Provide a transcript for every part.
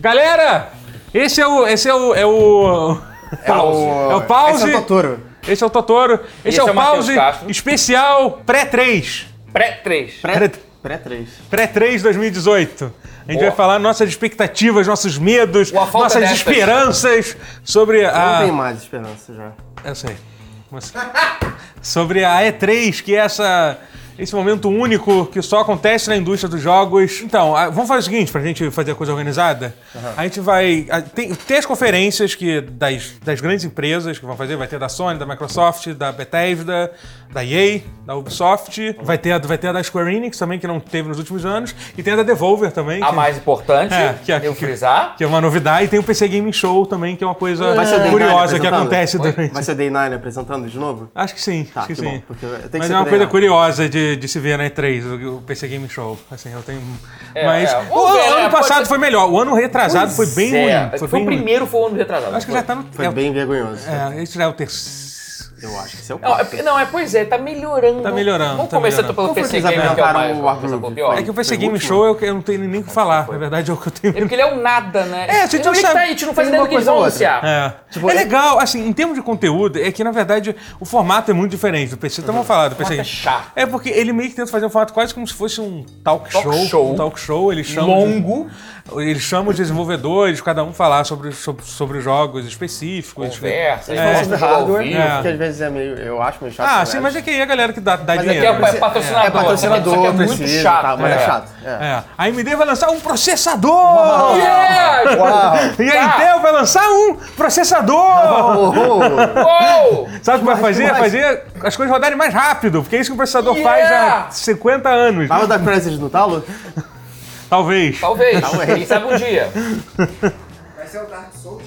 Galera, esse é o. Esse é o. É o, É o... é o pause. Esse é o Totoro. Esse é o Totoro. Esse, Esse é o é o Matheus pause Castro. especial pré-3. Pré 3. Pré, pré 3. Pré-3 2018. A gente Boa. vai falar nossas expectativas, nossos medos, Uma falta nossas dessas. esperanças sobre Não a. tem mais esperança já. Eu sei. É Mas- Sobre a E3, que é essa, esse momento único que só acontece na indústria dos jogos. Então, a- vamos fazer o seguinte, pra gente fazer a coisa organizada. A gente vai... a- tem, tem as conferências que das, das grandes empresas que vão fazer. Vai ter da Sony, da Microsoft, da Bethesda, da EA, da Ubisoft. Vai ter, a- vai ter a da Square Enix também, que não teve nos últimos anos. E tem a da Devolver também. A que- mais importante, É, que é- eu frisar. que é uma novidade, e tem o PC Gaming Show também, que é uma coisa Vai ser o Day curiosa Nine que apresentando? acontece Oi? durante. Vai ser o Day 9 apresentando de novo? Acho que sim, Tá, acho que, que sim. bom, porque tem que Mas ser é uma coisa coordenado. curiosa de, de se ver na E3, o, o PC Game Show. Assim, eu tenho. É, Mas. é, O, vamos ver, né? ano Pode passado ser- foi melhor. O ano retrasado foi bem É, ruim. Foi, Foi, bem o ruim. primeiro foi o ano retrasado. Acho que já tá no. Foi é, bem vergonhoso. é, esse já é o terceiro. Eu acho que esse é o Não, quarto. é, porque- não, é, pois é, tá melhorando. Tá melhorando, Vamos tá começar melhorando. pelo Qual foi PC que eles Game, que é o mais, apresentaram o vamos começar Arnold? pelo pior. É que o PC Foi o Game último. Show eu, eu não tenho nem o que falar. Na verdade, é o que eu tenho. É porque ele é um nada, né? É, a gente Ele não nem sabe. tá aí, a gente não faz Tem ideia uma do que eles coisa vão ou outra. anunciar. É. Tipo, é legal, assim, em termos de conteúdo, é que na verdade o formato é muito diferente do PC. Então vamos falar do PC. formato é chato. É porque ele meio que tenta fazer um formato quase como se fosse um talk, Talk show, show. Um talk show, eles chamam. Longo. De, eles chamam os desenvolvedores, cada um falar sobre, sobre, sobre jogos específicos. É. Conversa, eles falam sobre jogo ao hardware, vivo. É. que às vezes é meio. Eu acho meio chato. Ah, né? sim, mas é que aí a galera que dá, dá Mas é dinheiro. né? Que é, Mas é patrocinador. É patrocinador, só que é muito precisa, chato. tá, mas é, é. chato. É. É. A AMD vai lançar um processador! Yeah! Uau! E a Intel vai lançar um processador! Oh, Uou! Sabe o que vai fazer? mais. Fazer as coisas rodarem mais rápido, porque é isso que o processador Yeah! faz há 50 anos. né? Vai dar Crisis no talo? Talvez. Tá. Talvez. Quem sabe um dia. Vai ser o Dark Souls?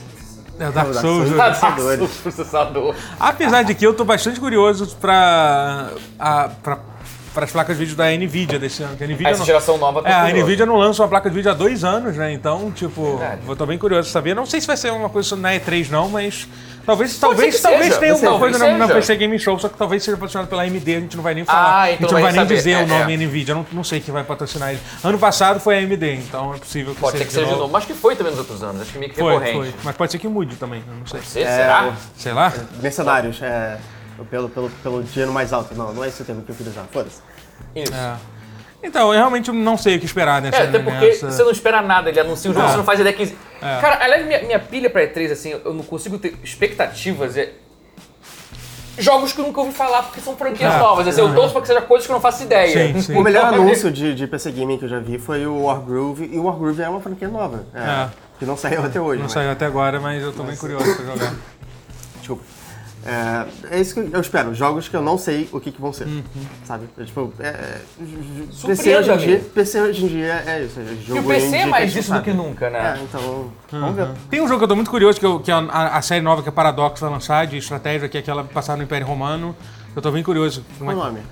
É, Dark Dark Souls. Souls. Processadores. Processador. Processador. Apesar de que eu tô bastante curioso pra, a, pra, pras placas de vídeo da NVIDIA desse ano. Que a NVIDIA Essa não, geração nova tá é, a curiosa. NVIDIA não lança uma placa de vídeo há dois anos, né? Então, tipo, Verdade. eu tô bem curioso pra saber. Não sei se vai ser uma coisa na E3 não, mas... Talvez, ser talvez, que talvez seja, tenha pode ser alguma que coisa na, na seja. PC Game Show, só que talvez seja patrocinado pela AMD, a gente não vai nem falar. Ah, então a gente não vai vai nem saber. dizer É, o nome é. NVIDIA, não, não sei quem vai patrocinar ele. Ano passado foi a AMD, então é possível que Pode seja ser que seja de novo. Mas acho que foi também nos outros anos. Acho que meio que Foi, recorrente. foi. Mas pode ser que mude também, eu não sei. Você, será? Sei lá. Mercenários, é. Pelo, pelo, pelo dinheiro mais alto. Não, não é esse o termo que eu queria usar. Foda-se. Isso. É, É. Então, eu realmente não sei o que esperar nessa. até porque nessa- você não espera nada, ele anuncia o jogo, Não. É. você não faz ideia que. Cara, aliás, minha, minha pilha pra E3, assim, eu não consigo ter expectativas. É... Jogos que eu nunca ouvi falar porque são franquias É. novas. Assim, eu torço pra que seja coisas que eu não faço ideia. Sim, sim. O melhor Então, anúncio de, de PC Gaming que eu já vi foi o Wargroove, e o Wargroove é uma franquia nova. É, É. Que não saiu até hoje. né? Não mas- saiu até agora, mas eu tô bem curioso pra jogar. Desculpa. É, é isso que eu espero, jogos que eu não sei o que, que vão ser. Uhum. Sabe? É, tipo, é, é, j- j- PC hoje em Surpreenda-me. dia, PC hoje em dia é isso. É jogo E o PC é indie mais que a gente disso do que Uhum. sabe. nunca, É, né? então, vamos ver. Tem um jogo que eu tô muito curioso, que, eu- que a, a- a série nova que a Paradox vai lançar, de estratégia, que é aquela passada no Império Romano. Eu tô bem curioso. Como Qual é o que- nome?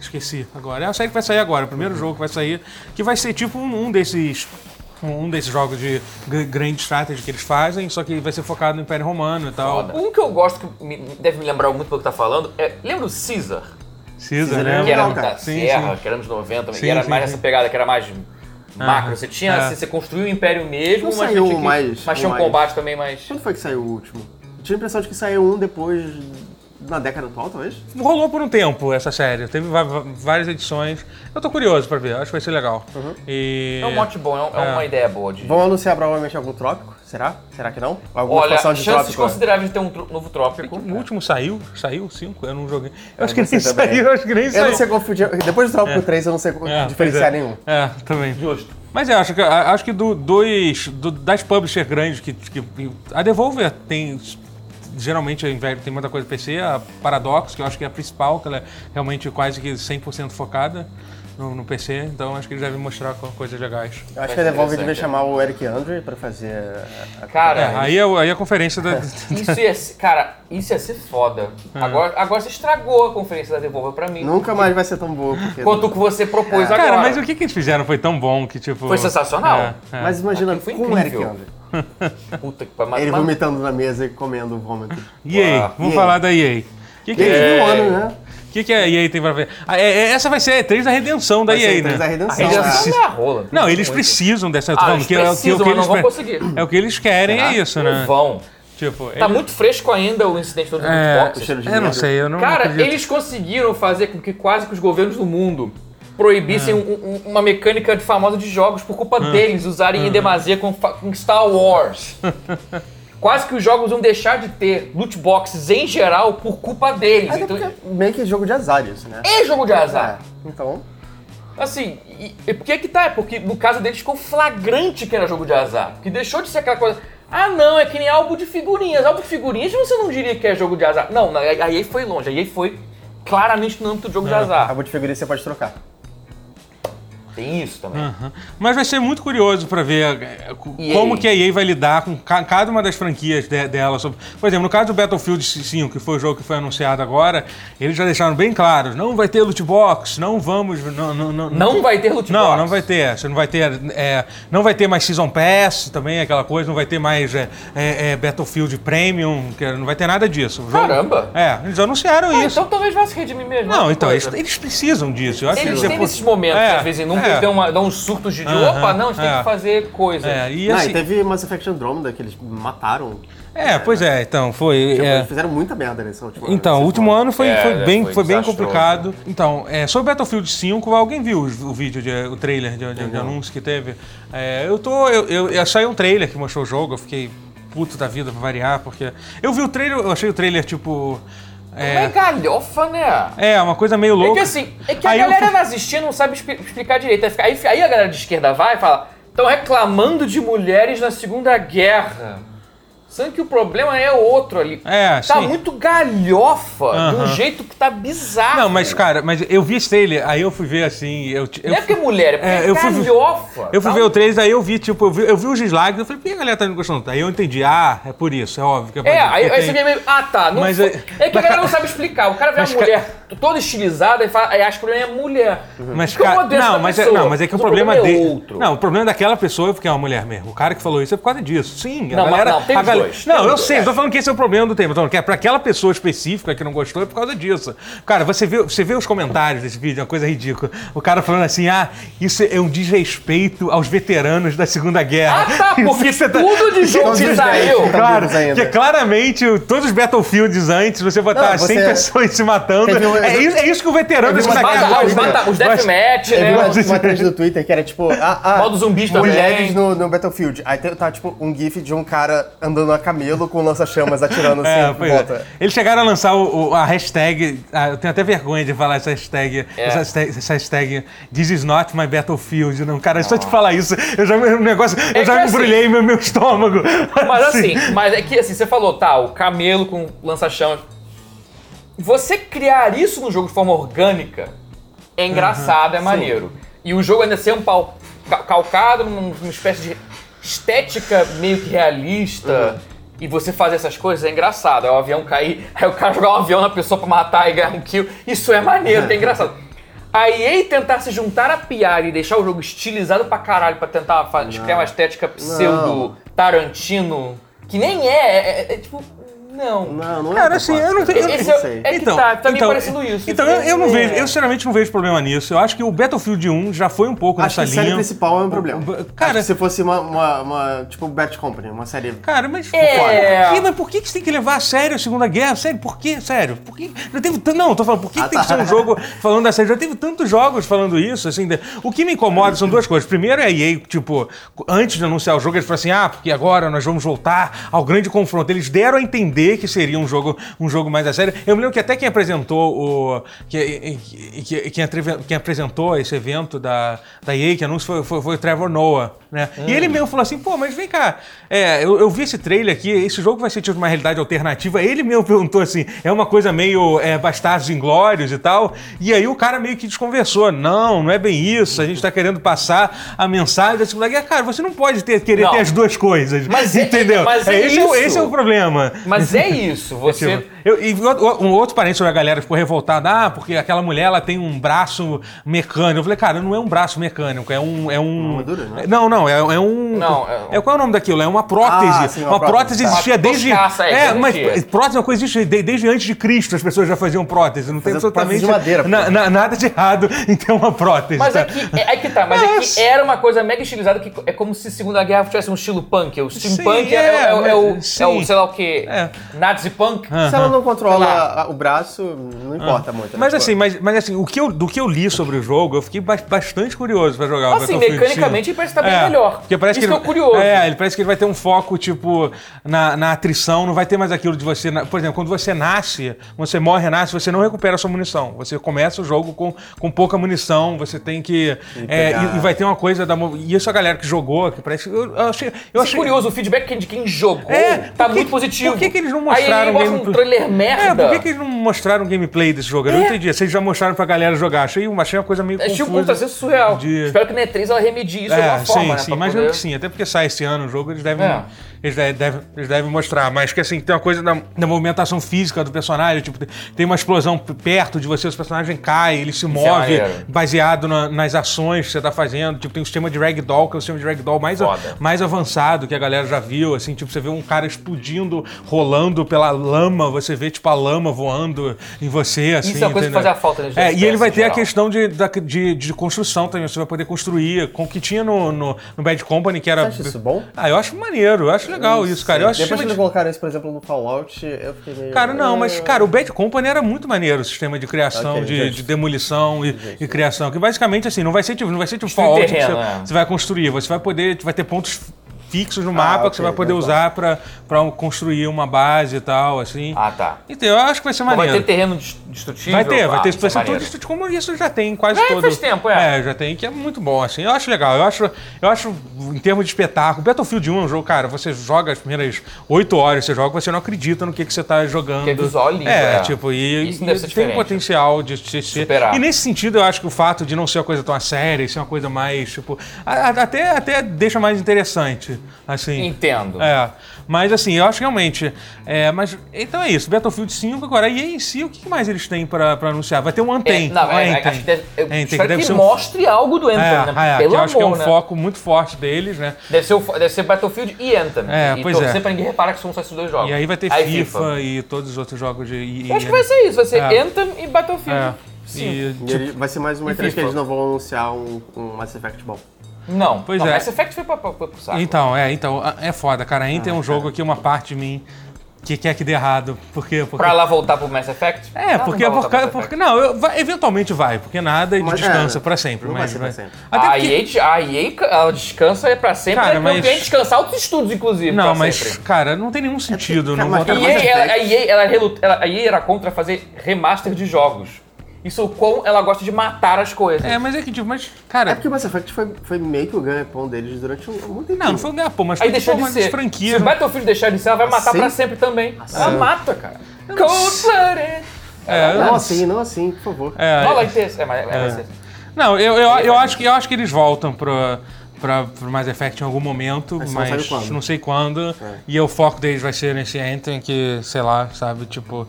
Esqueci agora. É a série que vai sair agora, o primeiro jogo que vai sair, que vai ser tipo um, um desses. Um desses jogos de gr- grande strategy que eles fazem, só que vai ser focado no Império Romano e tal. Um que eu gosto, que me- deve me lembrar muito do que tá falando, é. Lembra o Caesar? Precisa, Caesar é né? que era Não, cara. da Sim, Serra, sim. que era anos 90, Sim, e era sim, mais sim. essa pegada que era mais macro. Você tinha, é. assim, você construiu o império mesmo, Não mas, saiu tinha que- mais- mas tinha um mais. combate também mais. Quando foi que saiu o último? Eu Tinha a impressão de que saiu um depois, na década atual, talvez? Rolou por um tempo essa série, teve va- va- várias edições. Eu tô curioso pra ver, acho que vai ser legal. Uhum. E... É um mote bom, é, um- é uma ideia boa de. Vão anunciar provavelmente algum trópico? Será? Será que não? Alguma Olha, expansão chances de trópico? né? consideráveis de ter um tro- novo trópico. O último saiu? Saiu? Cinco? Eu não joguei. Eu acho que É, não nem sei também. saiu, eu acho que nem saiu. Eu não sei confundir. Depois do Trópico 3, eu não sei É, diferenciar pois é. nenhum. É, também. Justo. Mas eu acho que, a- acho que do, dois, do- das publishers grandes que, que- A Devolver tem. Geralmente ao invés- tem muita coisa PC, a Paradox, que eu acho que é a principal, que ela é realmente quase que 100% focada no, no PC, então acho que eles devem mostrar co- coisas legais. Eu acho que a Devolver devia interessante, chamar o Eric Andre pra fazer a- a Cara, É, aí, é o- aí É. é a conferência da. isso ia ser. Cara, isso ia ser foda. Agora, agora você estragou a conferência da Devolver pra mim. Nunca mais vai ser tão boa. Porque... Quanto o que você propôs agora. Cara, mas o que, que eles fizeram foi tão bom que, tipo. Foi sensacional. É, é. Mas imagina Aqui foi com o Eric incrível. Andre. Puta que pariu. Ele mas- vomitando na mesa Ah, e comendo vômito. EA, Uau. vamos EA. falar da EA. O que, que Desde é? um ano, né? O que, que a EA tem pra ver? Ah, é- é- essa vai ser a E3 da redenção da Vai ser a EA, E3 né? da redenção, Eles é. precisam- Não, rola. Não, eles precisam dessa. eu tô Ah, falando eles que é o que- o que precisam, mas não eles vão pre- conseguir. É o que eles querem, é isso, né? Não vão. Tipo, Tá eles- muito fresco ainda o incidente do É, Xbox. cheiro de eu não merda. sei, eu não Cara, acredito. eles conseguiram fazer com que quase que os governos do mundo É. proibissem um- um- uma mecânica de famosa de jogos por culpa Ah. deles usarem em demasia com, fa- com Star Wars. quase que os jogos vão deixar de ter loot boxes em geral por culpa deles. Até então, porque é meio que jogo de azar isso, né? é jogo de azar. É, então, Assim, e, e por que que tá? É porque no caso deles ficou flagrante que era jogo de azar. Que deixou de ser aquela coisa. Ah, não, é que nem álbum de figurinhas. Álbum de figurinhas você não diria que é jogo de azar. Não, não, aí aí foi longe. Aí foi claramente no âmbito do É. jogo de a azar. de figurinha você pode trocar. Tem isso também. Mas vai ser muito curioso pra ver eh, co- EA. como que a EA vai lidar com ca- cada uma das franquias de- dela. sobre- Por exemplo, no caso do Battlefield 5, que foi o jogo que foi anunciado agora, eles já deixaram bem claro, não vai ter loot box, não vamos... Não, não, não, Não vai ter loot Não, box. não vai ter. Você não vai ter. é, não vai ter mais Season Pass também, aquela coisa, não vai ter mais é, é, é, Battlefield Premium, que não vai ter nada disso. O jogo- Caramba. É, eles anunciaram Ah, isso. então talvez vá se redimir mesmo. Não, Outra então, eles, coisa. eles precisam disso. Eu acho que Eles você têm pô- esses momentos, É, às vezes, um é, nunca eles dão, uma- dão uns surtos de, de, Aham, opa, não, a gente tem é. que fazer coisa. é, e Não, assim- e teve Mass Effect Andromeda que eles mataram. É, pois é, então, foi. Tipo, é. Eles fizeram muita merda nessa última Então, o nesse último ano foi, É, foi né, bem, foi foi bem desastroso. complicado. Então, é, sobre Battlefield 5, alguém viu o, o vídeo, de, o trailer de, de- de Uhum. anúncio que teve? É, eu tô. Eu, eu, eu- saiu um trailer que mostrou o jogo, eu fiquei puto da vida pra variar, porque. Eu vi o trailer, eu achei o trailer tipo. Mas É É, galhofa, né? é, uma coisa meio É que louca. assim, é que a Aí eu galera fui- nazista não sabe expli- explicar direito. Aí fica- Aí, aí a galera de esquerda vai e fala: estão reclamando de mulheres na Segunda Guerra. Sendo que o problema é outro ali. É, Tá sim. muito galhofa, de um Aham. jeito que tá bizarro. Não, mas cara, mas eu vi esse trailer, aí eu fui ver assim. Eu, eu, Não é porque é mulher, é porque É, é, eu fui- galhofa. Eu fui Tá ver um- o 3, aí eu vi, tipo, eu vi, eu vi os slides, eu falei, por que a galera tá não gostando? tanto?" Aí eu entendi, ah, é por isso, é óbvio que é por É, isso, aí, porque aí tem- você vê meio. Ah, tá. Não Mas foi- aí- É que a galera não sabe explicar. O cara vê Mas uma ca- mulher toda estilizada e fala, aí acha que o problema é mulher. Mas, Porque é uma cara, doença não, da mas é, pessoa. não, mas é que o Mas problema, dele. é outro. Não, o problema daquela pessoa é porque é uma mulher mesmo. O cara que falou isso é por causa disso. Sim, a Não, mas galera. não, tem a os galera- dois, não tem os eu dois, sei, é. eu tô falando que esse é o problema do tema. Então, que é pra aquela pessoa específica que não gostou é por causa disso. Cara, você vê, você vê os comentários desse vídeo, é uma coisa ridícula. O cara falando assim: ah, isso é um desrespeito aos veteranos da Segunda Guerra. Ah, tá, porque Isso é- tudo de jogo que Todos saiu. dez. Tá Claro, vivos ainda. que é claramente o- todos os Battlefields antes, você botar Não, você- 100 pessoas se matando. Teve um- É, isso, é isso é que o veterano da Teve uma Segunda Guerra Mata, Agora, os gosta. mata, os Gosta. deathmatch, Eu vi né? uma, uma thread do Twitter que era tipo. Ah, ah, Modo zumbis também. Mulheres no, no Battlefield. Aí te- tá tipo um gif de um cara andando a camelo com lança-chamas atirando assim. É, em pois volta. é. Eles chegaram a lançar o- o- a hashtag. ah, eu tenho até vergonha de falar essa hashtag. É. Essa hashtag, essa hashtag, This is not my battlefield. Não, cara, só te falar isso. Eu já, o negócio, eu que já me assim- embrulhei meu, meu estômago. Mas assim, mas é que assim, você falou, tá, o camelo com lança-chamas. Você criar isso no jogo de forma orgânica é engraçado, é maneiro. E o jogo ainda ser um pau ca- calcado num- numa espécie de estética meio que realista. E você fazer essas coisas é engraçado. Aí o avião cair, aí o cara jogar um avião na pessoa pra matar e ganhar um kill. Isso é maneiro, que é engraçado. A EA tentar se juntar à piada e deixar o jogo estilizado pra caralho pra tentar fa- criar uma estética pseudo Tarantino, que nem é, é, é- é tipo, não. Não, não é. Cara, tão assim, fácil, eu não cara. tenho- eu não Esse é, sei. é que tá, tá me parecendo isso. Então, eu, eu não É. vejo, eu sinceramente não vejo problema nisso. Eu acho que o Battlefield 1 já foi um pouco Acho que a nessa série linha. principal é um problema. Cara- Acho que se fosse uma, uma, uma, Tipo, Bat Company, uma série. Cara, mas, É. por quê? mas por que que você tem que levar a sério a Segunda Guerra? Sério, por quê? Sério, por que? Não, teve tan- não, tô falando, por que, que tem que ser um jogo falando da série? Já teve tantos jogos falando isso, assim. de- O que me incomoda são duas coisas. Primeiro é a EA, tipo, antes de anunciar o jogo, eles falaram assim, ah, porque agora nós vamos voltar ao grande confronto. Eles deram a entender que seria um jogo, um jogo mais a sério. Eu me lembro que até quem apresentou o... Que, que- que- quem, atreve- quem apresentou esse evento da, da EA, que anúncio foi, foi, foi o Trevor Noah, né? E ele mesmo falou assim, pô, mas vem cá, é, eu, eu vi esse trailer aqui, esse jogo vai ser tipo uma realidade alternativa. Ele mesmo perguntou assim, é uma coisa meio é, Bastardos Inglórios e tal. E aí o cara meio que desconversou. Não, não é bem isso, a gente tá querendo passar a mensagem da Segunda Guerra. Cara, você não pode ter, querer Não. ter as duas coisas, Mas é- entendeu? mas é esse, o- isso. esse é o problema. Mas é isso, você tipo, Eu, e o- o- um outro parente sobre a galera ficou revoltada. Ah, porque aquela mulher ela tem um braço mecânico. Eu falei, cara, não é um braço mecânico, é um. É um... Uma armadura, né? Não, não, é, é um. Não, é um- é... Qual é o nome daquilo? É uma prótese. Ah, sim, uma uma, prótese, prótese, tá. existia desde. Toscaça, é, é, que mas existia. prótese é uma coisa que existe de- desde antes de Cristo, as pessoas já faziam prótese. Não tem Fazia prótese absolutamente de madeira, pô. na- na- nada de errado em ter uma prótese. Mas tá? é que, é, é que tá, mas é que era uma coisa mega estilizada que é como se Segunda Guerra tivesse um estilo punk. O steampunk Sim, é, é, é, o- é o, mas- é o, sim. sei lá o que, É. Ah. nazi punk. Se ela não controla Sei a- o braço, não importa muito. né? Mas Tipo, assim, mas, mas assim, o que eu, do que eu li sobre o jogo, eu fiquei ba- bastante curioso pra jogar. o Assim, Battlefield mecanicamente, 5. ele parece que tá bem melhor. É, Porque parece Isso que que eu curioso. É, ele parece que ele vai ter um foco, tipo, na, na atrição, não vai ter mais aquilo de você. na- por exemplo, quando você nasce, você morre, nasce, você não recupera a sua munição. Você começa o jogo com, com pouca munição, você tem que. é, pegar. e, e vai ter uma coisa da. mo- E isso a galera que jogou, que parece. Eu, eu achei. Eu Isso é achei curioso, o feedback de quem jogou É, tá por que- muito positivo. por que que eles não Aí mostraram ele mostra um gameplay? trailer É, merda. por que, que eles não mostraram gameplay desse jogo? Eu não É. entendi. Vocês já mostraram pra galera jogar. Achei, uma- achei uma coisa meio Achei um confusa. contrassenso surreal. de- Espero que na E3 ela remedie isso de É, alguma forma, sim, né? sim. pra Imagino poder- que sim. Até porque sai esse ano o jogo, eles devem, É. eles de- devem, eles devem mostrar. Mas que assim, tem uma coisa da, da movimentação física do personagem. Tipo, tem- tem uma explosão p- perto de você, o personagem cai, ele se move maneiro. baseado na- nas ações que você tá fazendo. Tipo, tem o sistema de ragdoll, que é o sistema de ragdoll mais, a- Foda. mais avançado que a galera já viu. Assim, tipo, você vê um cara explodindo, rolando pela lama, você vê, tipo, a lama voando em você. Assim, Isso é uma coisa que entendeu? fazia falta, né, É, FPS e ele vai em ter a geral. questão questão de, da- de, de construção também. Você vai poder construir com o que tinha no, no, no Bad Company, que era. Você acha isso bom? Ah, eu acho maneiro, eu acho legal isso, cara. Eu acho Depois sistema que eles de- colocaram isso, por exemplo, no Fallout, eu fiquei meio... Cara, não, mas, cara, o Bad Company era muito maneiro o sistema de criação, É. Ok, de, justo. de demolição e, e criação. Que basicamente, assim, não vai ser tipo, não vai ser tipo Destruir Fallout que terreno, você, é. você vai construir. Você vai poder. Vai ter pontos fixos no mapa que você ok, vai poder tá bom. usar pra, pra um- construir uma base e tal, assim. Ah, tá. Então, eu acho que vai ser Mas maneiro. Vai ter terreno dest- destrutível? Vai ter, vai Ah, ter isso é situação toda maneiro. isso, como isso já tem em quase É, todo. faz tempo, é. já tem, que é muito bom, assim. Eu acho legal, eu acho, eu acho em termos de espetáculo, Battlefield 1 é um jogo, cara, você joga as primeiras 8 horas, você joga, você não acredita no que, que você tá jogando. Que é visual lindo, É, é. tipo, e, Isso e deve ser tem diferente. potencial de se se- Superar. E nesse sentido, eu acho que o fato de não ser uma coisa tão séria, e ser uma coisa mais, tipo, a- a- até, até deixa mais interessante, assim. Entendo. É. Mas assim, eu acho que realmente. É, mas então é isso. Battlefield 5 agora. E em si, o que mais eles têm pra, pra anunciar? Vai ter um Anthem. É, não, é, Anthem. acho que deve, eu Anthem, espero que, deve ser um- mostre algo do Anthem, É, né? é, Pelo que eu amor, acho que é um né? foco muito forte deles, né? Deve ser, o, fo- deve ser Battlefield e Anthem. É, e pois torcer é. pra ninguém reparar que são só esses dois jogos. E aí vai ter FIFA, e todos os outros jogos de. E, Eu acho que vai ser isso, vai ser É. Anthem e Battlefield. É. Sim. E, E tipo, ele- vai ser mais uma E E3 que FIFA? eles não vão anunciar um, um Mass Effect bom. Não, Pois não, é. Mass Effect foi pra, pra, foi pro saco. Então, é, então, a- é foda, cara. Anthem Ah, é um jogo que uma parte de mim que quer que dê errado. Por quê? Porque. pra lá voltar pro Mass Effect? É, Ela porque, não por vai voltar pro causa- Mass Effect. porque não, eu- vai- eventualmente vai, porque nada e Mas, descansa é, pra sempre. não vai mas ser pra sempre. Até a porque- EA, de- a EA ca- ela descansa é pra sempre, Cara, né? Porque mas- a EA descansa altos estudos, inclusive, Não, pra mas, Então, sempre. É cara, não tem nenhum sentido. cara, não mas voltar cara, pra- Mass EA, ela, a, Effect. EA, ela relut- ela- a EA era contra fazer remaster de jogos. Isso o quão ela gosta de matar as coisas. É, mas é que, tipo, mas, É cara. porque o Mass Effect foi, foi meio que o ganha-pão deles durante um, muito tempo. Não, não foi um pô, mas Aí foi deixou pô, de mas ser. franquia. né? Se o Battlefield deixar de ser, ela vai matar Assim? pra sempre também. Ela Assim? mata, cara. Cold-blooded. É, Não assim, não assim, por favor. é, Não like this. É, mas é, vai ser. Não, eu, eu, eu, acho que, eu acho que eles voltam pra, pra, pro Mass Effect em algum momento, Mas mas, não sabe quando. não sei quando. É. E o foco deles vai ser nesse Anthem, que, sei lá, sabe, tipo.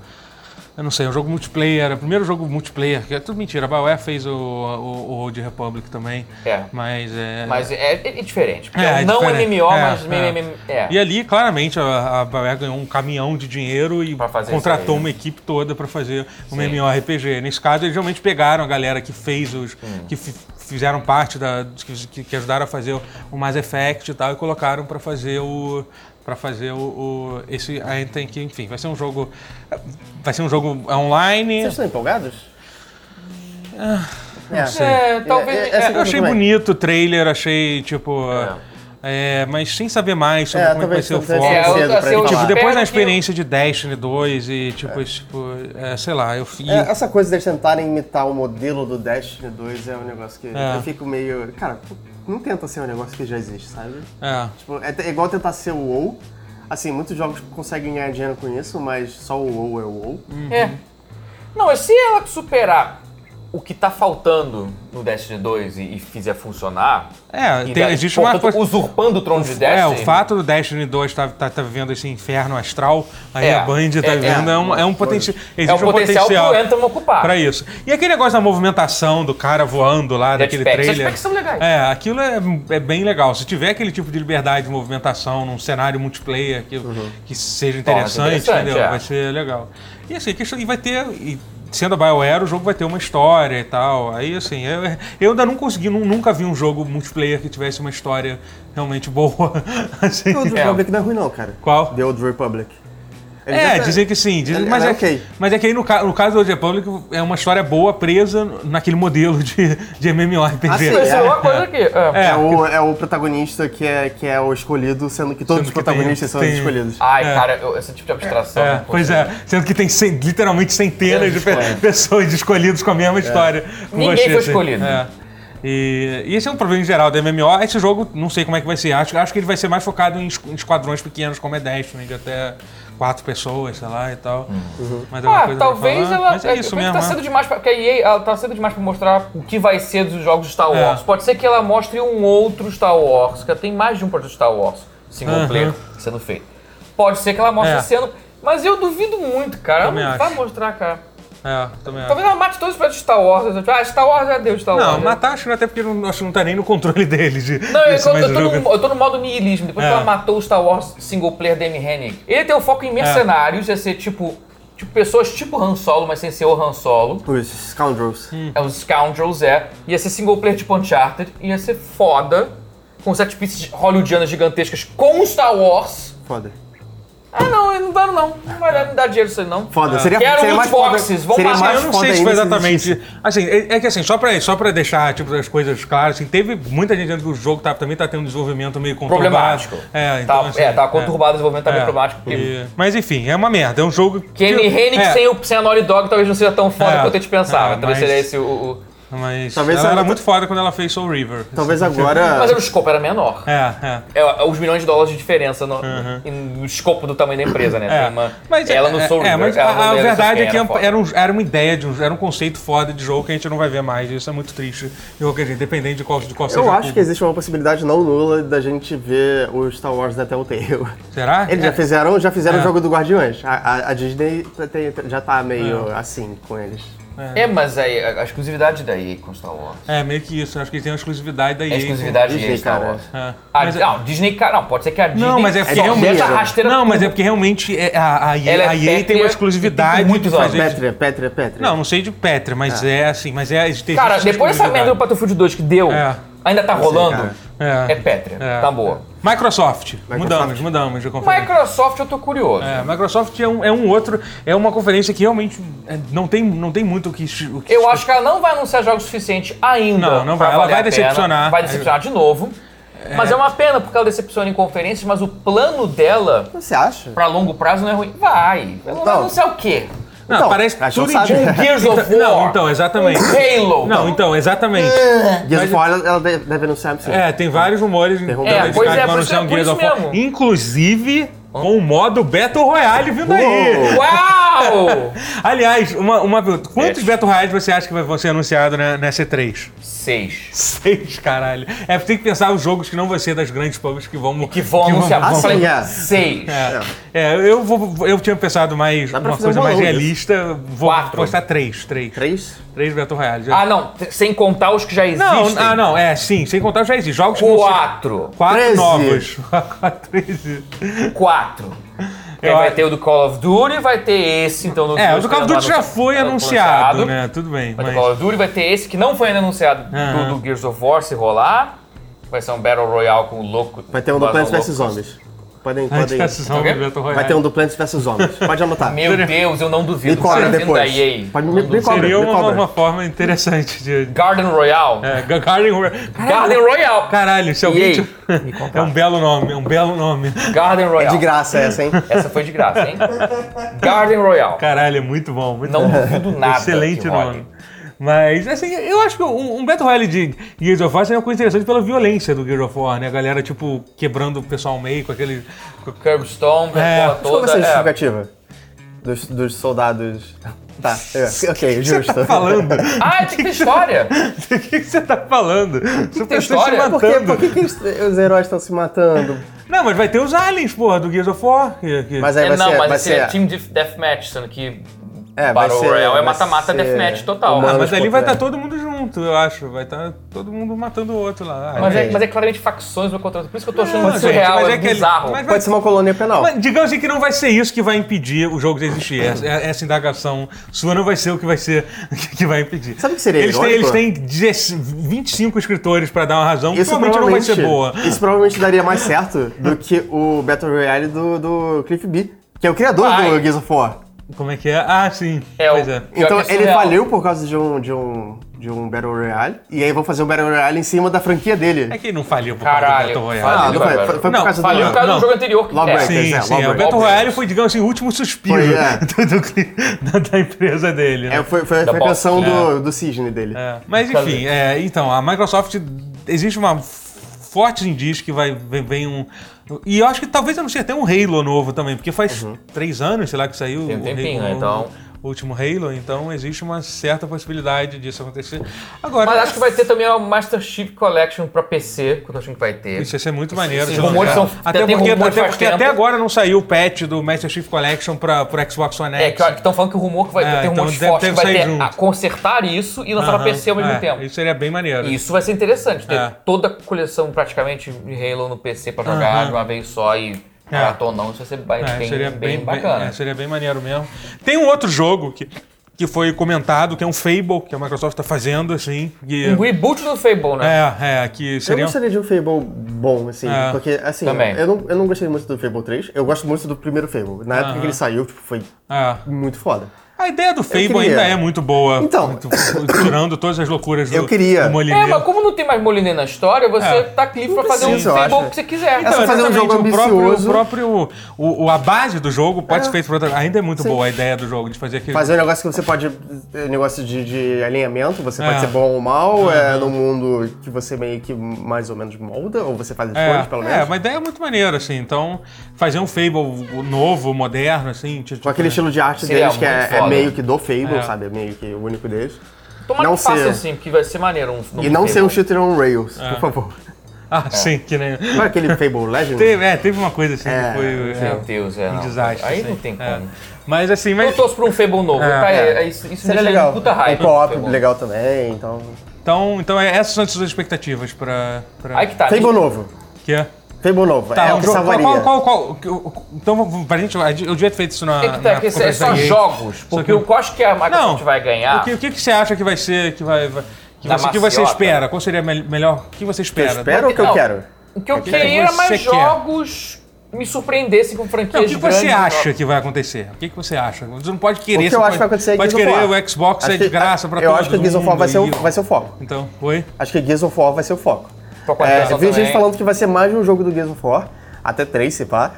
Eu não sei, é um jogo multiplayer, é o primeiro jogo multiplayer, que é tudo mentira, a Bioware fez o, o, o Old Republic também, É. mas é... Mas é, é- é diferente. porque É, é não diferente. MMO, É, mas meio é. MMO. É. E ali, claramente, a, a Bioware ganhou um caminhão de dinheiro e Pra fazer isso contratou aí, né? uma equipe toda pra fazer um Sim. MMORPG. Nesse caso, eles realmente pegaram a galera que fez os. que fi- fizeram parte da. Que, que- que ajudaram a fazer o, o Mass Effect e tal, e colocaram pra fazer o. Pra fazer o, o- esse Anthem que, enfim, vai ser um jogo. Vai ser um jogo online. Vocês estão empolgados? Ah, É, É, talvez. É, é, é, Eu achei também. bonito o trailer, achei tipo. é, mas sem saber mais sobre É, como é que vai talvez ser o seja foco. É, eu- cedo pra assim, ele eu Tipo, falar. espero depois da que- experiência de Destiny 2 e tipo, esse tipo, é, sei lá, eu fiz. É, essa coisa deles tentarem imitar o modelo do Destiny 2 é um negócio que É. eu fico meio. Cara, pô, não tenta ser um negócio que já existe, sabe? É. Tipo, é, te- é igual tentar ser o WoW. Assim, muitos jogos conseguem ganhar dinheiro Hum. com isso, mas só o WoW é o WoW. É. Não, mas se ela superar o que tá faltando no Destiny 2 e, e fizer funcionar. É, e tem- daí, existe uma portanto, coisa- usurpando o trono de Destiny. É, o fato do Destiny 2 tá, tá, tá vivendo esse inferno astral, aí É, a Band tá é, vivendo, é, é. um, é um poten- É existe o um potencial, que o Anthem ocupar. Pra isso. E aquele negócio da movimentação do cara voando lá, daquele Jetpacks. trailer. Jetpacks são legais. É, aquilo é, é bem legal. Se tiver aquele tipo de liberdade de movimentação num cenário multiplayer que, que seja interessante, Uhum. interessante, entendeu? é. Vai ser legal. E assim, questão, e vai ter. e sendo a BioWare, o jogo vai ter uma história e tal. Aí, assim, eu, eu ainda não consegui, nu- nunca vi um jogo multiplayer que tivesse uma história realmente boa. Assim. The Old É. Republic não é ruim, não, cara. Qual? The Old Republic. Ele É, já tá- dizem que sim. Dizem, Ela- mas, ela é, é ok. mas é que aí no, ca- no caso do Old Republic é uma história boa presa naquele modelo de, de MMORPG. Ah, sim, Mas é É, uma coisa que. é. É, o, é o protagonista que é, que é o escolhido, sendo que todos Sendo os que protagonistas tem- são tem- os escolhidos. Ai, cara, eu- esse tipo de abstração. É, pois é, sendo que tem cen- literalmente centenas É, de pe- pessoas escolhidas com a mesma história. com Ninguém foi escolhido. É. E, e esse é um problema em geral da MMO. Esse jogo, não sei como é que vai ser. Acho, acho que ele vai ser mais focado em es- em esquadrões pequenos, como é Destiny, de até quatro pessoas, sei lá, e tal. Uhum. Mas alguma Ah, coisa pra talvez falar. ela. Mas é isso porque mesmo. Tá né? cedo demais pra, porque a EA ela tá cedo demais pra mostrar o que vai ser dos jogos de Star É. Wars. Pode ser que ela mostre um outro Star Wars, que tem mais de um projeto Star Wars single Aham. player sendo feito. Pode ser que ela mostre É. esse ano. Mas eu duvido muito, cara. Ela Também não vai acho. mostrar, cara. É, também acho. Talvez ela mate todos os projetos de Star Wars. Ah, Star Wars já deu Star Wars. é. Não, matar acho que não, até porque não, acho que não tá nem no controle deles. De, Não, é eu, desse eu- eu mais tô jogo. no, eu tô no modo nihilismo. Depois É. É. que ela matou o Star Wars single player Danny Hennig. Ele tem um foco em mercenários, ia ser tipo, tipo pessoas tipo Han Solo, mas sem ser o Han Solo. Os Scoundrels. Hum. É os Scoundrels, é. Ia ser single player tipo Uncharted. Ia ser foda. Com sete pieces hollywoodianas gigantescas com Star Wars. Foda. Ah, não, não dá não. Não vai dar- não dá dinheiro isso aí, não. Foda. Seria, Quero seria mais foda. lootboxes, vamos seria Mas matar. mais Ah. eu não foda sei se foi ainda existisse. exatamente. Assim, é, é que assim, só pra, só pra deixar tipo, as coisas claras, assim, teve muita gente dizendo que o jogo tá- também tá tendo um desenvolvimento meio conturbado. Problemático. É, Tá, então. assim, é, tá conturbado o desenvolvimento, tá é. meio problemático. Porque E- Mas enfim, é uma merda. É um jogo. Kenny Hennig é, sem, o, sem a Naughty Dog talvez não seja tão foda É, quanto a gente pensava. é, mas- talvez seria esse o- o... Mas Talvez ela ela era tá- muito foda quando ela fez Soul River. Talvez Assim, agora. Mas era o escopo era menor. É, é. É, é os milhões de dólares de diferença no, em- no escopo do tamanho da empresa, né? Tem uma- ela não é, soube. é, Uhum. mas ela a, a não- ela verdade é que era foda. era, um- era uma ideia, de um, era um conceito foda de jogo que a gente não vai ver mais. Isso é muito triste. De qualquer jeito, dependendo de qual, de qual seja Eu o acho que público. existe uma possibilidade não nula da gente ver o Star Wars da Telltale. Será? Eles É. já fizeram, já fizeram É. o jogo do Guardiões. A, a- a Disney tá- tem- já tá meio assim com eles. É, mas aí, a, a exclusividade da EA com Star Wars. É, meio que isso. Acho que tem uma exclusividade da É EA. a exclusividade da Disney, EA Star cara. Wars. É. A- Mas- não, Disney, cara, não, pode ser que a Disney Não, mas é porque só realmente- meta rasteira. Não, mas é porque realmente é- a, a, Ela EA, é a EA tem pétrea uma e exclusividade. tem muitos de anos. fazer- Petria, Petria, Petria. Não, não sei de Petra, mas é, assim, mas é. existe- Cara, existe depois dessa merda do exclusividade. Battlefield 2 que deu, É. ainda tá rolando, cara. É. é, pétrea. É. Tá boa. Microsoft. Mudamos, mudamos de conferência. Microsoft, eu tô curioso. É, Microsoft é um, é um outro, é uma conferência que realmente é, não tem, não tem muito o que. O que Eu acho que ela não vai anunciar jogos suficiente ainda. Não, não pra vai. Ela valer vai a pena. decepcionar. Vai decepcionar de novo. Mas é uma pena porque ela decepciona em conferências, mas o plano dela Você acha? pra longo prazo não é ruim. Vai. Ela vai Não. anunciar o quê? Não, Então, parece a gente tudo não sabe. indica- Um Gears of War. Não, então, exatamente. Um Halo. Não, então, exatamente. Gears É. Mas- of War, ela ela deve, deve anunciar pra você. É, tem vários rumores em É, pela pois Skype é, que por vão isso- anunciar um por Gears isso of War. mesmo. Inclusive com o modo Battle Royale vindo aí. Uou. Uau! Aliás, uma, uma pergunta. Quantos É. Battle Royales você acha que vai- vão ser anunciados na, na C3? Seis. Seis, caralho. É, tem que pensar os jogos que não vão ser das grandes pubs que vão... Ah, Que vão anunciar. vão- Eu Assim, falei, é. Seis. É, é, eu, vou, eu tinha pensado mais Dá pra uma fazer um coisa mais bolão realista. Vou Quatro. postar três, três. Três? Três Battle Royales. Ah, não. t- Sem contar os que já existem. não, ah, não, é, sim. Sem contar os já existem. Jogos que vão ser- Quatro. Quatro Treze. novos. Treze. Quatro. Aí Eu vai acho- ter o do Call of Duty, vai ter esse, então... no- É, o no- do Call of Duty já foi anunciado, né? Tudo bem. É Vai ter mas- Call of Duty, vai ter esse que não foi ainda anunciado Aham. do, do Gears of War se rolar. Vai ser um Battle Royale com o louco. Vai ter um do invasão Plants vs louco. Zombies. Podem, A gente podem. tá assistindo Tá o ok? Battle Royale. Vai ter um do Plants vs Zombies. Pode anotar. Meu Deus, eu não duvido. Me cobra Tá vindo depois. Da EA. Pode me- Não duvido. me cobra. Seria uma, cobra. uma forma interessante de. Garden Royale. É, Ga- Garden Royale. Garden Royale. Caralho, se alguém. EA. tiver- É um belo nome, é um belo nome. É Garden Royale. É De graça essa, hein? Essa foi de graça, hein? Garden Royale. Caralho, é muito bom, muito Não bom. duvido nada Excelente que role. nome. Mas, assim, eu acho que um, um Battle Royale de Gears of War seria uma coisa interessante pela violência do Gears of War, né? A galera, tipo, quebrando o pessoal ao meio com aquele. Curbstone, É. é. Mas qual toda. vai ser a é. justificativa? dos, dos soldados. Tá, é, ok, justo. tá falando? Ah, tem que ter história! O que, que você tá falando? Super tem história? se Por, quê? matando. Por que, que eles- os heróis estão se matando? Não, mas vai ter os aliens, porra, do Gears of War. que- que- Mas aí É, vai não, ser. mas vai esse é ser Team Def- Deathmatch, sendo que É, vai Battle ser- Royale é vai mata-mata ser Deathmatch total. Ah, humano. mas Anos ali vai contra- estar todo mundo junto, eu acho. Vai estar todo mundo matando o outro lá. Ah, Mas é, Ok. mas é claramente facções uma contra outra. Por isso que eu tô achando Não, isso gente, surreal, mas é, é que ele- bizarro. mas- Pode ser uma colônia penal. Mas digamos assim que não vai ser isso que vai impedir o jogo de existir. Essa, é, essa indagação sua não vai ser o que vai ser que vai impedir. Sabe o que seria Eles têm, eles irônico? têm 10 25 escritores pra dar uma razão, que provavelmente não vai ser boa. Isso provavelmente daria mais certo do que o Battle Royale do, do Cliff B, que é o criador Vai. do Gears of War. Como é que é? Ah, sim. É, pois o- é. Pior Então que é ele surreal. faliu por causa de um, de um de um Battle Royale, e aí vão fazer um Battle Royale em cima da franquia dele. É que não faliu por causa Caralho, do Battle Royale. faliu. Ah, não foi, foi, foi por Não, causa Faliu do... por causa Não. um do jogo anterior que Logo é. antes. Sim, Quer dizer, sim. Lawbreakers, O Battle é. Royale foi, digamos assim, o último suspiro Foi, é. do- do cli- da, da empresa dele. né? É, foi, foi, foi a bosta. canção do, do cisne dele. É, Mas enfim, é, então, a Microsoft existe uma f- forte indício que vai vem, vem um. E eu acho que talvez eu não sei até um Halo novo também, porque faz três anos, sei lá, que saiu Uhum. Tem um o tempinho, Halo- né, então. o último Halo, então existe uma certa possibilidade disso acontecer. Agora, Mas acho que vai ter também o Master Chief Collection pra PC, que eu tô achando que vai ter. isso é ia ser muito maneiro. esses se não rumores tiver. são- até, tem porque, rumores até, faz porque tempo. até agora não saiu o patch do Master Chief Collection para pro Xbox One X. É, que estão falando que o rumor que um vai É, ter então rumores deve- fortes deve que vai sair ter junto. a consertar isso e lançar pra Aham, PC ao mesmo é, tempo. Isso seria bem maneiro. Isso vai ser interessante, ter É. toda a coleção praticamente de Halo no PC pra jogar de uma vez só e É. maratona não, isso vai ser ba- É, bem, seria bem bem, bacana. bem- é, seria bem maneiro mesmo. Tem um outro jogo que, que foi comentado, que é um Fable, que a Microsoft tá fazendo, assim. Que, Um reboot do Fable, né? é, é, que Eu seria. um- gostaria de um Fable bom, assim, É. porque, assim, Também. eu não, eu não gostei muito do Fable 3, eu gosto muito do primeiro Fable. Na época que ele saiu, tipo, foi é. muito foda. A ideia do Fable queria- ainda é muito boa. Então- muito- tirando todas as loucuras do, Eu queria- do É, Molineiro. mas como não tem mais Moliné na história, você É. tá livre pra fazer precisa, um eu Fable acho. que você quiser. Então, fazer um Exatamente, jogo o próprio, o ambicioso. próprio o, o- a base do jogo pode ser feito por outra, ainda é muito Sim. boa a ideia do jogo de fazer aquele Fazer um negócio que você pode. é, Negócio de, de alinhamento, você É. pode ser bom ou mal, é no mundo que você meio que mais ou menos molda, ou você faz as É, escolhas, pelo menos. é, uma ideia muito maneira assim. Então, fazer um Fable novo, moderno assim, tipo, Com aquele estilo de arte Seria deles que muito é, é foda. meio que do Fable, É. sabe? É meio que o único deles. Tomara não que faça ser- assim, porque vai ser maneiro um E não ser um chute. shooter on rails, É. por favor. Ah, sim, que nem Não é aquele Fable Legend? Teve, é, teve uma coisa assim É, que foi é, Meu Deus, é. um não. desastre. Aí assim. não tem como. É. Mas assim, mas, Eu torço pra um Fable novo, É. tá? É. É, é isso isso me Seria deixa legal. puta Um raiva. co-op Fable. legal também, então. então, então é- essas são as suas expectativas pra. pra Aí que tá. Fable novo. que é? Fable novo. Tá, é o um que jogo- salvaria. qual, qual, qual, que- o- Então, vamos- pra gente, eu devia ter feito isso na. É que tá, Ah, na que isso é conferência só da EA. jogos. Porque que- o que eu acho que a Microsoft Não. vai ganhar. O que, o que que você acha que vai ser que vai, vai- que, Da você, que você maciota. espera? Qual seria mel- melhor? O que você espera? Eu espero ou o que eu Não. quero? O que eu que queria era mais você quer? jogos me surpreendessem com franquias Não, o que grandes. você acha que vai acontecer? O que, que você acha? Você não pode O querer. que você eu acho pode, que vai acontecer é Pode Gears of querer, War. o Xbox é Acho de que- graça pra Eu todo acho que o Gears of War vai ser, o, mundo e- vai ser o foco. Então, oi? Acho que Gears of War vai ser o foco. Pra quarta É, geração eu vi gente também. falando que vai ser mais de um jogo do Gears of War, até três, se pá.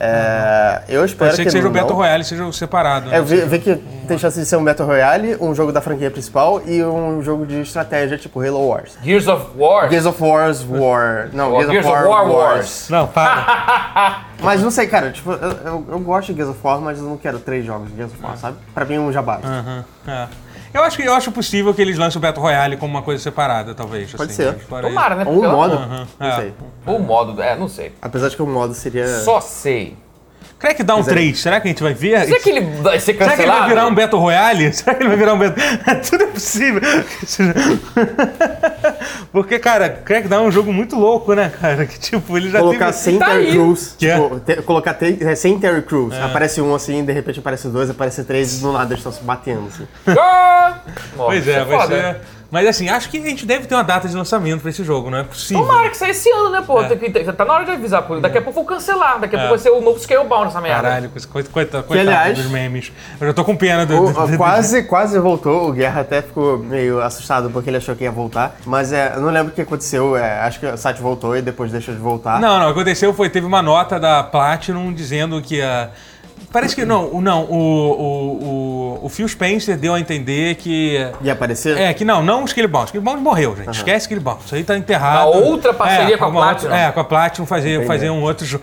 É, eu espero Pode ser que seja o não. Battle Royale, seja separado. É, né? eu vi, vi que tem chance de ser um Battle Royale, um jogo da franquia principal e um jogo de estratégia tipo Halo Wars. Gears of War. Gears of War's War. Não, War- Gears, Gears of War, Wars. Não, para. Mas não sei, cara, tipo, eu, eu, eu gosto de Gears of War, mas eu não quero três jogos de Gears of War, sabe? Pra mim um já basta. Aham, é. Eu acho, que, eu acho possível que eles lancem o Battle Royale como uma coisa separada, talvez. Pode assim, ser. mas fora Tomara, né? Ou um Porque modo, é. não sei. Ou o modo, é, não sei. Apesar de que o modo seria... Só sei. né? isso. Crackdown é 3, será que a gente vai ver? Será que ele vai ser Será cancelado? que ele vai virar um Battle Royale? Será que ele vai virar um Battle Tudo é possível. Porque, cara, Crackdown é um jogo muito louco, né, cara? Que tipo, ele já Colocar teve... sem Tá Terry aí. Crews. Que é? Tipo, te- colocar te- é, sem Terry Crews. Aparece um assim, de repente aparece dois, aparece três, e do nada eles estão se batendo. Assim. Ah! um- Pois Nossa, é, vai foda. ser... Mas assim, acho que a gente deve ter uma data de lançamento pra esse jogo, não é possível. Tomara que saia esse ano, né, É. pô? Tem que- Tá na hora de avisar, pô. Daqui a pouco vão cancelar. Daqui a pouco vai ser o novo Scalebound nessa merda. Caralho, coisa- coitado, coitado, aliás- dos memes. Eu já tô com pena do... O- do- do- o- quase, quase voltou. O Guerra até ficou meio assustado porque ele achou que ia voltar. Mas é, eu não lembro o que aconteceu. é, acho que o site voltou e depois deixou de voltar. Não, não, o que aconteceu foi, teve uma nota da Platinum dizendo que a. Parece que não, o- não o, o, o, o Phil Spencer deu a entender que. Ia aparecer? É, que não, não o Skilly Bounce. Skilly Bounce morreu, gente. Esquece Skilly Bounce. Isso aí tá enterrado. Uma outra parceria com a uma outra- Platinum. é, com a Platinum fazer, fazer um, outro jo-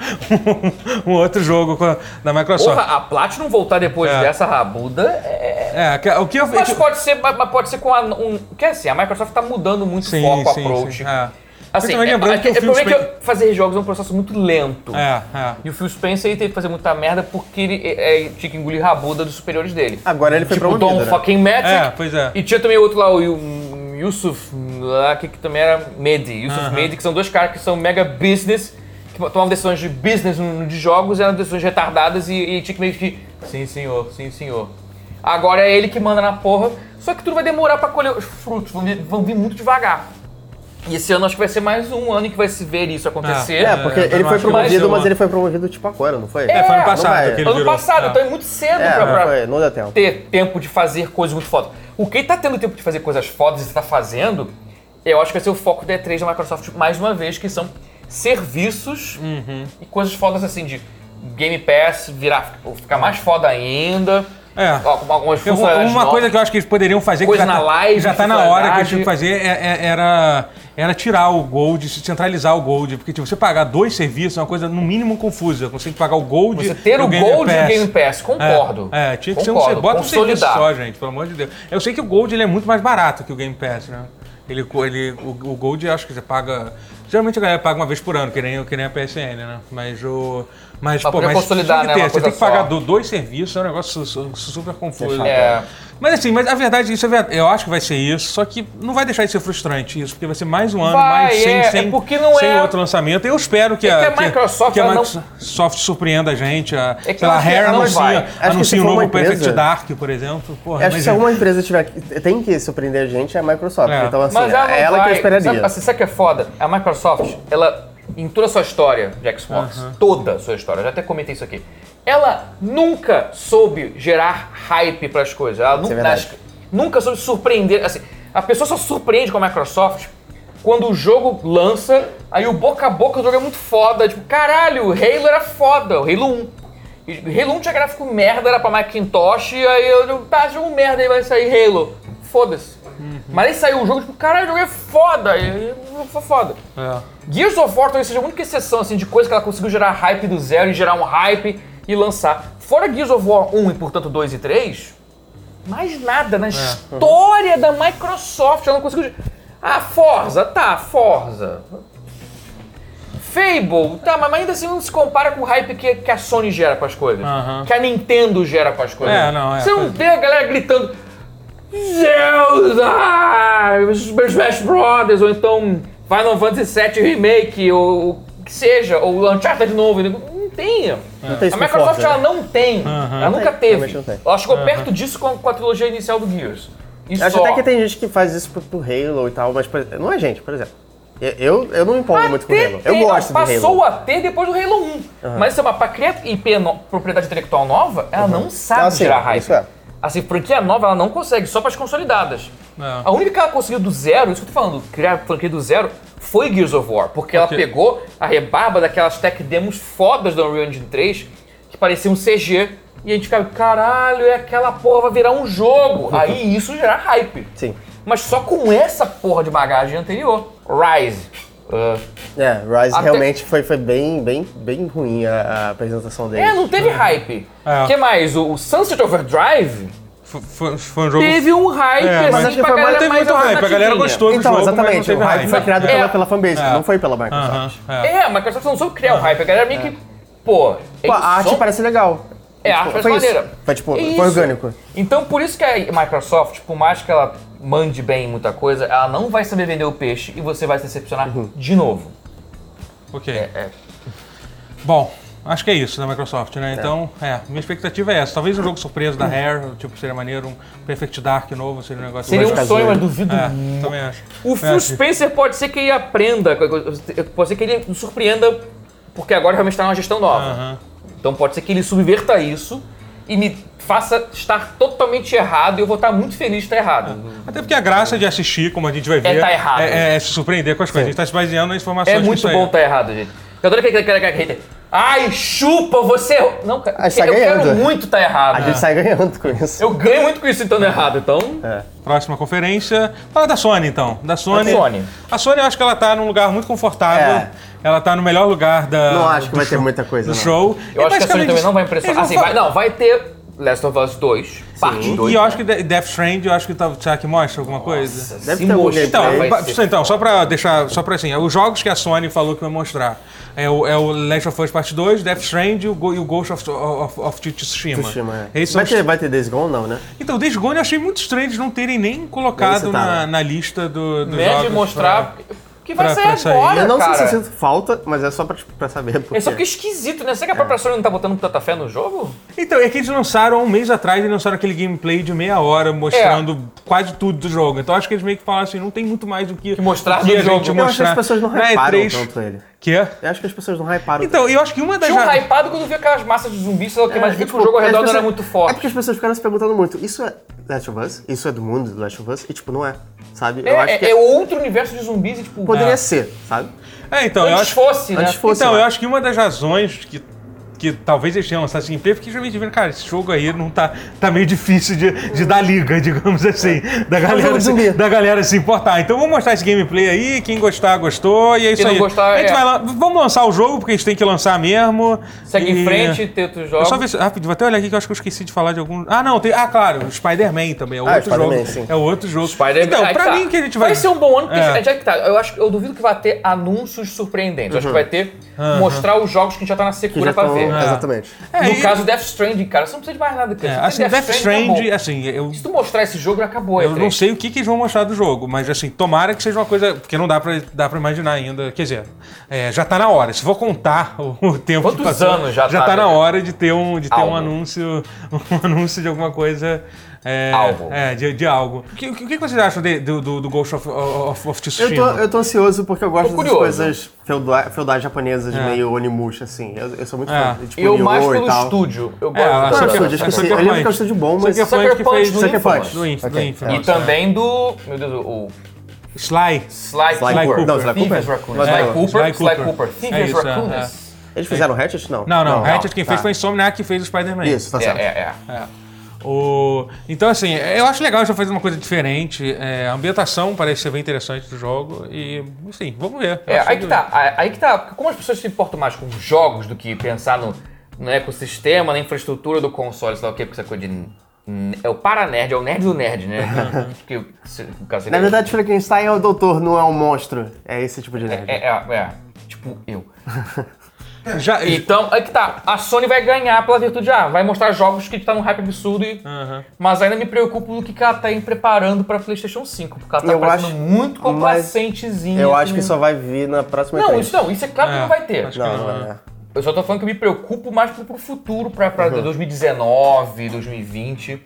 um outro jogo com a- da Microsoft. Porra, a Platinum voltar depois É. dessa rabuda é. É, que- o que eu Mas que- pode ser, mas mas pode ser com a. Um, quer assim, a Microsoft tá mudando muito Sim, o foco, sim, approach. sim. É. Assim, Eu também lembrando é, que o é, o Phil problema é Spencer- que fazer jogos é um processo muito lento. É, é. E o Phil Spencer ele teve que fazer muita merda porque ele é, é, tinha que engolir rabuda dos superiores dele. Agora Ah, ele foi tipo o promovido, Don né? fucking Matic. É, pois é. E tinha também outro lá, o Yu- Yusuf, lá, que, que também era Medi. Yusuf Medi, que são dois caras que são mega business, que tomavam decisões de business no, no- de jogos, eram decisões retardadas e, e tinha que meio que. Sim, senhor, sim, senhor. Agora é ele que manda na porra, só que tudo vai demorar pra colher os frutos, vão vir, vão vir muito devagar. E esse ano acho que vai ser mais um ano em que vai se ver isso acontecer. É, porque É, eu ele não foi acho que vai promovido, ser uma- mas ele foi promovido tipo agora, não foi? É, foi ano não passado vai. que ele Ano virou. passado, É. então é muito cedo É, pra, não pra- foi, não deu tempo. ter tempo de fazer coisas muito fodas. O que tá tendo tempo de fazer coisas fodas e tá fazendo, eu acho que vai ser o foco da E3 da Microsoft mais uma vez, que são serviços Uhum. e coisas fodas assim de Game Pass virar, tipo, ficar mais foda ainda. É. Ó, com algumas Eu vou- funcionalidades uma novas. coisa que eu acho que eles poderiam fazer, Coisa que na já, live, tá, já tá na hora que eles tinham funcionalidade. que fazer, é- é- era, era tirar o Gold, se centralizar o Gold. Porque tipo, você pagar dois serviços é uma coisa no mínimo confusa. Você tem que pagar o Gold. Você ter e o Game Gold e Pass. o Game Pass, concordo. É, é, tinha que ser um. Concordo, Bota um serviço consolidar. só, gente, pelo amor de Deus. Eu sei que o Gold ele é muito mais barato que o Game Pass, né? Ele, co- ele, o, o Gold eu acho que você paga. Geralmente a galera paga uma vez por ano, que nem, que nem a PSN, né? Mas o. Mas, Pra pô, poder mas consolidar, tinha que né, uma ter, Você tem coisa que pagar só. do- dois serviços, é um negócio su- su- super confuso. Fechado. É. Mas assim, mas a verdade, isso é verdade. Eu acho que vai ser isso, só que não vai deixar de ser frustrante isso, porque vai ser mais um ano, Vai, mais sem, é, sem, é porque não sem é- outro lançamento. Eu espero que, É a, que a Microsoft, que a ela não- Microsoft surpreenda a gente. A, É que sei lá, ela a Rare não vai. anuncia, Acho é que se anuncia um for uma novo Perfect empresa- Dark, por exemplo. Porra, Acho que se imagina. alguma empresa tiver, que- tem que surpreender a gente, é a Microsoft. É. Então, assim, Mas ela não é ela vai. que eu esperaria. Sabe, assim, sabe o que é foda? A Microsoft, ela, em toda a sua história de Xbox, toda a sua história, eu já até comentei isso aqui, ela nunca soube gerar hype pras coisas. Ela é nunca, verdade. nas- nunca soube surpreender. Assim, a pessoa só surpreende com a Microsoft quando o jogo lança, aí o boca a boca do jogo é muito foda. Tipo, caralho, o Halo era foda, o Halo 1. E Halo 1 tinha gráfico merda, era pra Macintosh, e aí eu, digo, tá, jogo merda, aí vai sair Halo. Foda-se. Mas aí saiu o jogo, tipo, caralho, o jogo é foda, e, e, foi foda. É. Gears of War talvez seja a única exceção assim, de coisa que ela conseguiu gerar hype do zero e gerar um hype e lançar. Fora Gears of War 1 e, portanto, 2 e 3, mais nada É, na história da Microsoft. Ela não conseguiu. ge- Ah, Forza, tá, Forza. Fable, tá, mas ainda assim não se compara com o hype que, que a Sony gera pras coisas. Aham. Que a Nintendo gera pras coisas. É, não, é, Você não pois é. vê a galera gritando. Zelda! Super Smash Brothers, ou então Final Fantasy VII Remake, ou o que seja, ou Uncharted novo. né? Não tem. Não tem isso A com Microsoft Forza, ela né? não tem. Ela nunca tem, teve. realmente não tem. Ela chegou perto disso com a, com a trilogia inicial do Gears. E Acho só. até que tem gente que faz isso pro, pro Halo e tal, mas por exemplo, não é gente, por exemplo. Eu, eu não me empolgo Até muito com o Halo. Eu tem- gosto do passou Halo. a ter depois do Halo 1. Mas isso é uma pra criar IP, no- propriedade intelectual nova, ela não sabe Ah, sim, gerar hype. isso é. Assim, franquia nova ela não consegue, só pras consolidadas. É. A única que ela conseguiu do zero, isso que eu tô falando, criar franquia do zero, foi Gears of War, porque ela Porque- pegou a rebarba daquelas tech demos fodas do Unreal Engine 3, que pareciam CG, e a gente ficava, caralho, é aquela porra, vai virar um jogo. Aí isso gera hype. Sim. Mas só com essa porra de bagagem anterior. Rise. Ah, É, Rise Até- realmente foi, foi bem, bem, bem ruim a, a apresentação dele. É, não teve hype. É. O que mais? O o Sunset Overdrive F- Foi, foi um jogo. teve um hype, É, mas assim, acho que pra foi mais- galera teve mais muito hype, a galera alternativeinha. gostou do então, jogo. exatamente, mas o não teve hype foi criado É. pela, pela fanbase, É. não foi pela Microsoft. Aham, é. É, a Microsoft não soube criar o hype. A galera meio que, pô... Ah. É. Pô, a arte só- parece legal. É, a arte Tipo, parece foi isso. maneira. Foi tipo, Isso. foi orgânico. Então, por isso que a Microsoft, por mais que ela mande bem em muita coisa, ela não vai saber vender o peixe e você vai se decepcionar Uhum. de novo. Ok. é. Bom, acho que é isso da Microsoft, né? Então, é, minha expectativa é essa. Talvez um jogo surpresa da Rare, tipo, seria maneiro, um Perfect Dark novo, seria um negócio Seria mais- um caseiro. sonho, mas duvido É, também acho. O É, Phil Spencer pode ser que ele aprenda, pode ser que ele nos surpreenda, porque agora realmente está numa gestão nova. Aham. Então pode ser que ele subverta isso e me faça estar totalmente errado e eu vou estar muito feliz de estar errado. Até porque a graça de assistir, como a gente vai ver, tá errado. é, é se surpreender com as coisas. A gente tá se baseando nas informações É que muito isso aí. bom estar errado, gente. Eu adoro aquele, aquele, aquele, aquele hater. Ai, chupa, você. Não, cara. A gente tá eu quero ganhando. muito tá A errado. gente sai ganhando com isso. Eu ganho muito com isso estando errado, então. Próxima conferência. Fala da Sony, então. Da Sony. Da Sony. A Sony, eu acho que ela tá num lugar muito confortável. É. Ela tá no melhor lugar da. Não Ah, acho que do vai ter show- muita coisa, Do não. show. Eu E acho que a Sony basicamente, também não vai eles impressionar. vão Assim, vai- falar- não, vai ter Last of Us 2, parte 2. E eu acho que De- Death Strand, eu acho que tá, será que mostra alguma coisa? Deve ter algum Então, gameplay. pa- então, só pra deixar, só pra assim, os jogos que a Sony falou que vai mostrar é o, é o Last of Us Part 2, Death Strand e o, Go- e o Ghost of, of, of Tsushima. Tsushima, é. Esses são Vai os- ter, vai ter Days Gone, não, né? Então, Days Gone eu achei muito estranho eles não terem nem colocado Nem citaram. na, na lista do, dos Né, jogos. É. de mostrar. Que vai pra- sair pra sair. agora, Eu não cara. sei se eu sinto falta, mas é só pra, tipo, pra saber por É só quê. porque é esquisito, né? Será que a própria Sony não tá botando tanta fé no jogo? Então, é que eles lançaram, há um mês atrás, eles lançaram aquele gameplay de meia hora mostrando quase tudo do jogo. Então, acho que eles meio que falaram assim, não tem muito mais do que, mostrar do que do a jogo. gente Eu Eu acho que mostrar. as pessoas não é Na hyparam E3 tanto ele. Que? Eu acho que as pessoas não hyparam Então, eu acho que uma das... Tinha um ra- hypado quando viu aquelas massas de zumbis, sei lá o que, tanto. mas É, viu que tipo, o jogo ao as redor não era pessoas- muito É forte. porque as pessoas ficaram se perguntando muito, isso é Last of Us? Isso é do mundo do Last of Us? E tipo, não é, sabe? É, eu acho que é outro universo de zumbis e tipo. poderia é. ser, sabe? É, então, eu Antes acho... fosse, né? Antes fosse, então, né? eu acho que uma das razões que, que talvez eles tenham lançado esse gameplay é porque realmente viram, cara, esse jogo aí não tá, tá meio difícil de, de dar liga, digamos assim, da jogo galera, de se, zumbi. da galera se importar. Então vamos mostrar esse gameplay aí, quem gostar, gostou, e é isso não aí. gostar, a gente é. vai lá, vamos lançar o jogo, porque a gente tem que lançar mesmo. Segue e- em frente, tem outros Eu jogos. só ver, se- rapidinho, vou até olhar aqui que eu acho que eu esqueci de falar de algum. Ah, não, tem. Ah, claro, o Spider-Man também. É outro Spider-Man, jogo. sim. É outro jogo. Ah, Spider-Man- Então, aí pra tá. mim que a gente vai. Vai ser um bom ano, porque É. a gente- já que tá. Eu, acho, que- eu duvido que vai ter anúncios surpreendentes. Eu Acho que vai ter mostrar os jogos que a gente já tá na Uhum. Que secura já pra tão- ver. Exatamente. Uhum. É, no e- caso, Death Stranding, cara, você não precisa de mais nada, cara. É, Você assim, tem Death tá Strange, bom. assim, eu Se tu mostrar esse jogo, acabou, é Eu E3. não sei o que, que eles vão mostrar do jogo, mas assim, tomara que seja uma coisa. Porque não dá pra, dá pra imaginar ainda. Quer dizer, é, já tá na hora. Se for contar o, o tempo que Quantos passou, anos já já tá, tá na né? hora de ter um, de ter um Algo. anúncio. Um anúncio de alguma coisa. É, Algo. é, de, de algo. O que, o que- o que vocês acham de- do, do, do Ghost of, of, of Eu Tsushima? tô, eu tô ansioso porque eu gosto Tô das curioso. coisas feudais, feudais japonesas, É. meio onimusha, assim. Eu, eu sou muito É. fã. Tipo, Eu mais Nioh e pelo tal. estúdio. Eu É, a Não, gosto é Sucker- do a estúdio, eu esqueci. Sucker Eu lembro Punch. que é um estúdio bom, mas... Sucker Punch que Punch Então- fez do do Sucker Infamous. Punch. Do Inf- do Ok. Infamous, E também do. Meu Deus, o. o é. Sly. Sly, Sly Cooper. Não, Sly Cooper. Thieves Raccoon. Mas Sly não. Cooper. Sly É. Sly Cooper. Cooper. É Thieves isso, é, Raccoon. é. Eles fizeram Ratchet? Não. Não, não. Ratchet quem tá. fez foi a Insomniac que fez o Spider-Man. Isso, tá É, certo. é, é. É. O... Então, assim, eu acho legal já fazer uma coisa diferente. É, a ambientação parece ser bem interessante do jogo. E, enfim, vamos ver. Eu É, acho aí que tá. Aí- Aí que tá. Porque Como as pessoas se importam mais com jogos do que pensar no, no ecossistema, na infraestrutura do console, sei lá o quê, porque essa coisa de. n- É o paranerd, é o nerd do nerd, né? Uhum. que, se, o caso Na seria- verdade, Frankenstein é o doutor, não é um monstro. É esse tipo de nerd. É, é, é. Tipo, eu. que já, Então, aí que tá. A Sony vai ganhar pela virtude. Ah, vai mostrar jogos que tá num hype absurdo e. Aham. Mas ainda me preocupo do que que ela tá aí preparando pra PlayStation 5. Porque ela tá Eu parecendo acho- muito mas complacentezinha. Eu acho que assim. só vai vir na próxima Não, E3. isso não. Isso é claro que É, não vai ter. acho Não, não, é. não, não. Eu só tô falando que eu me preocupo mais pro, pro futuro, pra, pra Uhum. 2019, 2020.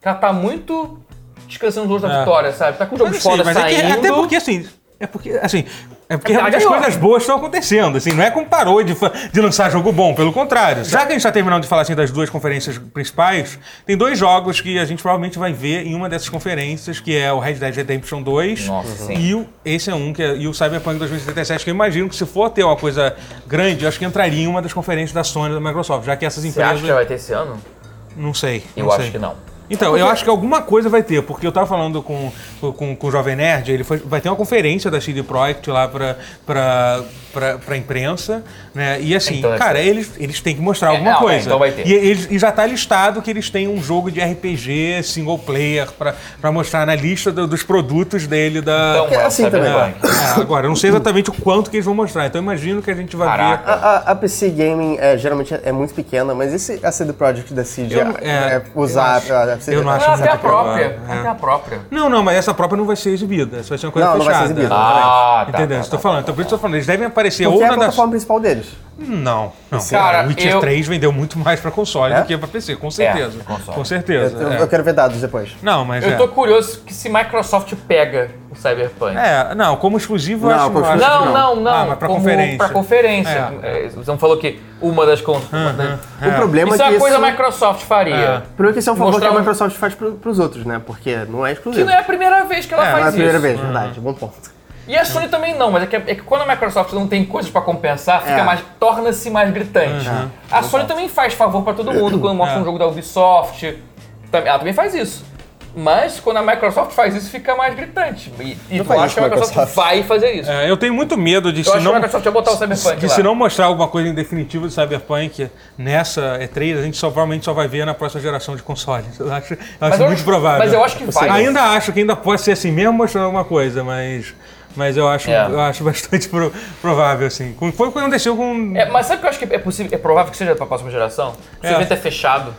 Que ela tá muito descansando os olhos É. da vitória, sabe? Tá com Mas, jogos assim, foda mas é que- saindo. até porque, assim... É porque, assim... É porque É realmente as melhor. coisas boas estão acontecendo, assim, não é como parou de, fa- de lançar jogo bom, pelo contrário. Já que a gente tá terminando de falar, assim, das duas conferências principais, tem dois jogos que a gente provavelmente vai ver em uma dessas conferências, que é o Red Dead Redemption 2 Nossa, sim. e o, esse é um, que é, e o Cyberpunk 2077, que eu imagino que se for ter uma coisa grande, eu acho que entraria em uma das conferências da Sony e da Microsoft, já que essas Você acha empresas... que vai ter esse ano? Não sei. Eu não acho sei. que não. Então, é- eu acho que alguma coisa vai ter, porque eu tava falando com, com, com o Jovem Nerd, ele foi- vai ter uma conferência da CD Projekt lá pra, pra, pra, pra imprensa, né? E assim, Então, é cara, eles, eles têm que mostrar alguma não, é, coisa. então vai ter. E, eles- e já tá listado que eles têm um jogo de RPG, single player, pra, pra mostrar na lista do- dos produtos dele da. Então, É, assim também. Cyberpunk. É, agora, eu não sei exatamente o quanto que eles vão mostrar, então eu imagino que a gente vai Caraca. ver. A, a- a PC Gaming é, geralmente é muito pequena, mas esse a CD Projekt decide Eu- é, é, é, usar eu a, a CD eu não Mas acho ela tem a muito provável, própria. é. Ela tem a própria. Não, não, mas essa própria não vai ser exibida. Essa vai ser uma coisa Não, não vai fechada. ser exibida. Ah, tá. Entendeu? Estou falando. Então, por isso que eu tô falando. Eles devem aparecer Porque ou é a na da... plataforma principal deles. Não, não. Cara, o Witcher eu- 3 vendeu muito mais pra console É? do que pra PC, com certeza. É, console. Com certeza. Eu, é. eu quero ver dados depois. Não, mas Eu é. tô curioso que se Microsoft pega o Cyberpunk. É, não, como exclusivo, Não, eu acho como eu acho Não, que não, não. Ah, mas pra como conferência. Pra conferência. É, Você não falou que uma das contas. Uhum. O problema Isso é é que uma coisa isso, a Microsoft faria. o problema é que isso é um favor Mostrar que um- a Microsoft faz pro, pros outros, né? Porque não é Que exclusivo. não é a primeira vez que ela É, faz Não é a primeira isso. vez, verdade. Bom ponto. E a Sony também não, mas é que, é que quando a Microsoft não tem coisas pra compensar, fica É. mais, torna-se mais gritante. Uhum. A Sony também faz favor pra todo mundo quando mostra É. um jogo da Ubisoft. tam- Ela também faz isso. Mas quando a Microsoft faz isso, fica mais gritante. E, e Não eu faz acho que a isso, Microsoft, Microsoft. vai fazer isso. É, eu tenho muito medo de Eu se acho que a não Microsoft vai botar o Cyberpunk de lá. se não mostrar alguma coisa em definitivo de Cyberpunk nessa E3, a gente só, provavelmente só vai ver na próxima geração de consoles. Eu acho, eu acho eu- muito provável. mas eu acho que vai. Ainda acho que ainda pode ser assim mesmo mostrando alguma coisa, mas... Mas eu acho, É. eu acho bastante pro- provável, assim. Com- Foi o que aconteceu com... É, mas sabe o que eu acho que é possível, é provável que seja pra próxima geração? Se É. o evento é fechado.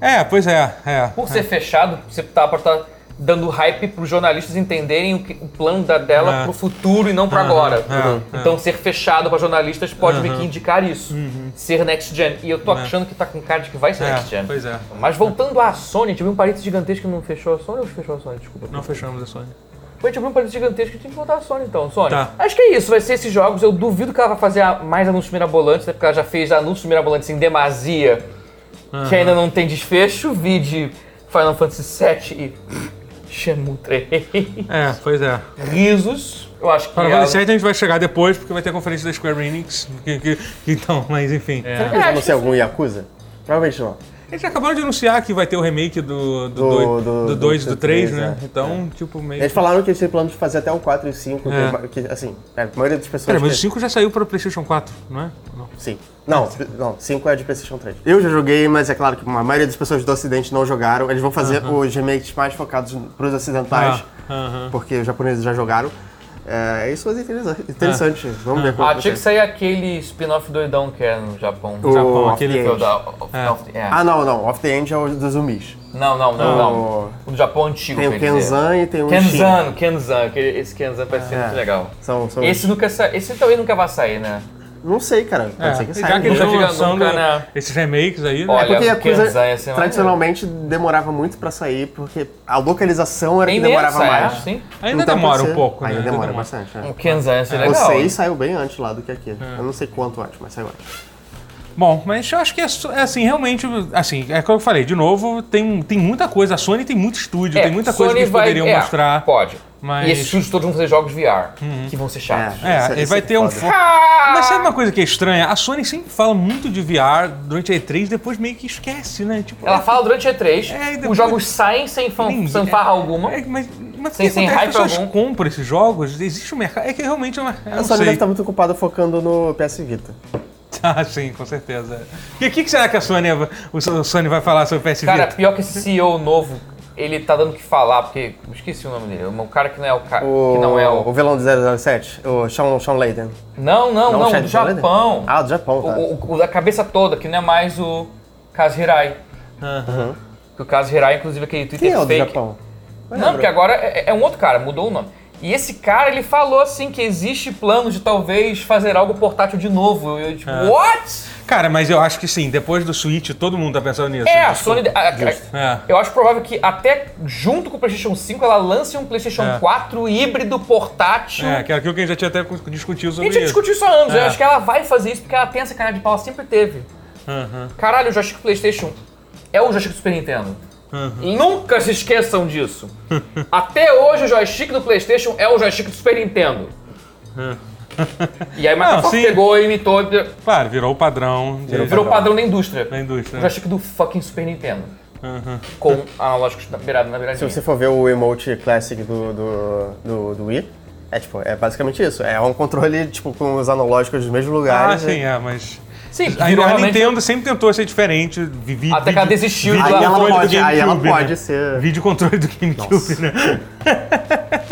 É, pois é, é. Por ser fechado, você tá, pra tá dando hype pros jornalistas entenderem o, que- o plano da, dela É. pro futuro e não pra Aham, agora. é, Então ser fechado pra jornalistas pode meio que indicar isso. Ser next gen. E eu tô achando que tá com cara de que vai ser Uhum. É, next gen. pois é. Mas voltando à Sony, a gente abriu um parênteses gigantesco que não fechou a Sony ou fechou a Sony? Desculpa. Não fechamos a Sony. A gente abriu um parênteses gigantesco que tem que voltar a Sony então. Sony, Tá. acho que é isso. Vai ser esses jogos. Eu duvido que ela vai fazer a- mais anúncios mirabolantes, até porque ela já fez anúncios mirabolantes em demasia que ainda não tem desfecho. Vide Final Fantasy VII e Shenmue 3. É, pois é. Risos. Eu acho que Para ela... o 7 a gente vai chegar depois, porque vai ter a conferência da Square Enix. que- que- então, mas enfim. Será que É, eles acho vão ser algum Yakuza? Provavelmente não. Eles acabaram de anunciar que vai ter o remake do 2 Do- do, do- do, dois e do do 3, três, né? é. Então, tipo, meio. Eles falaram que eles têm plano de fazer até o 4 e o 5, É. que, que, assim, a maioria das pessoas... Pera, mas o pensa- 5 já saiu para o PlayStation 4, não é? Não. Sim. Não, não, 5 é de PlayStation 3. Eu já joguei, mas é claro que a maioria das pessoas do Ocidente não jogaram. Eles vão fazer os remakes mais focados pros ocidentais, Ah, aham. porque os japoneses já jogaram. É, isso é interessante. interessante. Vamos ver como Ah, vai tinha que ser. sair aquele spin-off doidão que é no Japão. O Japão, Off aquele the Que é o End. da- o- o- é. Ah, não, não. Off the End é o dos zumbis. Não, não, não, não. O do Japão antigo, Ah, Tem quer o dizer. Kenzan e tem o Shin. Kenzan, Kenzan. aquele- Esse Kenzan parece ser É. muito legal. São, são... Esse nunca sa... Esse talvez nunca vai sair, né? Não sei, cara. Pode É, ser que já saia. que eles Nunca estão diga lançando nunca, né? esses remakes aí, né? Olha, É Porque a coisa Kenzan ia ser maneiro. tradicionalmente demorava muito pra sair, porque a localização era Tem que demorava menos, é, mais. sim. ainda Então, demora pode um ser. pouco, né? Ainda demora bastante. é. Um Kenzan ia ser O legal. É. 6 saiu bem antes lá do que aqui. Eu não sei quanto antes, mas saiu antes. Bom, mas eu acho que é, só- é assim, realmente, assim, é como eu falei, de novo, tem, tem muita coisa. A Sony tem muito estúdio, É, tem muita coisa que Sony eles vai- poderiam é, mostrar. Pode. mas- Uhum. E esses estúdios todos vão fazer jogos VR, que vão ser chatos. Ah! É, Isso- ele isso vai é ter um. foda. fo- Mas sabe uma coisa que é estranha? A Sony sempre fala muito de VR durante a E3, depois meio que esquece, né? Tipo, Ela fala durante a E3, É, e depois- os jogos saem sem fan, Ninguém- fanfarra alguma. É, mas mas Sem- o que acontece? sem As hype pessoas algum. compram esses jogos, existe um mercado. É que realmente é uma. Eu A não Sony deve sei. estar muito ocupada focando no PS Vita. Ah, sim, com certeza. E o que, que será que a Sony, o so- Sony vai falar sobre o PS Vita? Cara, pior que esse CEO novo, ele tá dando o que falar, porque eu esqueci o nome dele. Um cara que não é o cara. O, Que não é o. o vilão do 007, o Sean, Sean Layden. Não, não, não, Sean Layden? do Japão. Ah, do Japão, tá. O, o- o da cabeça toda, que não é mais o Kazuhirai. Que o Kazuhirai, inclusive, aquele Twitter Quem é o do fake. Japão? Não, porque agora é, é um outro cara, mudou o nome. E esse cara, ele falou assim que existe plano de talvez fazer algo portátil de novo. Eu, tipo, Ah. what? Cara, mas eu acho que sim, depois do Switch todo mundo tá pensando nisso. É, a Sony. a- a- É. Eu acho provável que até junto com o PlayStation 5 ela lance um PlayStation É. 4 híbrido portátil. É, que era aquilo que a gente já tinha até discutido A sobre gente já isso. discutiu isso há anos. É. Eu acho que ela vai fazer isso porque ela tem essa cara de pau, ela sempre teve. Caralho, o joystick PlayStation é o joystick do Super Nintendo. Nunca se esqueçam disso. Até hoje o joystick do PlayStation é o joystick do Super Nintendo. E aí a Microsoft sim. pegou e imitou, Claro, virou o padrão. de- virou padrão da indústria. Da indústria. né? O joystick do fucking Super Nintendo. Com analógicos na beirada, na Se beiradinha. você for ver o emote classic do, do, do, do Wii, é tipo, é basicamente isso. É um controle, tipo, com os analógicos nos mesmos Ah, lugares. né? sim, é, mas. Sim, é A, virou a realmente- Nintendo sempre tentou ser diferente. vi- vi- Até que ela vídeo- desistiu vídeo do- Aí ela controle pode- do aí ela GameCube, pode né? ser- Vídeo controle do GameCube, né?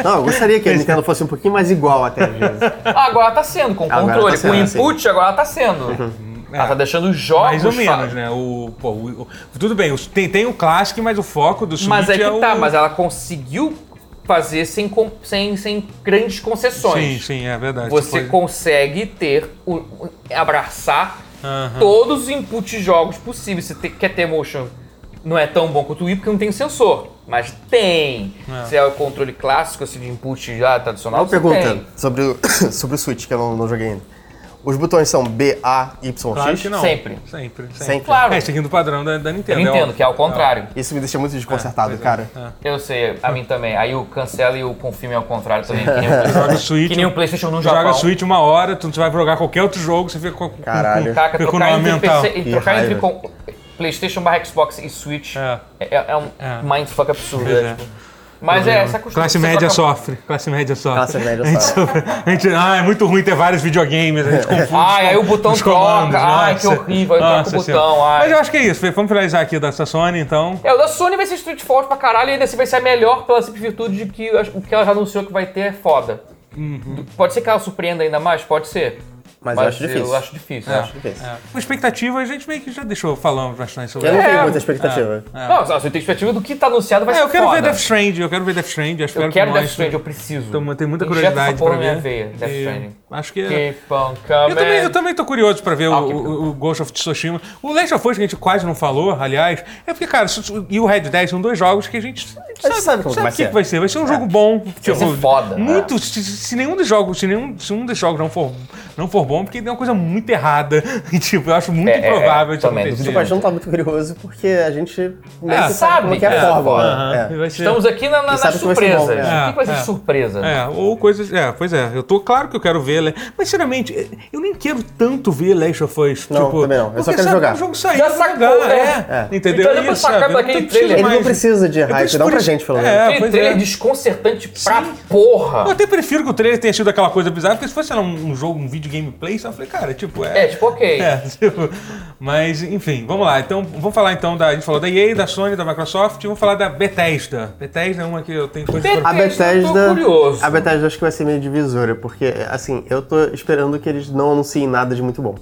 Não, eu gostaria que a Nintendo fosse um pouquinho mais igual até às vezes. Ah, agora tá sendo, com o Agora controle, tá sendo, com o input, agora tá sendo. Ela tá deixando os jogos. Uhum. É. Mais ou menos, fa- né? O, pô, o- o- tudo bem, o- tem, tem o clássico, mas o foco do Switch Mas é que o... tá, mas ela conseguiu fazer sem, com- sem, sem grandes Sim, concessões. sim, é verdade. Você Depois- consegue ter, o- o- abraçar todos os inputs de jogos possíveis. Você te- quer ter motion, não é tão bom quanto o Wii porque não tem sensor, mas tem. Se é o controle clássico assim, de input já tradicional, Uma você pergunta tem. sobre o, sobre o Switch, que eu não, não joguei ainda. Os botões são B, A, Y, Claro X. que não. Sempre. Sempre. sempre. Sempre. Claro. É, seguindo o padrão da, da Nintendo. Eu entendo, óbvio. que é ao contrário. Isso me deixa muito desconcertado, cara. Eu sei, a mim também. Aí o cancela e o confirme ao contrário também. Que nem o, É Joga Switch. que nem o PlayStation um no tu joga Japão. Switch uma hora, tu vai jogar qualquer outro jogo, você fica com. com- Caralho. Caraca, Fica trocar no entre, mental. PC, Que trocar entre raiva. com, PlayStation barra Xbox e Switch É. é, é- é um É. mindfuck absurdo. Pois né, é. tipo. Mas é, essa costuma. Classe você média troca- sofre. Classe média sofre. Classe média A gente sofre. A gente, ah, é muito ruim ter vários videogames, a gente confunde. É. Ai, aí o botão os comandos, troca, ai, que horrível, aí troca o botão, senhora. ai. Mas eu acho que é isso, vamos finalizar aqui dessa Sony, então. É, o da Sony vai ser Street Forte pra caralho e ainda assim vai ser a melhor pela simples virtude de que o que ela já anunciou que vai ter é foda. Uhum. Pode ser que ela surpreenda ainda mais? Pode ser. Mas, eu acho difícil. Eu acho É, difícil. eu acho difícil. Com expectativa, a gente meio que já deixou falando bastante sobre Eu não ela. tenho muita expectativa. Não, você tem expectativa do que tá anunciado vai É, ser eu quero foda. ver Death Stranding, eu quero ver Death Stranding, eu espero Eu quero que Death mostre. Stranding, eu preciso. Então, eu tenho muita Injeta curiosidade essa porra pra na ver. minha veia, Death E Stranding. Acho que é. Keep on coming. Eu também, eu também tô curioso pra ver o, Ah, ok. o- o Ghost of Tsushima. O Last of Us, que a gente quase não falou, aliás, é porque, cara, isso- e o Red Dead são dois jogos que a gente sabe, sabe como sabe o vai que, ser. que vai ser. Vai ser um jogo bom. Tipo, É. ser foda, né? Muito. Se, se nenhum dos jogos, se nenhum, se um dos jogos não for, não for bom, porque tem uma coisa muito errada. E, tipo, eu acho muito É, é, é, improvável isso também, acontecer. O Paixão não tá muito curioso porque a gente meio que sabe, como que é é. a fórmula. Aham, É. vai ser- Estamos aqui na, na, nas sabe que vai ser surpresas. bom, né? O que que vai ser É, é. surpresa? Tá É, ou coisas. É, pois é. Eu tô claro que eu quero ver. Le- Mas, sinceramente, eh, eu nem quero tanto ver Last of Us. Não, tipo, também não. Eu só porque, quero sabe, jogar. O jogo saiu. Já eu vou sacou, jogar, né? é. É. Entendeu? Então, dá pra Isso, sacar sabe, daquele não trailer. preciso Ele não mais- precisa de Eu hype, preciso- dá por pra isso- gente, pelo menos. É, Aquele pois trailer é. desconcertante pra Eu porra. até prefiro que o trailer tenha sido aquela coisa bizarra, porque se fosse sei lá, um, um jogo, um vídeo gameplay, só eu falei, cara, tipo, é. É, tipo, ok. É, tipo, mas, enfim, vamos lá. Então, vamos falar então da. A gente falou da EA, da Sony, da Microsoft, vamos falar da Bethesda. Bethesda é uma que eu tenho coisa Bethesda. pra- A Eu tô curioso. Bethesda, a Bethesda acho que vai ser meio divisora, porque, assim, eu tô esperando que eles não anunciem nada de muito bom.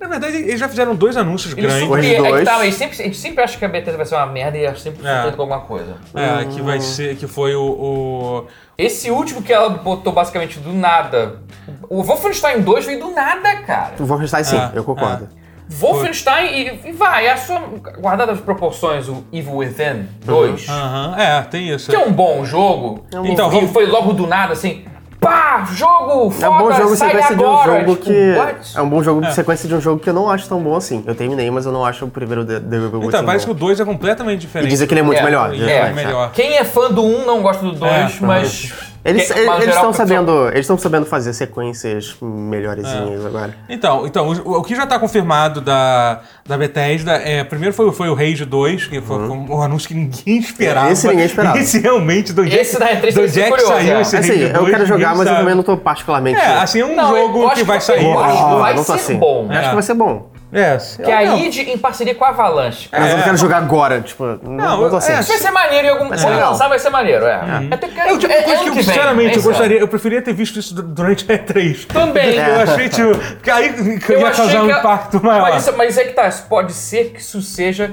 Na verdade, eles já fizeram dois anúncios Eles grandes. surpre- Os é que dois. tá, mas sempre, a gente sempre acha que a Bethesda vai ser uma merda e ela sempre É. surpreende com alguma coisa. É, que vai ser. Que foi o- o Esse último que ela botou basicamente do nada. O Wolfenstein 2 veio do nada, cara. O Wolfenstein sim, Ah, eu concordo. Wolfenstein e, e vai, é a sua. Guardada as proporções, o Evil Within 2, Aham, é, tem isso. que é um bom jogo. É um bom então, jogo. e foi logo do nada assim. Pá! Jogo! Foda, É um bom jogo sai sequência de um agora! jogo Tipo, que. what? É um bom jogo de sequência de um jogo que eu não acho tão bom assim. Eu terminei, mas eu não acho o primeiro The The Evil Então, Within parece que bom. o 2 é completamente diferente. E dizem que ele é muito É, melhor. é, Ele é, é exatamente, melhor. Quem é fã do 1 não gosta do 2, É, mas. Eles que- mas geral, estão pessoal- sabendo, eles estão sabendo fazer sequências melhorezinhas É. agora. Então, então o, o que já tá confirmado da, da Bethesda é. Primeiro foi, o- foi o Rage 2, que foi um anúncio que ninguém esperava. Uhum. Esse ninguém esperava. Esse realmente, do Jack, Esse da E3 do eu fiquei Jack curioso, saiu é. esse É assim, Rage 2. eu quero jogar, ninguém mas eu sabe. também não tô particularmente. É, assim, é um Não, eu jogo acho que vai que vai- sair. eu acho que Ah, vai não tô ser bom. Eu Acho que vai ser bom. É, Que eu- a não. id em parceria com a Avalanche. Mas eu É. não quero jogar agora, tipo, não, Não, não, tô é, assim. Isso vai ser maneiro em algum ser Quando legal. lançar vai ser maneiro, é. Até que, É o tipo de é- é coisa que ano eu, vem, sinceramente, é eu isso, gostaria. Eu preferia ter visto isso du- durante a E3. Também. Eu achei, tipo. Porque aí Eu ia achei causar um que a- impacto maior. Mas, isso- mas é que tá, isso pode ser que isso seja.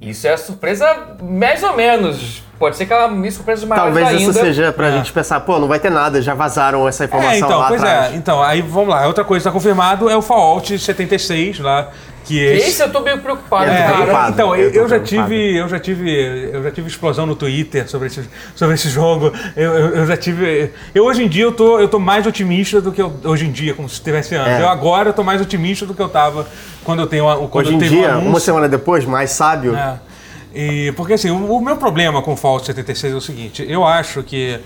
Isso é a surpresa mais ou menos. Pode ser que ela me surpresa maior ainda. Talvez isso seja pra É. gente pensar, pô, não vai ter nada, já vazaram essa informação É, então, lá pois atrás. é. Então, aí vamos lá. Outra coisa que tá confirmado é o Fallout 76 lá, que esse... Esse eu tô meio preocupado, É, É, cara. preocupado. então, eu, eu tô eu já preocupado. tive, eu já tive, eu já tive explosão no Twitter sobre esse, sobre esse jogo. Eu, eu- eu já tive, eu hoje em dia eu tô, eu tô mais otimista do que eu, hoje em dia, como se tivesse anos. É. Eu agora eu tô mais otimista do que eu tava quando eu tenho, a- quando Hoje eu em teve um dia, uma anúncio. semana depois, mais sábio, É. E, porque assim, o, o meu problema com o Fallout 76 é o seguinte, eu acho que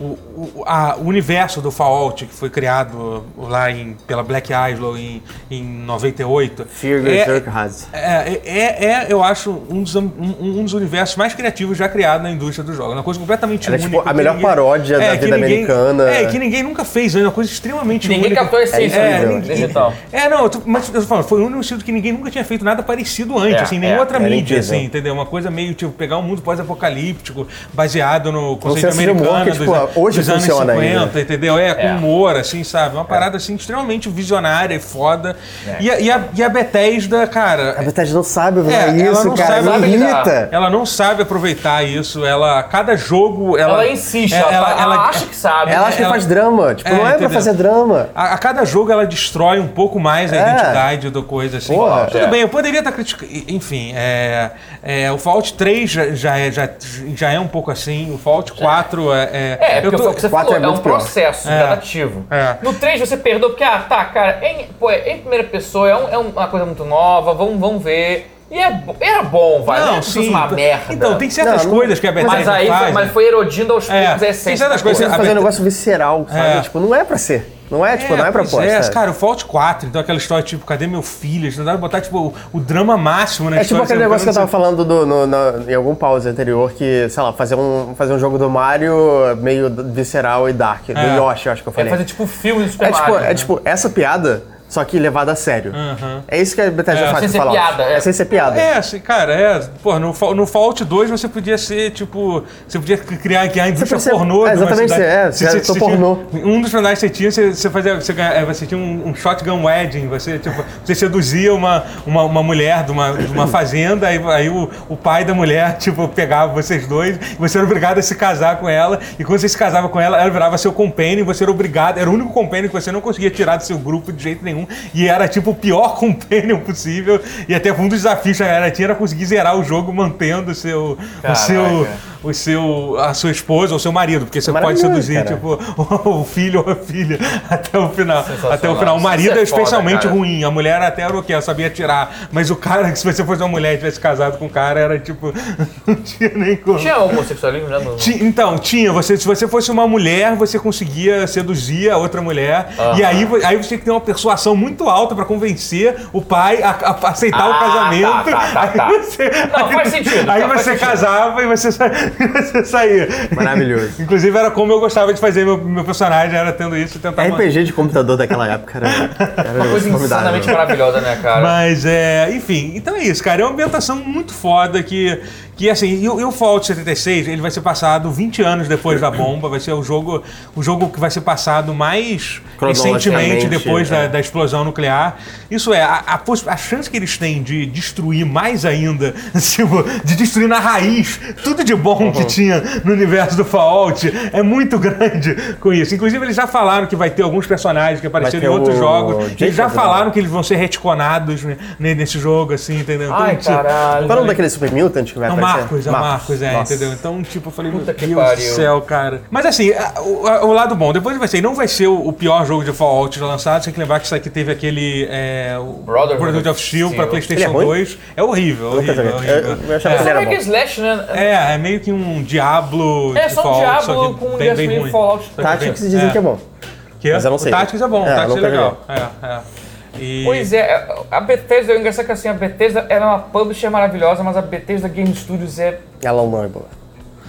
o, o, a- o universo do Fallout que foi criado lá em, pela Black Isle em, em 98 Fear é- Zerkhaz. é, é, é, eu acho, um dos, um, um dos universos mais criativos já criado na indústria do jogo. Uma coisa completamente Era, única. tipo, a que é, melhor paródia da que vida americana. É, que ninguém nunca fez, né? uma coisa extremamente Ninguém única. captou a essência É, do jogo ninguém- digital. É, não, eu tô- mas eu tô falando, foi o único sentido que ninguém nunca tinha feito nada parecido antes, É, assim, nenhuma é, outra era mídia, incrível. assim, entendeu? Uma coisa meio, tipo, pegar um mundo pós-apocalíptico, baseado no conceito senso de humor americano que, dos, tipo, hoje dos anos funciona 50, ainda. entendeu? É, com É. humor, assim, sabe? Uma parada, assim, extremamente visionária e foda. É. E, a, e, a, e a Bethesda, cara, A Bethesda não sabe usar É, ela isso, não cara. sabe me lidar. irrita. ela não sabe aproveitar isso. Ela, cada jogo, ela, Ela insiste, ela, fala- ela acha que sabe. né?" Ela acha que ela- faz drama. Tipo, É, não é entendeu? pra fazer drama. A, a cada jogo ela destrói um pouco mais a É. identidade do coisa assim. Porra. Tudo É. bem, eu poderia estar criticando. Enfim, é, é, o Fallout 3 já, já, é, já, já é um pouco assim, o Fallout 4 é, é, É, É, porque Eu tô- foi o que você Quatro falou, é é, um muito pior. processo É. gradativo. É. No 3 você perdeu, porque, ah, tá, cara, em, pô, é em primeira pessoa é, um- é uma coisa muito nova, vamos, vamos ver. E é, bo- era bom, vai, não é como se fosse uma merda. Então, tem certas Não, não- coisas que a Bethesda Mas aí faz. né? foi, mas foi erodindo aos É, poucos a tem essência. certas da coisas- coisa. a fazer um Beth- negócio visceral, sabe? É. Tipo, não é pra ser. Não é, tipo, não é pois proposta. é, sabe? cara, o Fallout 4, então aquela história, tipo, cadê meu filho? Eles tentaram botar, tipo, o, o drama máximo na É tipo história. aquele sabe? negócio que eu tava falando do- no- na- em algum pause anterior, que, sei lá, fazer um, fazer um jogo do Mario meio visceral e dark, do É. Yoshi, eu acho que eu É falei. fazer tipo um filme do Super ah, É tipo, Mario. né? é tipo, essa piada, só que levada a sério. É isso que a Bethesda É. faz Sem com ser Fallout. piada, é. É sem ser piada. É, assim, cara, é. Pô, no, Fa- no Fallout 2 você podia ser, tipo. Você podia criar, criar a indústria percebe- pornô. é, de uma exatamente, cidade. é, você era ator pornô. tinha- um dos personagens que você tinha, você, você fazia. Você, ganha- é, você tinha um, um shotgun wedding, você, tipo, você seduzia uma, uma, uma mulher de uma, de uma fazenda, aí, aí o, o pai da mulher, tipo, pegava vocês dois, e você era obrigado a se casar com ela, e quando você se casava com ela, ela virava seu companion, você era obrigado, era o único companion que você não conseguia tirar do seu grupo de jeito nenhum, e era tipo o pior companion possível, e até um dos desafios que a galera tinha era conseguir zerar o jogo mantendo o seu. O seu Caraca. o seu, a sua esposa ou seu marido, porque você pode Maravilhoso, seduzir cara. tipo o filho ou a filha até o final, Sensacional. até o final. O marido Isso é é foda, especialmente cara. ruim, a mulher até era o que ela sabia tirar, mas o cara que se você fosse uma mulher e tivesse casado com o cara era tipo não tinha nem como. Tinha homossexualismo já no... Ti- Então, tinha. Você, se você fosse uma mulher, você conseguia seduzir a outra mulher. E aí, vo- aí você tinha que ter uma persuasão muito alta pra convencer o pai a, a- a aceitar Ah, o tá, casamento. tá, tá, tá. Aí você- Não, aí- faz sentido, Aí tá, faz você sentido. casava e você, sa- você saía. Maravilhoso. Inclusive, era como eu gostava de fazer meu, meu personagem, era tendo isso e tentar. RPG de computador daquela época era, né? era Uma coisa insanamente maravilhosa, né, cara? Mas é, enfim, então é isso, cara. É uma ambientação muito foda que, que assim, e o, e o Fallout 76, ele vai ser passado 20 anos depois da bomba, vai ser o jogo, o jogo que vai ser passado mais recentemente Cronologicamente, depois da, é. da explosão nuclear. Isso é, a, a poss- a chance que eles têm de destruir mais ainda, tipo, de destruir na raiz tudo de bom Tá que tinha no universo do Fallout é muito grande com isso. Inclusive, eles já falaram que vai ter alguns personagens que apareceram em ter outros o jogos. Eles já Jacob, né? falaram que eles vão ser retconados né, ne- nesse jogo, assim, entendeu? Ai, tipo, caralho. Qual é o nome daquele Super Mutant que vai É o aparecer? Marcos, é o Marcos, é, Nossa. entendeu? Então, tipo, eu falei, meu Puta que Deus pariu. do céu, cara. Mas assim, a- o, a- o lado bom, depois vai ser, não vai ser o, o pior jogo de Fallout já lançado, você tem que lembrar que isso aqui teve aquele é, o Brotherhood Brotherhood of of Steel pra Steel. Playstation Ele é ruim? 2. É horrível, Nunca horrível, joguei. Eu- eu horrível. achava Mas que é ele meio que era bom. slash, né? É, é meio que um Diablo É, de só um Fallout, Diablo só que com um bem, bem universo ruim. Fallout. Só que bem- Táticos dizem que é bom. Que? Mas eu não sei. O Tactics é bom, o É, Tactics é nunca legal. É, é. E- Pois é, a Bethesda, eu engraçado que assim, a Bethesda ela é uma publisher maravilhosa, mas a Bethesda Game Studios é. Ela não é boa.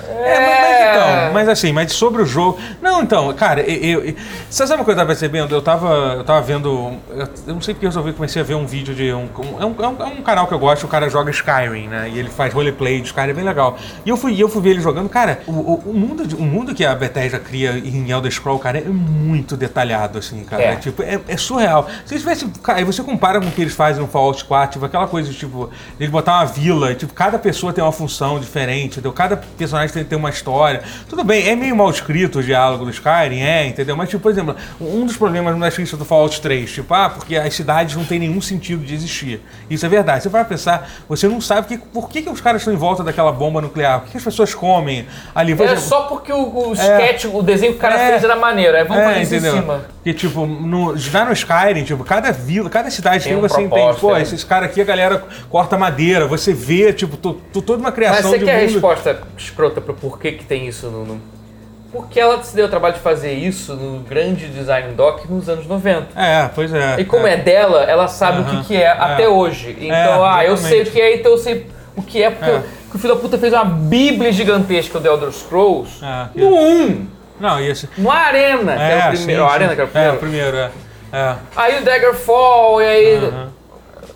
É, mas, mas É. então, mas assim, mas sobre o jogo. Não, então, cara, eu. eu- você sabe uma coisa que eu tava percebendo? Eu tava, eu tava vendo. Eu, eu não sei porque eu resolvi, comecei a ver um vídeo de. Um, um- é, um, é um- é um canal que eu gosto, o cara joga Skyrim, né? E ele faz roleplay de Skyrim, é bem legal. E eu fui, e eu fui ver ele jogando, cara, o, o- o mundo, de- o mundo que a Bethesda cria em Elder Scrolls, cara, é muito detalhado, assim, cara. É. É, tipo, é, é surreal. Se eles tivessem. cara, Aí você compara com o que eles fazem no Fallout 4, tipo, aquela coisa de tipo, eles botar uma vila, tipo, cada pessoa tem uma função diferente, entendeu? Cada personagem tem, tem uma história. Tudo bem, é meio mal escrito o diálogo do Skyrim, é, entendeu? Mas, tipo, por exemplo, um dos problemas das críticas do Fallout 3, tipo, ah, porque as cidades não têm nenhum sentido de existir. Isso é verdade. Você vai pensar, você não sabe que, por que, que os caras estão em volta daquela bomba nuclear, por que, que as pessoas comem ali. Por É exemplo, só porque o, o sketch, o desenho que o cara É. fez era maneiro. É, vamos fazer isso em entendeu? cima. Porque, tipo, no, já no Skyrim, tipo, cada vila, cada cidade Tem tem, um você entende, propósito, pô, é. esses caras aqui, a galera corta madeira, você vê, tipo, to- to- toda uma Mas criação você de quer a mundo. resposta escrota pro porquê que tem isso no. no... Porque ela se deu o trabalho de fazer isso no grande design doc nos anos 90. É, pois é. E como é, dela, ela sabe o que, que é, até hoje. Então, ah, eu exatamente. sei o que é, então eu sei o que é, porque É. o- que o filho da puta fez uma bíblia gigantesca do Elder Scrolls Um. É, que- no 1, Não, e esse... no Arena, que era o primeiro. sim, o sim. Arena, que era o É, primeiro. o primeiro, é. É, Aí o Daggerfall, e aí.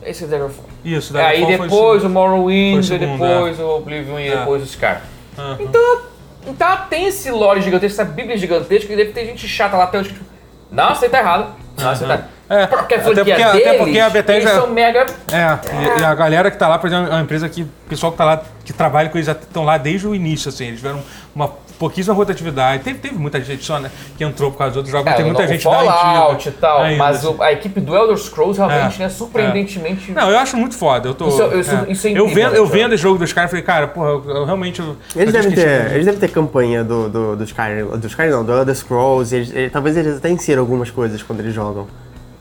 Esse é o Daggerfall. isso. É, aí Daggerfall foi assim. depois o o Morrowind, foi o e segundo, depois o Oblivion e É. depois o Skyrim. Aham. Então, então ela tem esse lore gigantesco, essa bíblia gigantesca, e deve ter gente chata lá até hoje que tipo, não, isso aí tá errado. Não, isso aí tá errado. É, Porque a até franquia porque- até deles, porque a Bethesda- eles são mega... É, e, e a galera que tá lá, por exemplo, é uma empresa que o pessoal que tá lá, que trabalha com eles, já estão lá desde o início, assim, eles tiveram uma pouquíssima rotatividade. Teve, teve muita gente só, né? Que entrou por causa dos outros jogos, mas É, tem muita o gente da Fallout e antiga tal, ainda, mas assim. o- a equipe do Elder Scrolls realmente, É, né, surpreendentemente... Não, eu acho muito foda. Eu tô. Isso é- isso- é. isso é eu incrível, vendo, eu cara. vendo esse jogo dos caras, falei, cara, porra, eu, eu realmente. eu- eu Eles devem, esqueci. ter, eles devem ter campanha do, do, do Skyrim, do Skyrim não, do Elder Scrolls, e eles- e talvez eles até insiram algumas coisas quando eles jogam.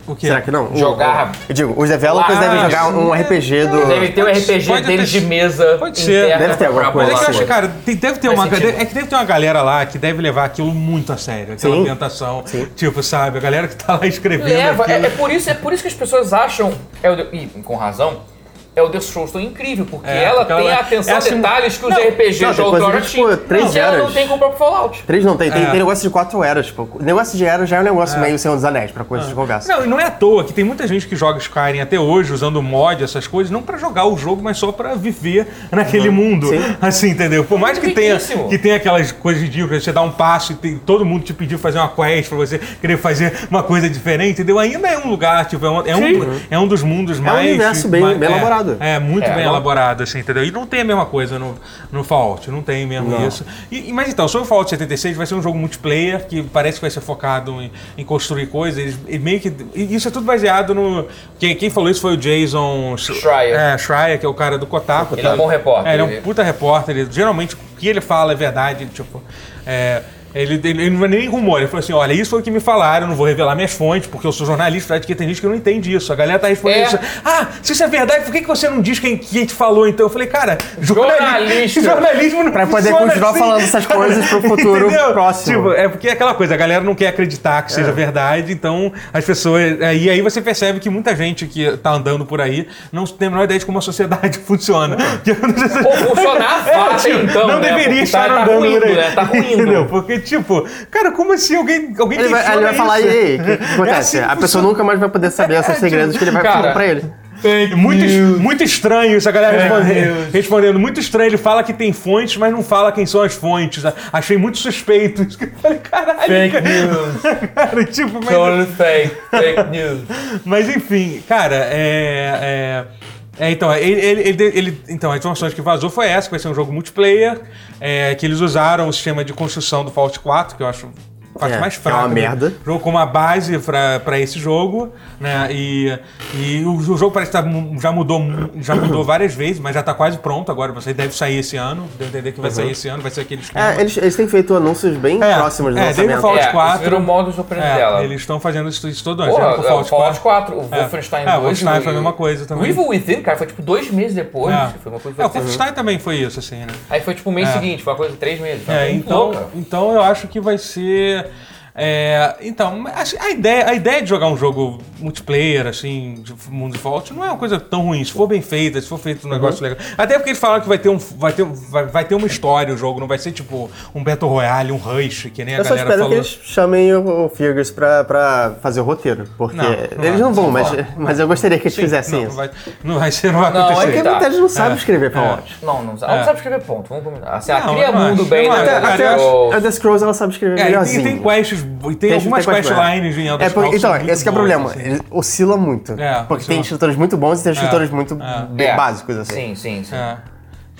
O é. quê? Será que não? O- Jogar. eu digo, os developers Ah, devem jogar um sim. RPG do... Deve ter um o Pode- RPG pode deles ter- de mesa pode ser. interna Deve ter alguma pra coisa assim. Mas é que eu bolar. acho, cara, tem- deve ter Faz uma. sentido. É que deve ter uma galera lá que deve levar aquilo muito a sério, aquela Sim. ambientação. Tipo, sabe, a galera que tá lá escrevendo. Leva, é, aquilo. é por isso, é por isso que as pessoas acham, Elder, e com razão, é Elder Scrolls tão incrível, porque É, ela porque tem ela- a atenção é a assim- detalhes que os Não, RPG não, de tem coisa outrora de, tipo, tinham, três que ela não eras. tem com o próprio Fallout. Três não, tem, tem, É. tem negócio de quatro eras, tipo, negócio de era já é um negócio meio Senhor dos Anéis, pra coisa de conversa. Não, e não é à toa que tem muita gente que joga Skyrim até hoje, usando mod, essas coisas, não pra jogar o jogo, mas só pra viver naquele mundo. Uhum. Sim. Assim, entendeu? Por mais que tenha, riquíssimo. que tenha aquelas coisas ridículas, você dá um passo e tem todo mundo te pedir pra fazer uma quest pra você querer fazer uma coisa diferente, entendeu? Ainda é um lugar, tipo, é um, é um, é um dos mundos mais. universo bem- mais- bem é, elaborado. É, muito É, bem não- elaborado, assim, entendeu? E não tem a mesma coisa no, no Fallout, não tem mesmo Não. isso. E, e- mas então, sobre o Fallout 76 vai ser um jogo multiplayer que parece que vai ser focado em, em construir coisas. Eles, e meio que. e Isso é tudo baseado no. Quem, quem falou isso foi o Jason Sch- Schreier. É, Schreier, que é o cara do Kotaku. Ele é um bom repórter, É, ele é ele- um puta repórter. Ele, geralmente o que ele fala é verdade, tipo. é, ele, ele- ele não é nem rumor, ele falou assim: olha, isso foi o que me falaram, eu não vou revelar minhas fontes, porque eu sou jornalista, porque tem gente que não entende isso. A galera tá respondendo É. isso. Ah, se isso é verdade, por que, que você não diz quem, quem te falou então? Eu falei, cara, jornali- Jornalista. jornalismo não Pra poder funciona continuar assim. falando essas coisas pro futuro Entendeu? próximo. É. Tipo, é porque é aquela coisa, a galera não quer acreditar que seja verdade, então as pessoas. é, E aí você percebe que muita gente que tá andando por aí não tem a menor ideia de como a sociedade funciona. Que- Uhum. Ou funcionar fácil, tipo, então, não né? deveria Porque estar tá- tá andando ruindo, por aí. né? Tá ruindo. Entendeu? Porque, tipo, cara, como assim alguém, alguém Ele vai, questiona ele vai falar, e isso? aí, o que, que assim acontece? que a pessoa funciona. tipo, nunca mais vai poder saber esses segredos que ele vai Cara, falar pra ele. É Muito, es- muito estranho isso, a galera É, responde- respondendo. Muito estranho, ele fala que tem fontes, mas não fala quem são as fontes. A- Achei muito suspeito. isso que Eu falei, caralho. Fake cara. news. Cara, tipo, mas, Totally fake. Fake news. mas enfim, cara, é. é- é, então, ele, ele- ele- ele- então, as informações que vazou foi essa, que vai ser um jogo multiplayer, é, que eles usaram o sistema de construção do Fallout 4, que eu acho a parte É, mais né? que é fraca. uma do merda. Jogo como a base pra pra esse jogo, né? E, e o, o jogo parece que tá mu- já mudou, mu- já mudou várias vezes, mas já tá quase pronto agora. Você deve sair esse ano, deu a entender que vai sair esse ano, vai ser aquele esquema. Uhum. É, eles, eles têm feito anúncios bem É, próximos do é, desde o lançamento. Fallout É, 4. isso virou modo de surpresa É, dela. eles estão fazendo isso, isso todo ano. Porra, fizeram é, com o Fallout 4, o É. Wolfenstein 2. É, o Wolfenstein foi a e- mesma coisa também. O Evil Within, cara, foi tipo dois meses depois. É. Foi uma coisa É, o assim. Uhum. Wolfenstein também foi isso, assim, né? Aí foi tipo o mês seguinte, foi uma coisa de três meses. Foi uma É, coisa então, louca. então eu acho que vai ser. é, então, acho- a ideia, a ideia de jogar um jogo multiplayer, assim, de mundo de Fallout, não é uma coisa tão ruim. Se for bem feita, se for feito um negócio Uhum. legal. Até porque eles falaram que vai ter, um, vai, ter, um- vai, vai ter uma história o jogo, não vai ser tipo um Battle Royale, um Rush, que nem a Eu só galera espero falou. que eles chamem o, o Figures pra, pra fazer o roteiro, porque Não, não vai, eles não vão, não mas, vai. mas eu gostaria que eles fizessem não, isso. vai, não vai ser, não vai Não, acontecer. é Porque Tá. muita gente não sabe escrever É. Fallout. Não, não, sabe- não sabe escrever ponto, vamos combinar. Assim, ela Não, cria eu não mundo acho, bem, eu não né? acho. cara? Até- Até até Eu- a The Scrolls ela sabe escrever É, e tem, melhorzinho. tem quests, e tem Assim, Tem- algumas tem quest- questlines em Elder É, por, Scrolls então, são muito esse que é o boas, problema. assim. Ele oscila muito. É, porque oscila. tem instrutores muito bons e tem instrutores muito É. bem básicos, assim. Sim, sim, sim. É.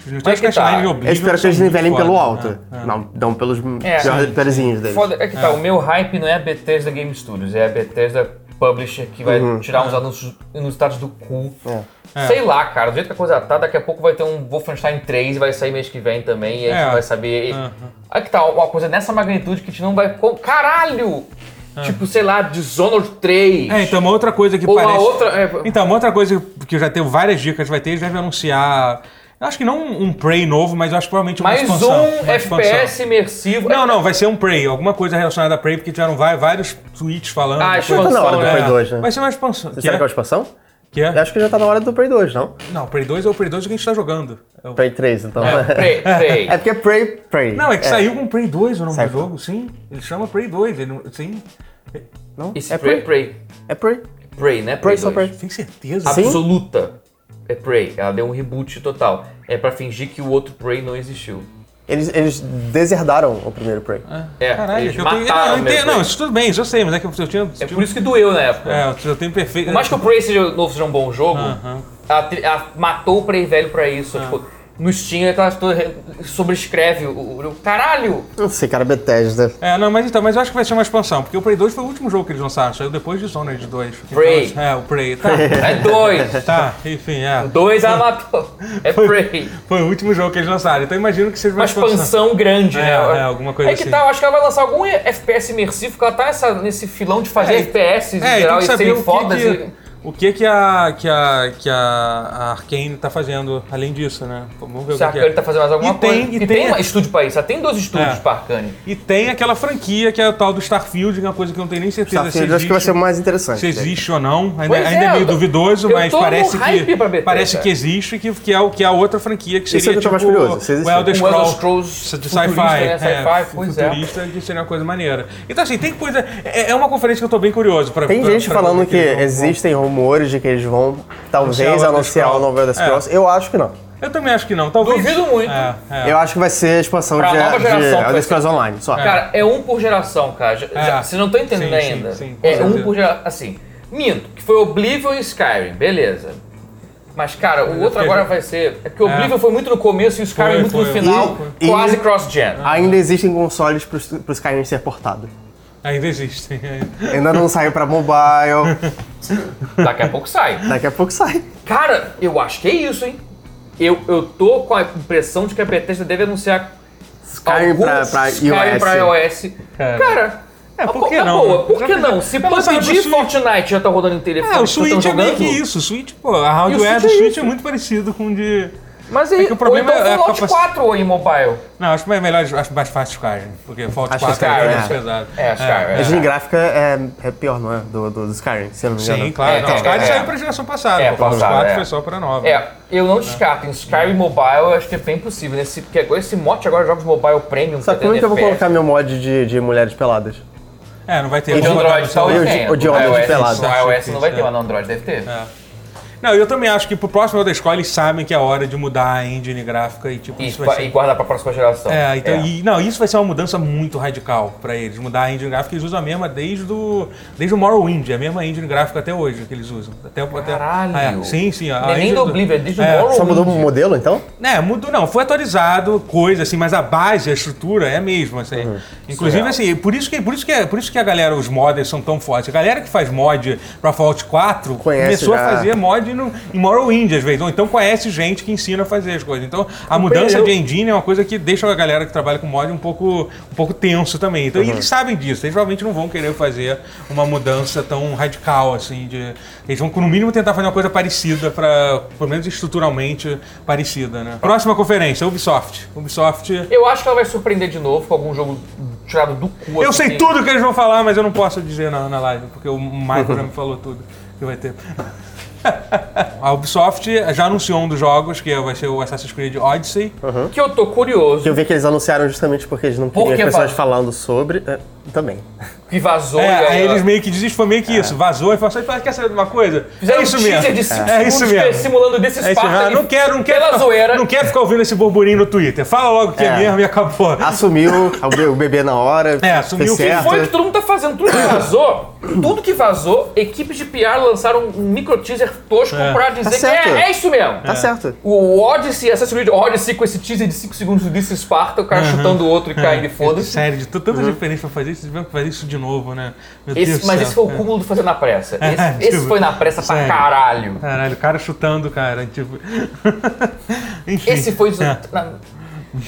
Os Mas meus que tá. questionários de Eu Oblivion Eu espero que são eles muito nivelem pelo foda. alto. É, é. Não, dão pelos É. piores perezinhos deles. Foda, é que tá, o meu hype não é a Bethesda Game Studios, é a Bethesda Publisher que vai tirar uns anúncios inusitados do cu. É. Sei lá, cara, do jeito que a coisa tá, daqui a pouco vai ter um Wolfenstein 3 e vai sair mês que vem também, e a gente É. vai saber. e- Uhum. Aí que tá, uma coisa nessa magnitude que a gente não vai. co- Caralho! Tipo, sei lá, Dishonored 3. Uhum. É, então uma outra coisa que Ou a parece. outra. é, Então, uma outra coisa que eu já tenho várias dicas, vai ter, eles devem anunciar. Eu acho que não um Prey novo, mas eu acho que provavelmente uma mais expansão. um uma expansão. FPS imersivo. Não, não, vai ser um Prey, alguma coisa relacionada a Prey, porque tiveram vai- vários tweets falando. Ah, Vai ser- expansão, Tá na hora do né? Play 2, né? Vai ser uma expansão. Que Será é? que é uma expansão? Que é? Eu acho que já tá na hora do Prey 2, não? Não, Prey 2 é o Prey 2 que a gente tá jogando. É o- Prey 3, então. É, Prey, Prey. porque Prey, Prey. Não, é que saiu com Prey 2 o nome Saiu. do jogo, sim. Ele chama Prey 2, ele não- sim. Não? Esse É Prey, Prey? Prey. É Prey. Prey, né? Prey, só 2. Prey. Tem certeza? Sim. Absoluta. É Prey. Ela deu um reboot total. É pra fingir que o outro Prey não existiu. Eles, eles deserdaram o primeiro Prey. É, Caralho, eles que eu tenho. Não, mataram eu o entendo, meu não, Prey. isso tudo bem, isso eu sei, mas é que eu tinha. É por isso que doeu na época. É, eu tenho perfeito. Ah. Por mais que o Prey seja, novo seja um bom jogo, ela, tri- ela matou o Prey velho pra isso. Tipo, no Steam, aquela toda sobrescreve o, o- Caralho! Não sei, cara, Bethesda. É, não, mas então, mas eu acho que vai ser uma expansão, porque o Prey 2 foi o último jogo que eles lançaram, saiu depois de Dishonored 2. Então, Prey. é, o Prey, tá. É dois! tá, enfim, é. dois é uma. É Prey. Foi o último jogo que eles lançaram, então imagino que seja uma, Uma expansão grande, É, né? é, alguma coisa É que assim. tá, eu acho que ela vai lançar algum FPS imersivo, porque ela tá nessa- nesse filão de fazer É, FPS em É, e tem geral que e saber serem o que é. fodas. que, e- o que que a, que a, que a a Arkane tá fazendo além disso, né? Vamos ver Se a o que que é. Arcane tá fazendo mais alguma E tem- coisa. e E tem- tem um estúdio pra isso, ela tem dois estúdios É. pra Arcane. E tem aquela franquia que é o tal do Starfield, que é uma coisa que eu não tenho nem certeza se Starfield Tá, eu acho que vai existe, ser o mais interessante. né? se existe ou não. Ainda, Pois é, ainda é, meio eu tô- duvidoso, eu mas tô no parece que hype pra Bethesda. parece que existe, que, que é o que é a outra franquia que Esse seria é que eu tô tipo mais curioso, se existe. o Elder O Um Elder Scrolls, Scrolls de futurista, sci-fi, né? é, Sci-fi, pois é. futurista, que seria uma coisa maneira. Então assim, tem coisa, é, é uma conferência que eu tô bem curioso para Tem gente falando é que existem rumores de que eles vão talvez Anunciar o anunciar Elder o novo Elder Scrolls. Scrolls. Eu acho que não. Eu também acho que não, talvez. Duvido muito. É, é. Eu acho que vai ser a expansão Pra de, nova de geração, vai Elder ser. Scrolls Online só. Cara, é um por geração, cara. Já, É. já- vocês não estão Sim, entendendo sim, ainda. sim, com é um certeza. por geração. Assim, minto, que foi Oblivion e Skyrim, beleza. Mas, cara, o outro fiquei- agora vai ser. É porque Oblivion foi muito no começo e o Skyrim Foi, muito no foi. Ah. final, E- quase e- cross-gen. Ainda existem consoles pros, pros Skyrim ser portado. Ainda existe. é. Ainda não saiu pra mobile. Daqui a pouco sai. Daqui a pouco sai. Cara, eu acho que é isso, hein? Eu, eu tô com a impressão de que a Bethesda deve anunciar Skyrim algum pra, pra Skyrim iOS. pra iOS. Cara. Cara, É, por a- que a não, boa, né? por Já que fiz- não? Se Já lançaram pro PUBG e Switch. Fortnite já tá rodando em telefone, É, o vocês tão Switch é meio jogando? que isso. O Switch, pô, a E o hardware do Switch é Switch isso. é, muito parecido com o de. Mas aí, É que o problema ou então é a Fallout capaci- 4 ou em mobile. Não, acho que é melhor, acho mais fácil Skyrim, porque Fallout Acho 4 Skyrim, é mais é. pesado. É, acho Skyrim, A é. engine gráfica é, é pior, não é? Do, do, do Skyrim, se eu não me engano. Sim, claro. É, não, é, Skyrim é. saiu pra geração passada. É, pô, Fallout passada, 4 é. foi só pra nova. É, eu não descarto. Em Skyrim Mobile, eu acho que é bem possível. Nesse, porque agora esse mote agora jogos mobile premium. Só que como é que eu vou colocar meu mod de, de mulheres peladas? É, não vai ter. O de vamos botar no Android celular. Eu- talvez o de- tenha. o de No Android iOS, pelado. No iOS não vai ter, É. mas no Android deve ter. Não, eu também acho que pro próximo Elder Scrolls eles sabem que é hora de mudar a engine gráfica e tipo, E, isso vai pa- ser... e guardar pra próxima geração. É, então, E, não, isso vai ser uma mudança muito radical pra eles. Mudar a engine gráfica, eles usam a mesma desde o, desde o Morrowind, é a mesma engine gráfica até hoje que eles usam. Até, até- Caralho! é, sim, sim. a Não é nem engine do Oblivion, é desde o É, Morrowind. Só mudou o modelo, então? É, mudou não, foi atualizado, coisa assim, mas a base, a estrutura é a mesma, assim. Uhum. Inclusive, assim, por isso, que, por, isso que, por isso que a galera, os modders são tão fortes. A galera que faz mod pra Fallout 4 Conhece começou já. a fazer mod no, em Morrowind, às vezes, ou então conhece gente que ensina a fazer as coisas. Então, a mudança eu- de engine é uma coisa que deixa a galera que trabalha com mod um pouco, um pouco tenso também. Então, e Uhum. eles sabem disso, eles realmente não vão querer fazer uma mudança tão radical, assim, de... Eles vão, no mínimo, tentar fazer uma coisa parecida para pelo menos estruturalmente parecida, né? Próxima conferência, Ubisoft. Ubisoft... Eu acho que ela vai surpreender de novo com algum jogo tirado do cu. Eu assim, sei que- tudo que eles vão falar, mas eu não posso dizer na, na live, porque o Michael já me falou tudo que vai ter. A Ubisoft já anunciou um dos jogos, que vai ser o Assassin's Creed Odyssey. Que eu tô curioso. Que eu vi que eles anunciaram justamente porque eles não Por queriam que as pessoas fala? falando sobre. é, também. Que vazou. É, e aí ela- eles meio que desistem, foi meio que isso. Vazou e falou assim, "Ah, quer saber de uma coisa? É. Fizeram é isso um teaser mesmo. de 5 é isso mesmo. simulando desse É isso mesmo. Ah, Spartan. não quero, não quero, Pela ficar- zoeira. não quero ficar ouvindo esse burburinho no Twitter. Fala logo que é, É. mesmo e acabou. Assumiu o be- o bebê na hora. É, assumiu fez que Foi o que certo. todo mundo tá fazendo. Tudo que vazou, tudo que vazou, equipes de PR lançaram um micro teaser tosco É. pra dizer Tá que certo. é, é isso mesmo. Tá certo. O Odyssey, Assassin's Creed Odyssey com esse teaser de 5 segundos do This Sparta, o cara chutando o outro e caindo e foda-se. É. Uhum. Sério, de t- tanta diferença pra fazer isso, tiveram que fazer isso de novo, né? Meu Deus Esse, do mas céu. esse foi o É. cúmulo do fazer na pressa. Esse, É, esse tipo, foi na pressa pra sério. Ah, caralho. Caralho, o cara chutando, cara. Tipo. Enfim. Esse foi. É. na-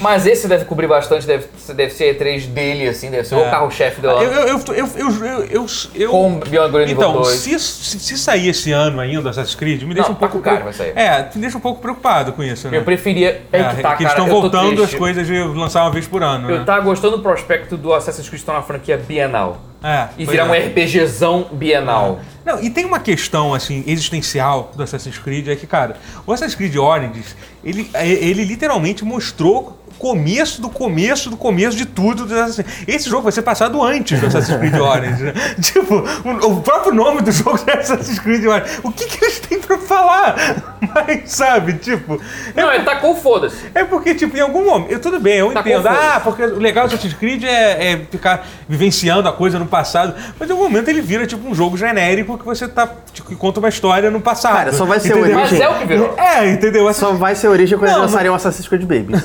Mas esse deve cobrir bastante, deve, deve ser E3 dele, assim, deve ser o É. carro-chefe do Eu, eu, eu, eu, eu, eu, eu- com Beyond Green Evil Então, 2. se, se, se sair esse ano ainda Assassin's Creed, me deixa Não, um pouco. tá com cara, preo- vai sair. É, me deixa um pouco preocupado com isso, né? Eu preferia. É, É, que tá, que eles cara. estão eu tô voltando as triste. coisas de lançar uma vez por ano. Eu tá Né? tava gostando do prospecto do Assassin's Creed estar na franquia Bienal. É, E pois é. virar Ah. um RPGzão Bienal. Não, e tem uma questão assim existencial do Assassin's Creed é que, cara, o Assassin's Creed Origins, ele, é, ele literalmente mostrou o começo do começo do começo de tudo do Assassin's Creed. Esse jogo vai ser passado antes do Assassin's Creed Origins, né? Tipo, o, o próprio nome do jogo é Assassin's Creed Origins. O que, que eles têm pra falar? Mas, sabe, tipo. Não, ele tacou o foda-se. É porque, tipo, em algum momento. Eu, tudo bem, eu Tá entendo. confuso. Ah, porque o legal do Assassin's Creed é, é ficar vivenciando a coisa no passado. Mas em algum momento ele vira, tipo, um jogo genérico que você tá. Tipo, que conta uma história no passado. Cara, só vai ser entendeu? o Mas é o que virou. É, entendeu? Assim, Só vai ser origem quando Não, eles lançarem o Assassin's Creed Babies.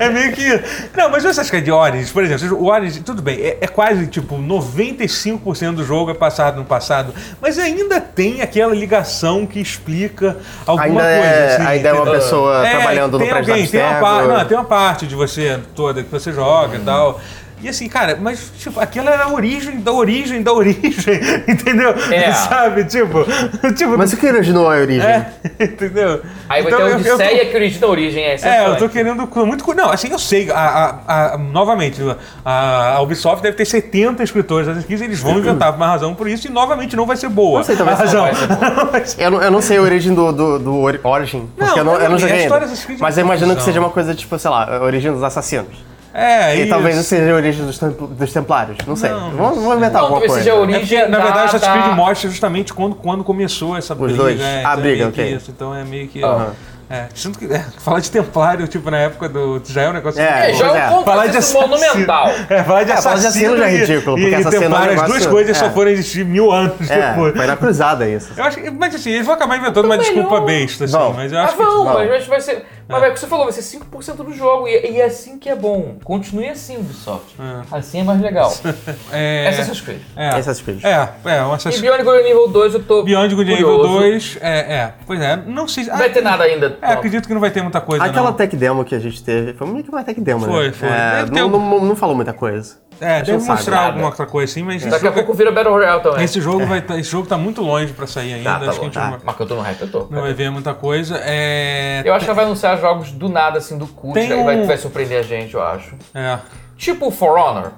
É meio que. Não, mas essas coisas de Origins, por exemplo, o Origins, tudo bem, é, é quase tipo 95% do jogo é passado no passado, mas ainda tem aquela ligação que explica alguma Ainda coisa. é, assim, ainda é uma entendeu? pessoa trabalhando no tem prédio alguém, tem uma, abstergo. par- não, tem uma parte de você toda que você joga e tal. E assim, cara, mas tipo, aquela era a origem da origem da origem, entendeu? É. Sabe, tipo, tipo Mas o que originou a origem? é, entendeu? Aí vai Então, ter eu- o eu tô- Odisseia que origina a origem, é é, eu excelente. tô querendo cu- muito. cu- Não, assim eu sei. a- a- a- novamente, a, a Ubisoft deve ter 70 escritores das pesquisas, eles vão inventar uma razão por isso e novamente não vai ser boa. Não sei, a talvez não razão. vai ser boa. Eu, não, eu não sei a origem do, do, do ori- Origin, porque eu não, eu tudo bem, não a joguei ainda. história do Assassin's Creed é Mas eu uma imagino que confusão. seja uma coisa tipo, sei lá, a origem dos assassinos. É, E isso. talvez não seja a origem dos, templ- dos templários, não sei. Não, não vamos, vamos inventar Não, alguma talvez coisa. seja a É origem tá- porque, na da- verdade, Assassin's da- Creed mostra justamente quando, quando começou essa briga. dois. é, Ah, então é briga, meio que ok. Isso, então é meio que. Aham. É, sinto que é, falar de Templário, tipo, na época do. Já é um negócio. É, É, já Pois é um Falar de contrassenso assassino. monumental. É, falar de É, falar de assassino assassino já é e- ridículo, e, porque e assassino é um Templário, as negócio- duas coisas é. só foram existir mil anos É, depois. foi na cruzada isso. Eu acho que, mas assim, eles vão acabar inventando uma Melhor. desculpa besta, assim, Vão. mas eu Ah, acho que. vão, não. mas vai- vai ser. Mas é o que você falou, vai ser 5% do jogo. E, e é assim que é bom. Continue assim, Ubisoft. Assim é mais legal. É, Essa é Assassin's Creed. é, Essas coisas. é, é, um E Assassin's Creed. Beyond Good and Evil 2 eu tô. Beyond Good and Evil curioso. 2, é, é. Pois é, não sei. Não vai ter nada ainda. É, acredito que não vai ter muita coisa. Aquela não. tech demo que a gente teve, foi meio que uma tech demo, Foi, né? foi. É, Deve ter não, um- não, não falou muita coisa. É, gente não deve sabe né? mostrar nada. alguma outra coisa assim, mas esse Daqui a jogo, pouco vira Battle Royale também. Ah, esse jogo vai tá- esse jogo tá muito longe pra sair ainda. Tá, tá acho bom, que a tá. gente não, Mas que eu tô no hype, eu tô. não vai ver muita coisa. É. Eu acho que ela vai anunciar jogos do nada, assim, do cu. Tem que vai, um- vai surpreender a gente, eu acho. É. Tipo o For Honor.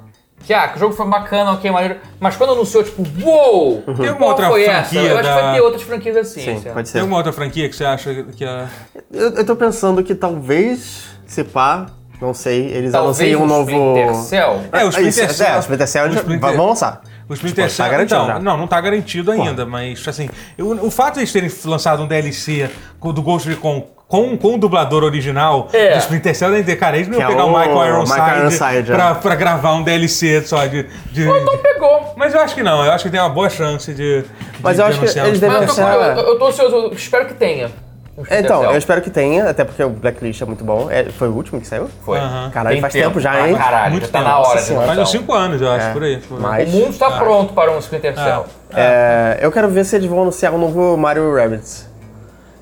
Que, ah, que o jogo foi bacana, ok, maneiro. Mas quando anunciou, tipo, uou! Tem uma qual outra foi franquia essa? Eu acho que da- vai ter outras franquias assim. Sim, sei lá. pode ser. Tem alguma outra franquia que você acha que é. Eu, eu tô pensando que talvez, se pá, não sei, eles Talvez anunciem um o novo... Splinter Cell. É, o Splinter Isso, Cell. É, o Splinter Cell, O Splinter- vamos lançar. O Splinter Tipo, tá Cell. garantido então, já. Não, não tá garantido ainda, mas assim. eu- o fato de eles terem lançado um DLC com- do Ghost Recon. Com, com o dublador original É. do Splinter Cell, né? cara, eles não iam Que é pegar o o Michael Ironside, Michael Ironside, é. pra, pra gravar um DLC só de. de- Então pegou. Mas eu acho que não, eu acho que tem uma boa chance de. Mas de- eu de acho que anunciar eles um- devem- Mas eu tô, Essa- é eu, eu tô ansioso, eu espero que tenha. um Splinter Então, Cell. eu espero que tenha, até porque o Blacklist é muito bom. É, foi o último que saiu? Foi. Aham. Ah, Caralho, Tem faz tempo já, Ah, hein? Caralho, Muito já tá tempo. na hora Nossa de senhora. Faz lançar uns um. 5 anos, eu acho, É. por aí. Mas- O mundo Ah. está pronto para um Splinter Cell. É, eu quero ver se eles vão anunciar o novo Mario Rabbids.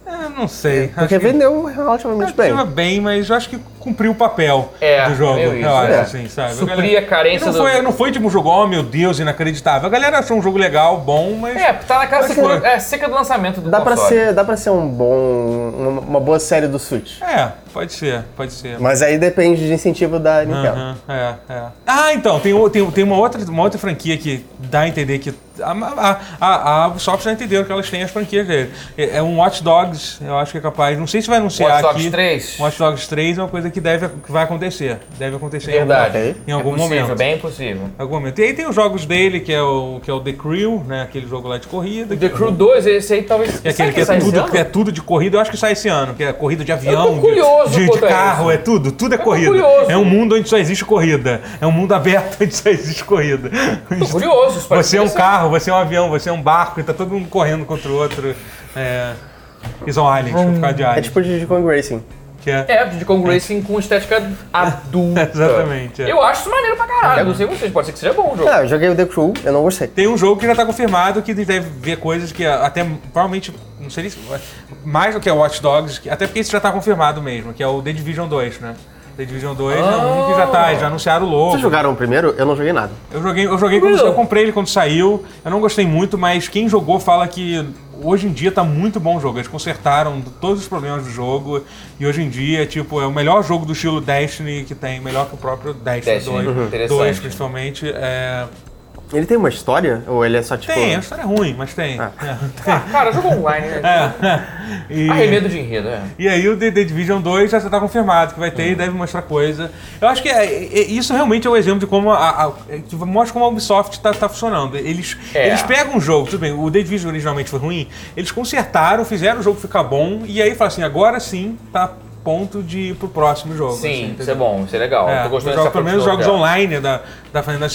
É, não sei. acho Porque que- é vendeu relativamente bem. Tava bem, mas eu acho que cumpriu o papel É, do jogo. meio isso. Eu acho, É. assim, sabe? Supria galera- a carência não do- Foi, não foi tipo um jogo, oh meu Deus, inacreditável. A galera achou um jogo legal, bom, mas. É, tá na cara Mas seca, foi. é, seca do lançamento do Dá pra, console. ser, dá pra ser um bom. uma, uma boa série do Switch. É, pode ser, pode ser. Mas aí depende de incentivo da Nintendo. Aham, é, é. Ah, então, tem, o- tem, tem uma, outra, uma outra franquia que dá a entender que. A, a, a, a Ubisoft já entendeu que elas têm as franquias dele. É, é um Watch Dogs, eu acho que é capaz. Não sei se vai anunciar Watch Dogs aqui. 3? Watch Dogs 3 é uma coisa que, deve, que vai acontecer. Deve acontecer em algum- Verdade. Ok. em algum é possível, momento. bem possível. Em algum momento. E aí tem os jogos dele, que é o, que é o The Crew, né? Aquele jogo lá de corrida. The que- Crew 2, esse aí talvez... que é Será aquele que é, sai esse tudo, ano? que é tudo de corrida, eu acho que sai esse ano, que é corrida de avião, de- curioso de, de quanto a carro, isso. é tudo, tudo é tô corrida. curioso. É um mundo onde só existe corrida. É um mundo aberto onde só existe corrida. Tô curioso. isso parece Você é um interessante. carro, você é um avião, você é um barco, e tá todo mundo correndo contra o outro. É... E são aliens, por causa de É aliens. tipo Diddy Kong Racing. que é- É, de Kong Racing com estética adulta. Exatamente, é. Eu acho isso maneiro pra caralho. Eu não sei vocês, pode ser que seja bom o jogo. Ah, eu joguei o The Crew, eu não gostei. Tem um jogo que já tá confirmado que deve ver coisas que até provavelmente, não sei se mais do que é Watch Dogs, que- até porque isso já tá confirmado mesmo, que é o The Division 2, né? The Division 2 é um que já tá, já anunciaram o logo. Vocês jogaram o primeiro? Eu não joguei nada. Eu joguei, eu joguei quando Really? eu comprei ele quando saiu. Eu não gostei muito, mas quem jogou fala que hoje em dia tá muito bom o jogo. Eles consertaram todos os problemas do jogo e hoje em dia, tipo, é o melhor jogo do estilo Destiny que tem, melhor que o próprio Destiny, Destiny, 2, interessante. 2, principalmente. É, Ele tem uma história? Ou ele é só tipo. Tem, a história é ruim, mas tem. É. Ah, cara, jogo online, né? E- Arremedo de enredo, é. E aí o The, The Division 2 já está confirmado que vai ter e deve mostrar coisa. Eu acho que é- é- isso realmente é um exemplo de como a, a- é, que mostra como a Ubisoft está funcionando. Eles, É. eles pegam um jogo, tudo bem, o The Division originalmente foi ruim, eles consertaram, fizeram o jogo ficar bom, e aí fala assim, agora sim tá ponto de ir pro próximo jogo. assim, Sim, isso é entendeu? bom, isso é legal. É, Tô gostando os jogos- dessa pelo menos os produção jogos dela. online da, da Fazenda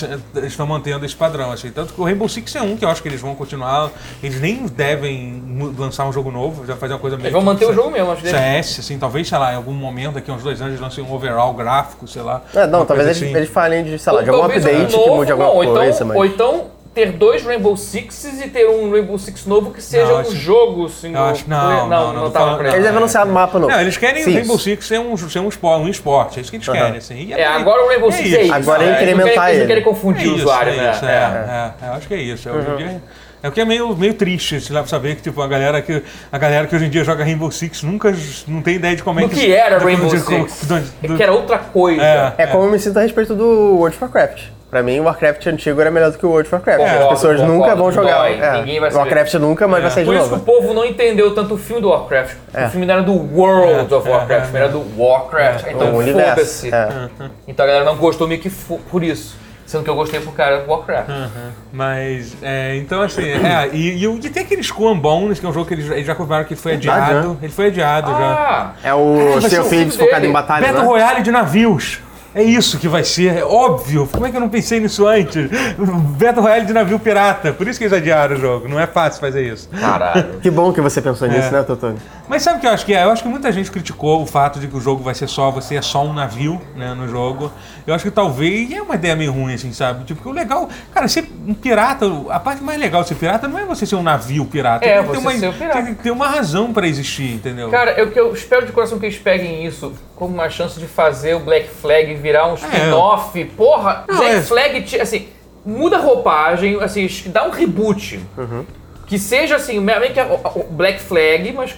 estão mantendo esse padrão. Assim. Tanto que o Rainbow Six é um que eu acho que eles vão continuar. Eles nem devem mu- lançar um jogo novo, já fazer uma coisa meio. Eles vão manter o jogo mesmo, acho que deve- CS, assim, talvez, sei lá, em algum momento, daqui a uns dois anos, eles lancem um overall gráfico, sei lá. É, não, uma talvez coisa eles, assim. eles falem de, sei lá, Ou de algum talvez um update que novo, mude alguma não, ou então- coisa, mas. Ou então ter dois Rainbow Sixes e ter um Rainbow Six novo que seja Não, um acho- jogo single eu acho- não, player. não, não, tô tava falando- pra Eles isso. devem anunciar um mapa novo. Não, eles querem Sim, o Rainbow Six ser um, ser um esporte, um esporte, é isso que eles querem, assim. E É, agora o Rainbow Six é isso. Agora é né? Eles não incrementar querem- Eles não ele. querem confundir o isso, usuário, é né? isso, é, é, é, eu acho que é isso. É, Uhum. hoje em dia, é o que é meio, meio triste, se lá pra saber que tipo, a, galera que, a galera que hoje em dia joga Rainbow Six nunca não tem ideia de como é Do que. que era do- Rainbow do- do- Six? do- É Que era outra coisa. É. É como eu me sinto a respeito do World of Warcraft. Pra mim, o Warcraft antigo era melhor do que o World of Warcraft. Concordo, As pessoas concordo, nunca vão dói, jogar. é. ninguém vai saber. É. Warcraft nunca, mas vai sair Por É de isso que o novo. É. povo não entendeu tanto o filme do Warcraft. O filme não era do World É, of é, Warcraft, o filme era do Warcraft. Então o Um universo. foda-se. É. Então a galera não gostou meio que fo- por isso. Sendo que eu gostei por cara do Warcraft. Ah, Mas, é, então assim, é, e, e, o- e tem aquele Squam Bones, que é um jogo que eles, eles já confirmaram que foi É Verdade, né? adiado. Ele foi adiado já. Ah, É o vai ser seu o Phillips filho focado dele. em batalha. Battle né? Royale de navios. É isso que vai ser, é óbvio. Como é que eu não pensei nisso antes? Battle Royale de navio pirata. Por isso que eles adiaram o jogo. Não é fácil fazer isso. caralho. Que bom que você pensou É. nisso, né, Totoni? Mas sabe o que eu acho que é? Eu acho que muita gente criticou o fato de que o jogo vai ser só, você é só um navio, né, no jogo. Eu acho que talvez, e é uma ideia meio ruim, assim, sabe? Tipo, que o legal, cara, ser um pirata, a parte mais legal de ser pirata não é você ser um navio pirata. É, tem que ter você uma, ser o pirata. Tem que ter uma razão pra existir, entendeu? Cara, eu, eu espero de coração que eles peguem isso como uma chance de fazer o Black Flag virar É. um spin-off. Porra, Não, Black é. Flag, ti- assim, muda a roupagem, assim, dá um reboot. Uhum. Que seja, assim, meio que a- o o Black Flag, mas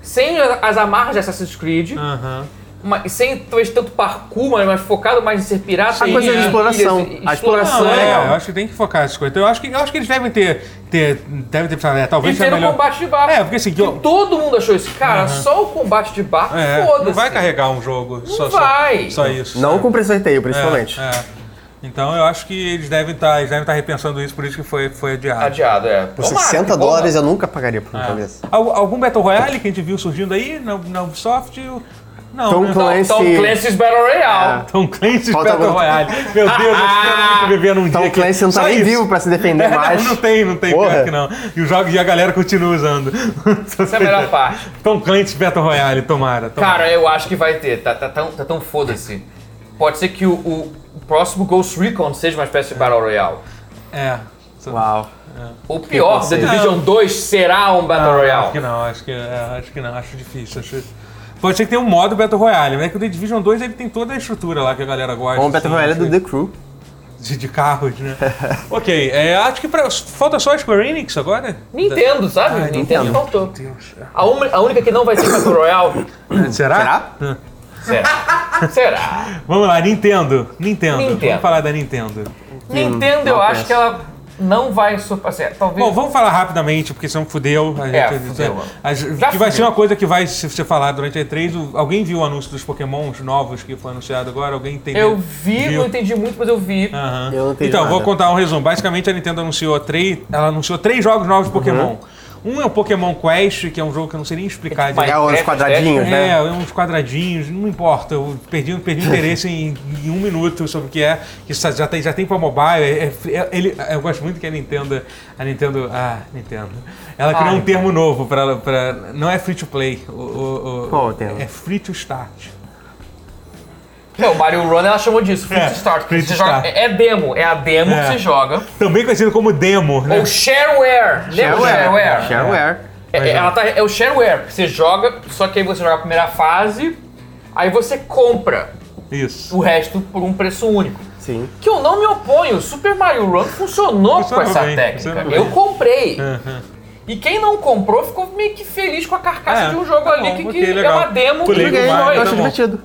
sem a- as amarras de Assassin's Creed. Ah. Aham. Mas sem talvez tanto parkour, mas, mas focado mais em ser pirata. A e- coisa de e- exploração. e- A exploração Não, é é, legal. eu acho que tem que focar nessas coisas. Então, eu acho que, eu acho que eles devem ter, ter devem ter pensado, é, E talvez seja ter um melhor. combate de barco. É, porque assim, que Que eu- todo mundo achou isso. Cara, só o combate de barco, É, foda-se. não vai carregar um jogo só, só- vai. só isso. Não sabe? com presenteio, É, principalmente. é. Então eu acho que eles devem estar, eles devem estar repensando isso, por isso que foi, foi adiado. Adiado, é. Por Tomara, 60 que bom, dólares eu nunca pagaria por um uma É. cabeça. Al- algum Battle Royale que a gente viu surgindo aí na, na Ubisoft? Eu- Não, É, Tom né? Clancy. Tom, Tom Clancy's Battle Royale. Tom Clancy's Falta Battle algum- Royale. Meu Deus, eu Ah! espero muito viver num dia Então o que- Clancy não tá Só nem isso. É, vivo pra se defender mais. Não, não tem, não tem, Porra. pior que não. E, o jogo, e a galera continua usando. Essa é a melhor parte. Tom Clancy's Battle Royale, tomara. tomara. Cara, eu acho que vai ter. Tá, tá tão, tá tão foda-se. Pode ser que o, o próximo Ghost Recon seja uma espécie de Battle Royale. É. Uau. O pior, pode The ser? Division 2 será um Battle Acho Royale. que Ah, não, acho que, é, acho que não, acho difícil. acho- Pode ser que tenha um modo Battle Royale, mas é que o The Division 2 ele tem toda a estrutura lá que a galera gosta. Bom, o assim, Battle Royale é acho do The Crew. de, de carros, né? ok, é, acho que pra- falta só a Square Enix agora? Nintendo, sabe? Nintendo, Nintendo. faltou. A, uma- a única que não vai ser Battle Royale Da- Será? Será? será. será. Vamos lá, Nintendo. Nintendo. Nintendo. Vamos falar da Nintendo. Nintendo, eu não acho penso. que ela não vai surpassar. Talvez. Bom, vamos falar rapidamente, porque senão fudeu. A gente, É, fudeu. a gente- Já que vai ser fudeu. uma coisa que vai se- ser falada durante a E3. O- alguém viu o anúncio dos pokémons novos que foi anunciado agora? Alguém entendeu? eu vi, viu? não entendi muito, mas eu vi. Aham. Eu não entendi Então, vou nada. contar um resumo. Basicamente, a Nintendo anunciou três, ela anunciou três jogos novos Uhum. de Pokémon. Um é o Pokémon Quest, que é um jogo que eu não sei nem explicar. tipo direito. É uns Minecraft, quadradinhos, né? É, uns quadradinhos, não importa. Eu perdi, perdi o interesse em, em um minuto sobre o que é. Que só- já tem, já tem pra mobile. é- é- é- ele, eu gosto muito que a Nintendo. A Nintendo. Ah, Nintendo. Ela criou Ah, um termo novo pra, pra. Não é free to play. O, o- o- Qual o termo? É free to start. É, o Mario Run ela chamou disso, Free to Start. Free que você to joga- Start. é é demo, é a demo É. que você joga. Também conhecido como demo, né? Ou shareware. é, Lembra do Shareware. shareware? Shareware. É, é, ela tá- é o shareware. Você joga, só que aí você joga a primeira fase, aí você compra Isso. o resto por um preço único. Sim. Que eu não me oponho, Super Mario Run funcionou com Funcionou essa bem, técnica. funcionou Eu comprei. E quem não comprou ficou meio que feliz com a carcaça É, de um jogo tá ali bom, que, ok, que é legal. uma demo Pulei que o foi. Mario, eu tá acho bom. divertido.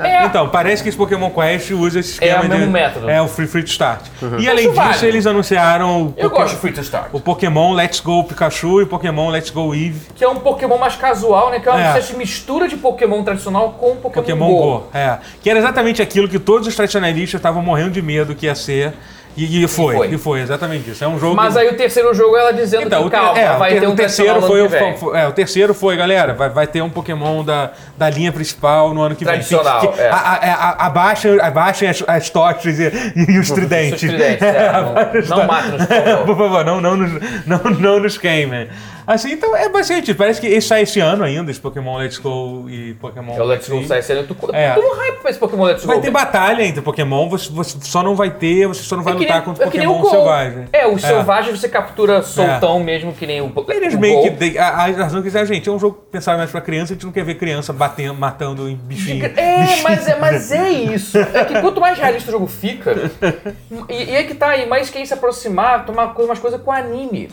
É. É. Então, parece que esse Pokémon Quest usa esse É o esquema de... mesmo método. É o Free Free to Start. Uhum. E além Acho disso, válido. eles anunciaram o, Eu Poké- gosto de Free to Start. o Pokémon Let's Go Pikachu e o Pokémon Let's Go Eevee. Que é um Pokémon mais casual, né? Que é uma É. espécie de mistura de Pokémon tradicional com um Pokémon, Pokémon Go. Go. É. Que era exatamente aquilo que todos os tradicionalistas estavam morrendo de medo que ia ser. E, e foi, e foi. foi, exatamente isso. É um jogo. Mas aí o terceiro jogo é ela dizendo Então, que o, te- calma, é, vai o te- ter um o terceiro tradicional foi, ano o, que vem. foi- é, o terceiro foi, galera. Vai, vai ter um Pokémon da, da linha principal no ano que Tradicional, vem. Que- que- é. a- a- a- abaixem, abaixem as, as tochas e, e os tridentes. Os tridentes, é, não- não mata nos Pokémon. Por favor, não, não, nos, não, não nos queimem. Assim, então é bastante. Parece que esse sai esse ano ainda, esse Pokémon Let's Go e Pokémon. É o Let's Go Eevee. sai sendo. Eu tô É. um hype pra esse Pokémon Let's Go. Vai ter batalha entre Pokémon, você, você só não vai ter, você só não vai É que lutar nem- contra é que nem o Pokémon Go. selvagem. É, o selvagem você captura soltão mesmo, que nem o. po- Eles o meio Go. que. de- A, a razão que eles- ah, gente, é um jogo pensado mais pra criança, a gente não quer ver criança batendo, matando em bichinho. É, mas é, mas é isso. É que quanto mais realista o jogo fica, e, e é que tá aí, mais quem se aproximar, tomar co- umas coisas com anime.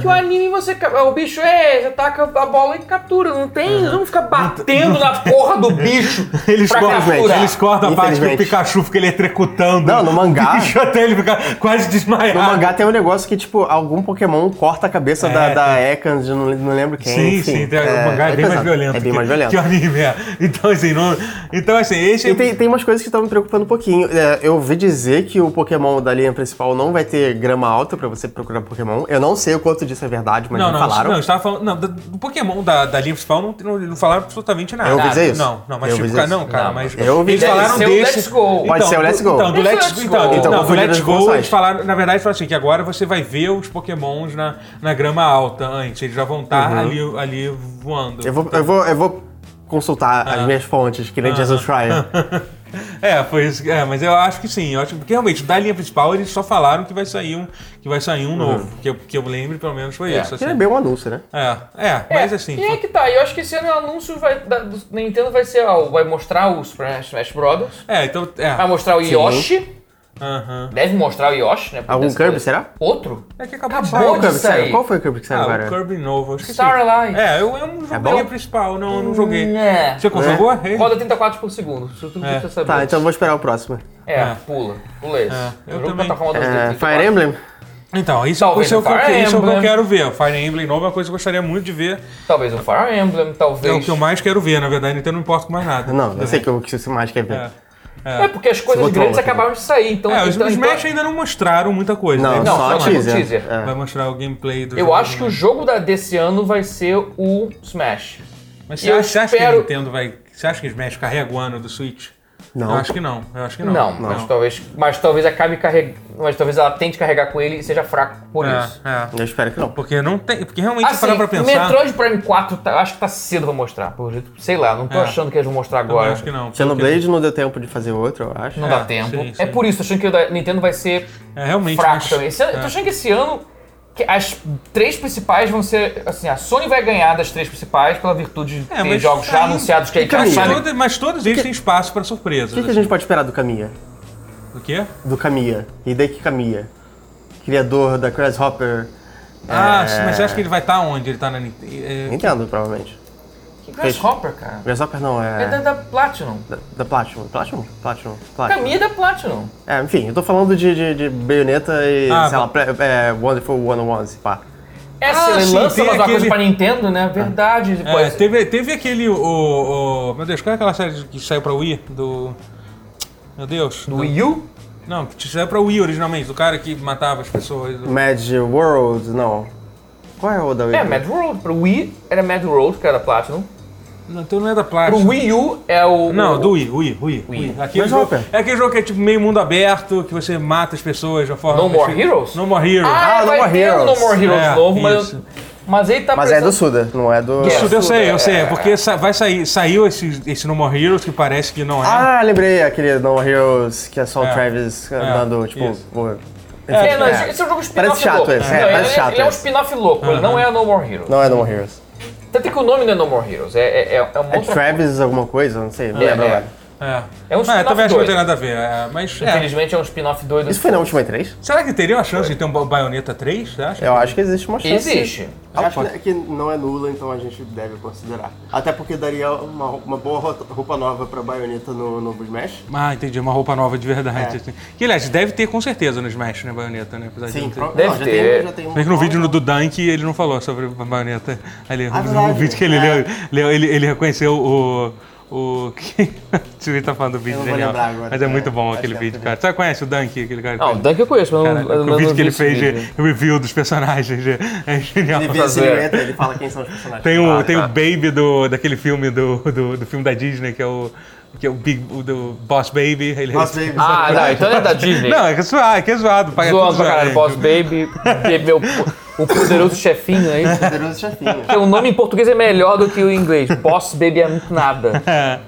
Que o anime você. ca- O bicho é, você taca a bola e captura. Não tem. Eles vão ficar batendo na porra do bicho. Eles pra cortam, capturar. eles cortam a parte que o Infelizmente. Pikachu fica eletrocutando. Não, no mangá- o bicho até ele ficar quase desmaiado. No mangá tem um negócio que, tipo, algum Pokémon corta a cabeça Ah. É, da, da Ekans, de não, não lembro quem. Sim, enfim, sim, tem- o mangá é, bem mais pesado, violento. É bem que- mais violento. Que o anime, é. Então, assim, não- então, assim esse E tem, tem umas coisas que estão me preocupando um pouquinho. É, eu ouvi dizer que o Pokémon da linha principal não vai ter grama alta pra você procurar Pokémon. Eu não sei o quanto disso é verdade, mas Não, me não, falaram. não, eu estava falando. Não, do, do Pokémon da, da linha principal não, não, não falaram absolutamente nada. Eu ouvi dizer isso. Não, não, mas Eu tipo, ouvi cara, dizer não, cara, Não, mas. eu ouvi eles dizer falaram isso. Deve ser o desse. Let's Go. Então, Pode ser o Let's Go. Então, do Deve ser o Let's, Let's então, Go. então, Então, não, do confundiram Let's as Go, consoles. eles falaram, na verdade, falaram assim, que agora você vai ver os Pokémons na, na grama alta antes, eles já vão estar ali, ali voando. Uhum. Eu vou, eu vou, eu vou consultar as minhas fontes, que nem Jesus ah, Fryer. É, foi isso. É, mas eu acho que sim. Eu acho, porque realmente, da linha principal, eles só falaram que vai sair um, que vai sair um novo. Que eu, que eu lembro, pelo menos, foi É. isso. Que Uhum. é assim. bem um anúncio, né? É, é, É, mas assim. E é que tá, eu acho que esse ano o anúncio vai, da, do Nintendo vai ser, ó, vai mostrar o Super Smash Brothers, É, então. É. vai mostrar o Yoshi, Aham. deve mostrar o Yoshi, né? porque Algum dessa- Kirby, será? Outro? É que acabou, de Acabou sair. Qual Kirby que saiu? sair. Qual foi o Kirby que saiu Ah, né, agora? o Kirby novo, eu esqueci. Star Allies. É, eu, eu não joguei bom? a principal, não, eu não joguei. É. Você Né? jogou? Errei. Roda 30 quadros por segundo, isso tudo É. precisa saber. Tá, então eu vou esperar o próximo. É, É. pula, pula esse. É, eu O jogo também. plataforma das É, 30 Fire Emblem? Então, isso, Talvez isso é o que eu, Fire que- isso é o que eu Emblem. quero ver. O Fire Emblem novo é uma coisa que eu gostaria muito de ver. Talvez o Fire Emblem, É talvez... o que eu mais quero ver, na verdade, então eu não importo com mais nada. Não, eu sei que eu... o que você mais quer ver. É, É, porque as coisas Esse outro grandes outro. né? acabaram de sair, então... É, os então, os então- Smash ainda não mostraram muita coisa. Não, né? Não, só só teaser. um teaser. É. Vai mostrar o gameplay do Eu jogo, acho que né? o jogo da, desse ano vai ser o Smash. Mas você eu acha, você acha que espero- a Nintendo vai... Você acha que o Smash carrega o ano do Switch? Não. Eu acho que não. Eu acho que não. É, Não, mas talvez, mas talvez acabe carregando, mas talvez ela tente carregar com ele e seja fraco por isso. É, é. Eu espero que não. Porque não tem... Porque realmente, se Assim, parar pra pensar... Metroid Prime 4, tá- acho que tá cedo pra mostrar. Por jeito, sei lá, não tô É. achando que eles vão mostrar Eu agora. acho que não. porque- Xenoblade não deu tempo de fazer outro, eu acho. Não É, dá tempo. sim, É sim. por isso, tô achando que o da Nintendo vai ser É, realmente. fraco mas- é. também. é- Esse ano- eu tô achando que esse ano que as três principais vão ser, assim, a Sony vai ganhar das três principais pela virtude de É, ter mas jogos já aí- anunciados que a gente já Mas, Camila. sabe. todas- mas todos eles têm espaço pra surpresa. O que, que a gente pode esperar do Kamiya? O quê? Do Kamiya. Hideki Kamiya. Criador da Grasshopper. Ah, é, mas você acha que ele vai estar onde? Ele tá na Nintendo? É, Nintendo, provavelmente. Que Grasshopper, cara. Grasshopper não, é... É da, da Platinum. Da, da Platinum. Platinum? Platinum. Platinum. Caminha da Platinum. É, enfim, eu tô falando de, de, de Bayonetta e, Ah, tá. sei lá, Pre- é, Wonderful 101, se pá. É, Ah, se ele sim, lança tem mais uma coisa aquele- pra Nintendo, né? Verdade. é, depois- teve, teve aquele. O, o- meu Deus, qual é aquela série que saiu pra Wii? Do. Meu Deus. Do Wii U? Não, que saiu pra Wii originalmente, do cara que matava as pessoas. Hum. do- Mad World, não. Qual é o da É, Mad World. Pro Wii era Mad World, que era Platinum. Não, então não é da Plástico. Pro Wii U é o. Não, o- do Wii, Wii, Wii. Wii. Wii. Aquele Mas, jogo, Hopper. é aquele jogo que é tipo meio mundo aberto, que você mata as pessoas de uma forma. No More Heroes? No More Heroes. Ah, Ah, vai No More ter Heroes. um No More Heroes É, novo, mas, isso. mas ele tá Mas é do pensando- Sul, não é do... Isso, eu sei, eu sei. é. É porque sa- vai sair, saiu esse, esse No More Heroes que parece que não é. Ah, lembrei aquele No Heroes, que é só o É. Travis andando, tipo... isso. voa- É, não, É. esse esse é um jogo spin-off. Parece chato louco. esse, é, Não, parece ele, chato ele é um esse. spin-off louco, ele não é No More Heroes. Não é No Heroes. Tanto que o nome não é No More Heroes, é, é, é uma É outra. Travis alguma coisa? Não sei, não lembro é. agora. É. É um ah, eu spin-off também acho que não doido. tem nada a ver. é, mas. é. Infelizmente é um spin-off doido. Isso foi na última E3? Será que teria uma chance de ter um Ba- Bayonetta 3? Você acha? Eu acho que existe uma chance. Existe. Eu Acho que- que não é nula, então a gente deve considerar. Até porque daria uma, uma boa ro- roupa nova pra Bayonetta no novo Smash. Ah, entendi. Uma roupa nova de verdade. É. assim. Que, aliás, deve ter com certeza no Smash, né, Bayonetta, né? Apesar de não ter. pro- Deve já ter. Tem, já tem um Mas que no vídeo no- do Dunk ele não falou sobre a baioneta ali. no verdade. vídeo que ele É. leu, leu, ele, ele reconheceu o. O. que- Tive que tá falando do vídeo Eu não vou genial. lembrar agora, Mas é cara. muito bom Faz aquele tempo vídeo, que eu cara. Você conhece o Dunk, aquele cara? que Não, o faz- Dunk eu conheço, mas não- Cara, eu não, o vídeo não que ele vi fez esse vídeo. de review dos personagens é, é genial. Ele vê a fazer. silhueta, ele fala quem são os personagens. Tem o, Ah, tem tá. o Baby do, daquele filme do, do, do filme da Disney, que é o. Que é o Big o do Boss Baby. Ele Boss Baby. Ah, não, então é da Disney. Não, é que é zoado, é que é zoado. paga Zoando tudo pra caralho, zoado. é, Boss Baby, bebeu o poderoso chefinho aí. Poderoso chefinho. Porque O nome em português é melhor do que o em inglês. Boss Baby é muito nada. É,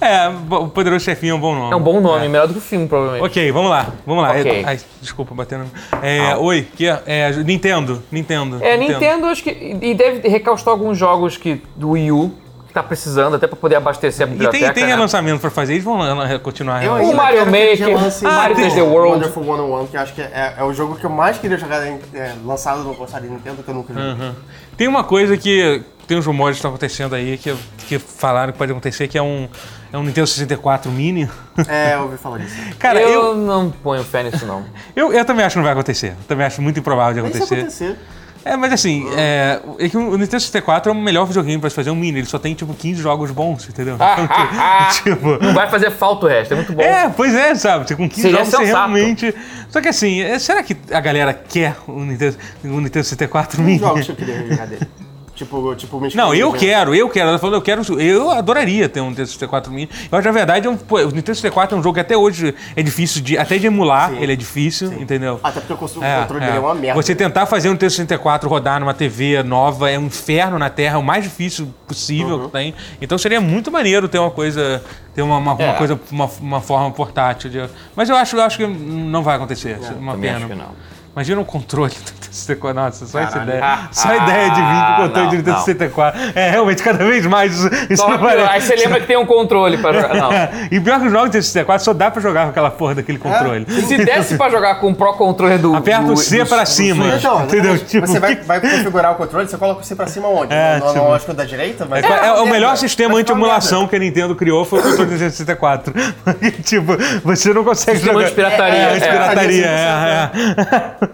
é, o Poderoso Chefinho é um bom nome. É um bom nome, melhor do que o filme, provavelmente. Ok, vamos lá, vamos lá. Ok. Ai, desculpa, batendo. É, oi, que é, é, Nintendo, Nintendo. É, Nintendo, acho que. E deve recaustar alguns jogos que, do Wii U que tá precisando, até pra poder abastecer a E biblioteca. tem, tem né? relançamento pra fazer, eles vão lan- lan- continuar Eu relançando. ainda Mario quero que eles Maker, relancem Mario o 3D World. Ah, Wonderful 101, que eu acho que é, é o jogo que eu mais queria jogar é, é, lançado no console Nintendo, que eu nunca joguei. Tem uma coisa que. Tem uns rumores que estão acontecendo aí que, que falaram que pode acontecer, que é um, é um Nintendo 64 Mini. É, eu ouvi falar disso. Cara, eu, eu, não ponho fé nisso, não. eu, eu também acho que não vai acontecer. Eu também acho muito improvável de Mas se acontecer. acontecer, É, mas assim, é, é que o Nintendo 64 é o melhor videogame pra se fazer um mini. Ele só tem, tipo, 15 jogos bons, entendeu? Então, tipo, Não vai fazer falta o resto, é muito Ah, bom. É, pois é, sabe? Com 15 Seria jogos você sensato. realmente. Só que assim, é- será que a galera quer o Nintendo, o Nintendo 64 que Mini? jogos que eu queria jogar dele? Tipo, tipo Mystic Não, eu Dungeon. quero, eu quero. Ela falou, eu quero. Eu adoraria ter um Nintendo 64 Mini. Eu acho, na verdade, é um- pô, o Nintendo 64 é um jogo que até hoje é difícil de. Até de emular, ele é difícil, entendeu? Até porque eu consigo, É, o controle é. dele é uma merda. Você tentar fazer um Nintendo 64 rodar numa TV nova é um inferno na Terra, é o mais difícil possível Uhum. que tem. Então seria muito maneiro ter uma coisa, ter uma, uma, uma É. coisa, uma, uma forma portátil. de- Mas eu acho, eu acho que não vai acontecer. É, uma também pena. acho que não. Imagina um controle do Nintendo 64. Nossa, só essa Caralho. ideia. Só a ideia de vir com o controle Ah, Não, do Nintendo não. 64. É realmente cada vez mais isso, isso Só não que- vai. aí você lembra que tem um controle pra jogar. Não. É. E pior que os jogos do Nintendo 64 só dá pra jogar com aquela porra daquele controle. Se desse pra jogar com o Pro Controller do. Aperta do, o C do- pra do- cima. é Então, entendeu? Tipo, mas você vai, vai configurar o controle, você coloca o C pra cima onde? É, no no tipo- lógico da direita? Mas... É, é o melhor sistema Vai ficar uma anti-emulação que a Nintendo criou foi o controle 364. Porque, tipo, você não consegue Sistema jogar... de pirataria, É, é. de pirataria, é,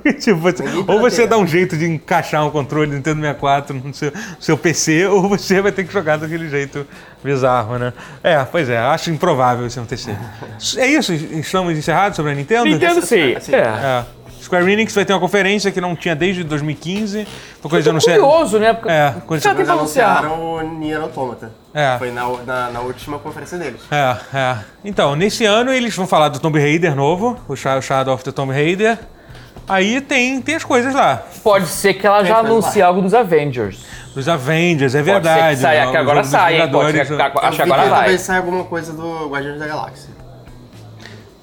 é. tipo, você- ou você pirateia. dá um jeito de encaixar um controle Nintendo 64 no seu, seu PC, ou você vai ter que jogar daquele jeito bizarro, né? É, pois é, acho improvável isso acontecer. É isso, estamos encerrados sobre a Nintendo? Nintendo sim. Assim, É. É. Square Enix vai ter uma conferência que não tinha desde 2015, uma coisa que eu não sei... Curioso, né? Porque É, coisa- Sabe, Eles pra anunciar. anunciaram o Nier Automata. É. Foi na, na, na última conferência deles. É, é. Então, nesse ano eles vão falar do Tomb Raider novo, o Sha- o Shadow of the Tomb Raider. Aí tem, tem as coisas lá. Pode ser que ela já Vai, vai, anuncie vai. algo dos Avengers. Dos Avengers, é Pode ser que verdade. saia, que os agora dos sai, hein? Pode Vingadores, ser que, acho que Eu vi agora vai. Talvez saia alguma coisa do Guardiões da Galáxia.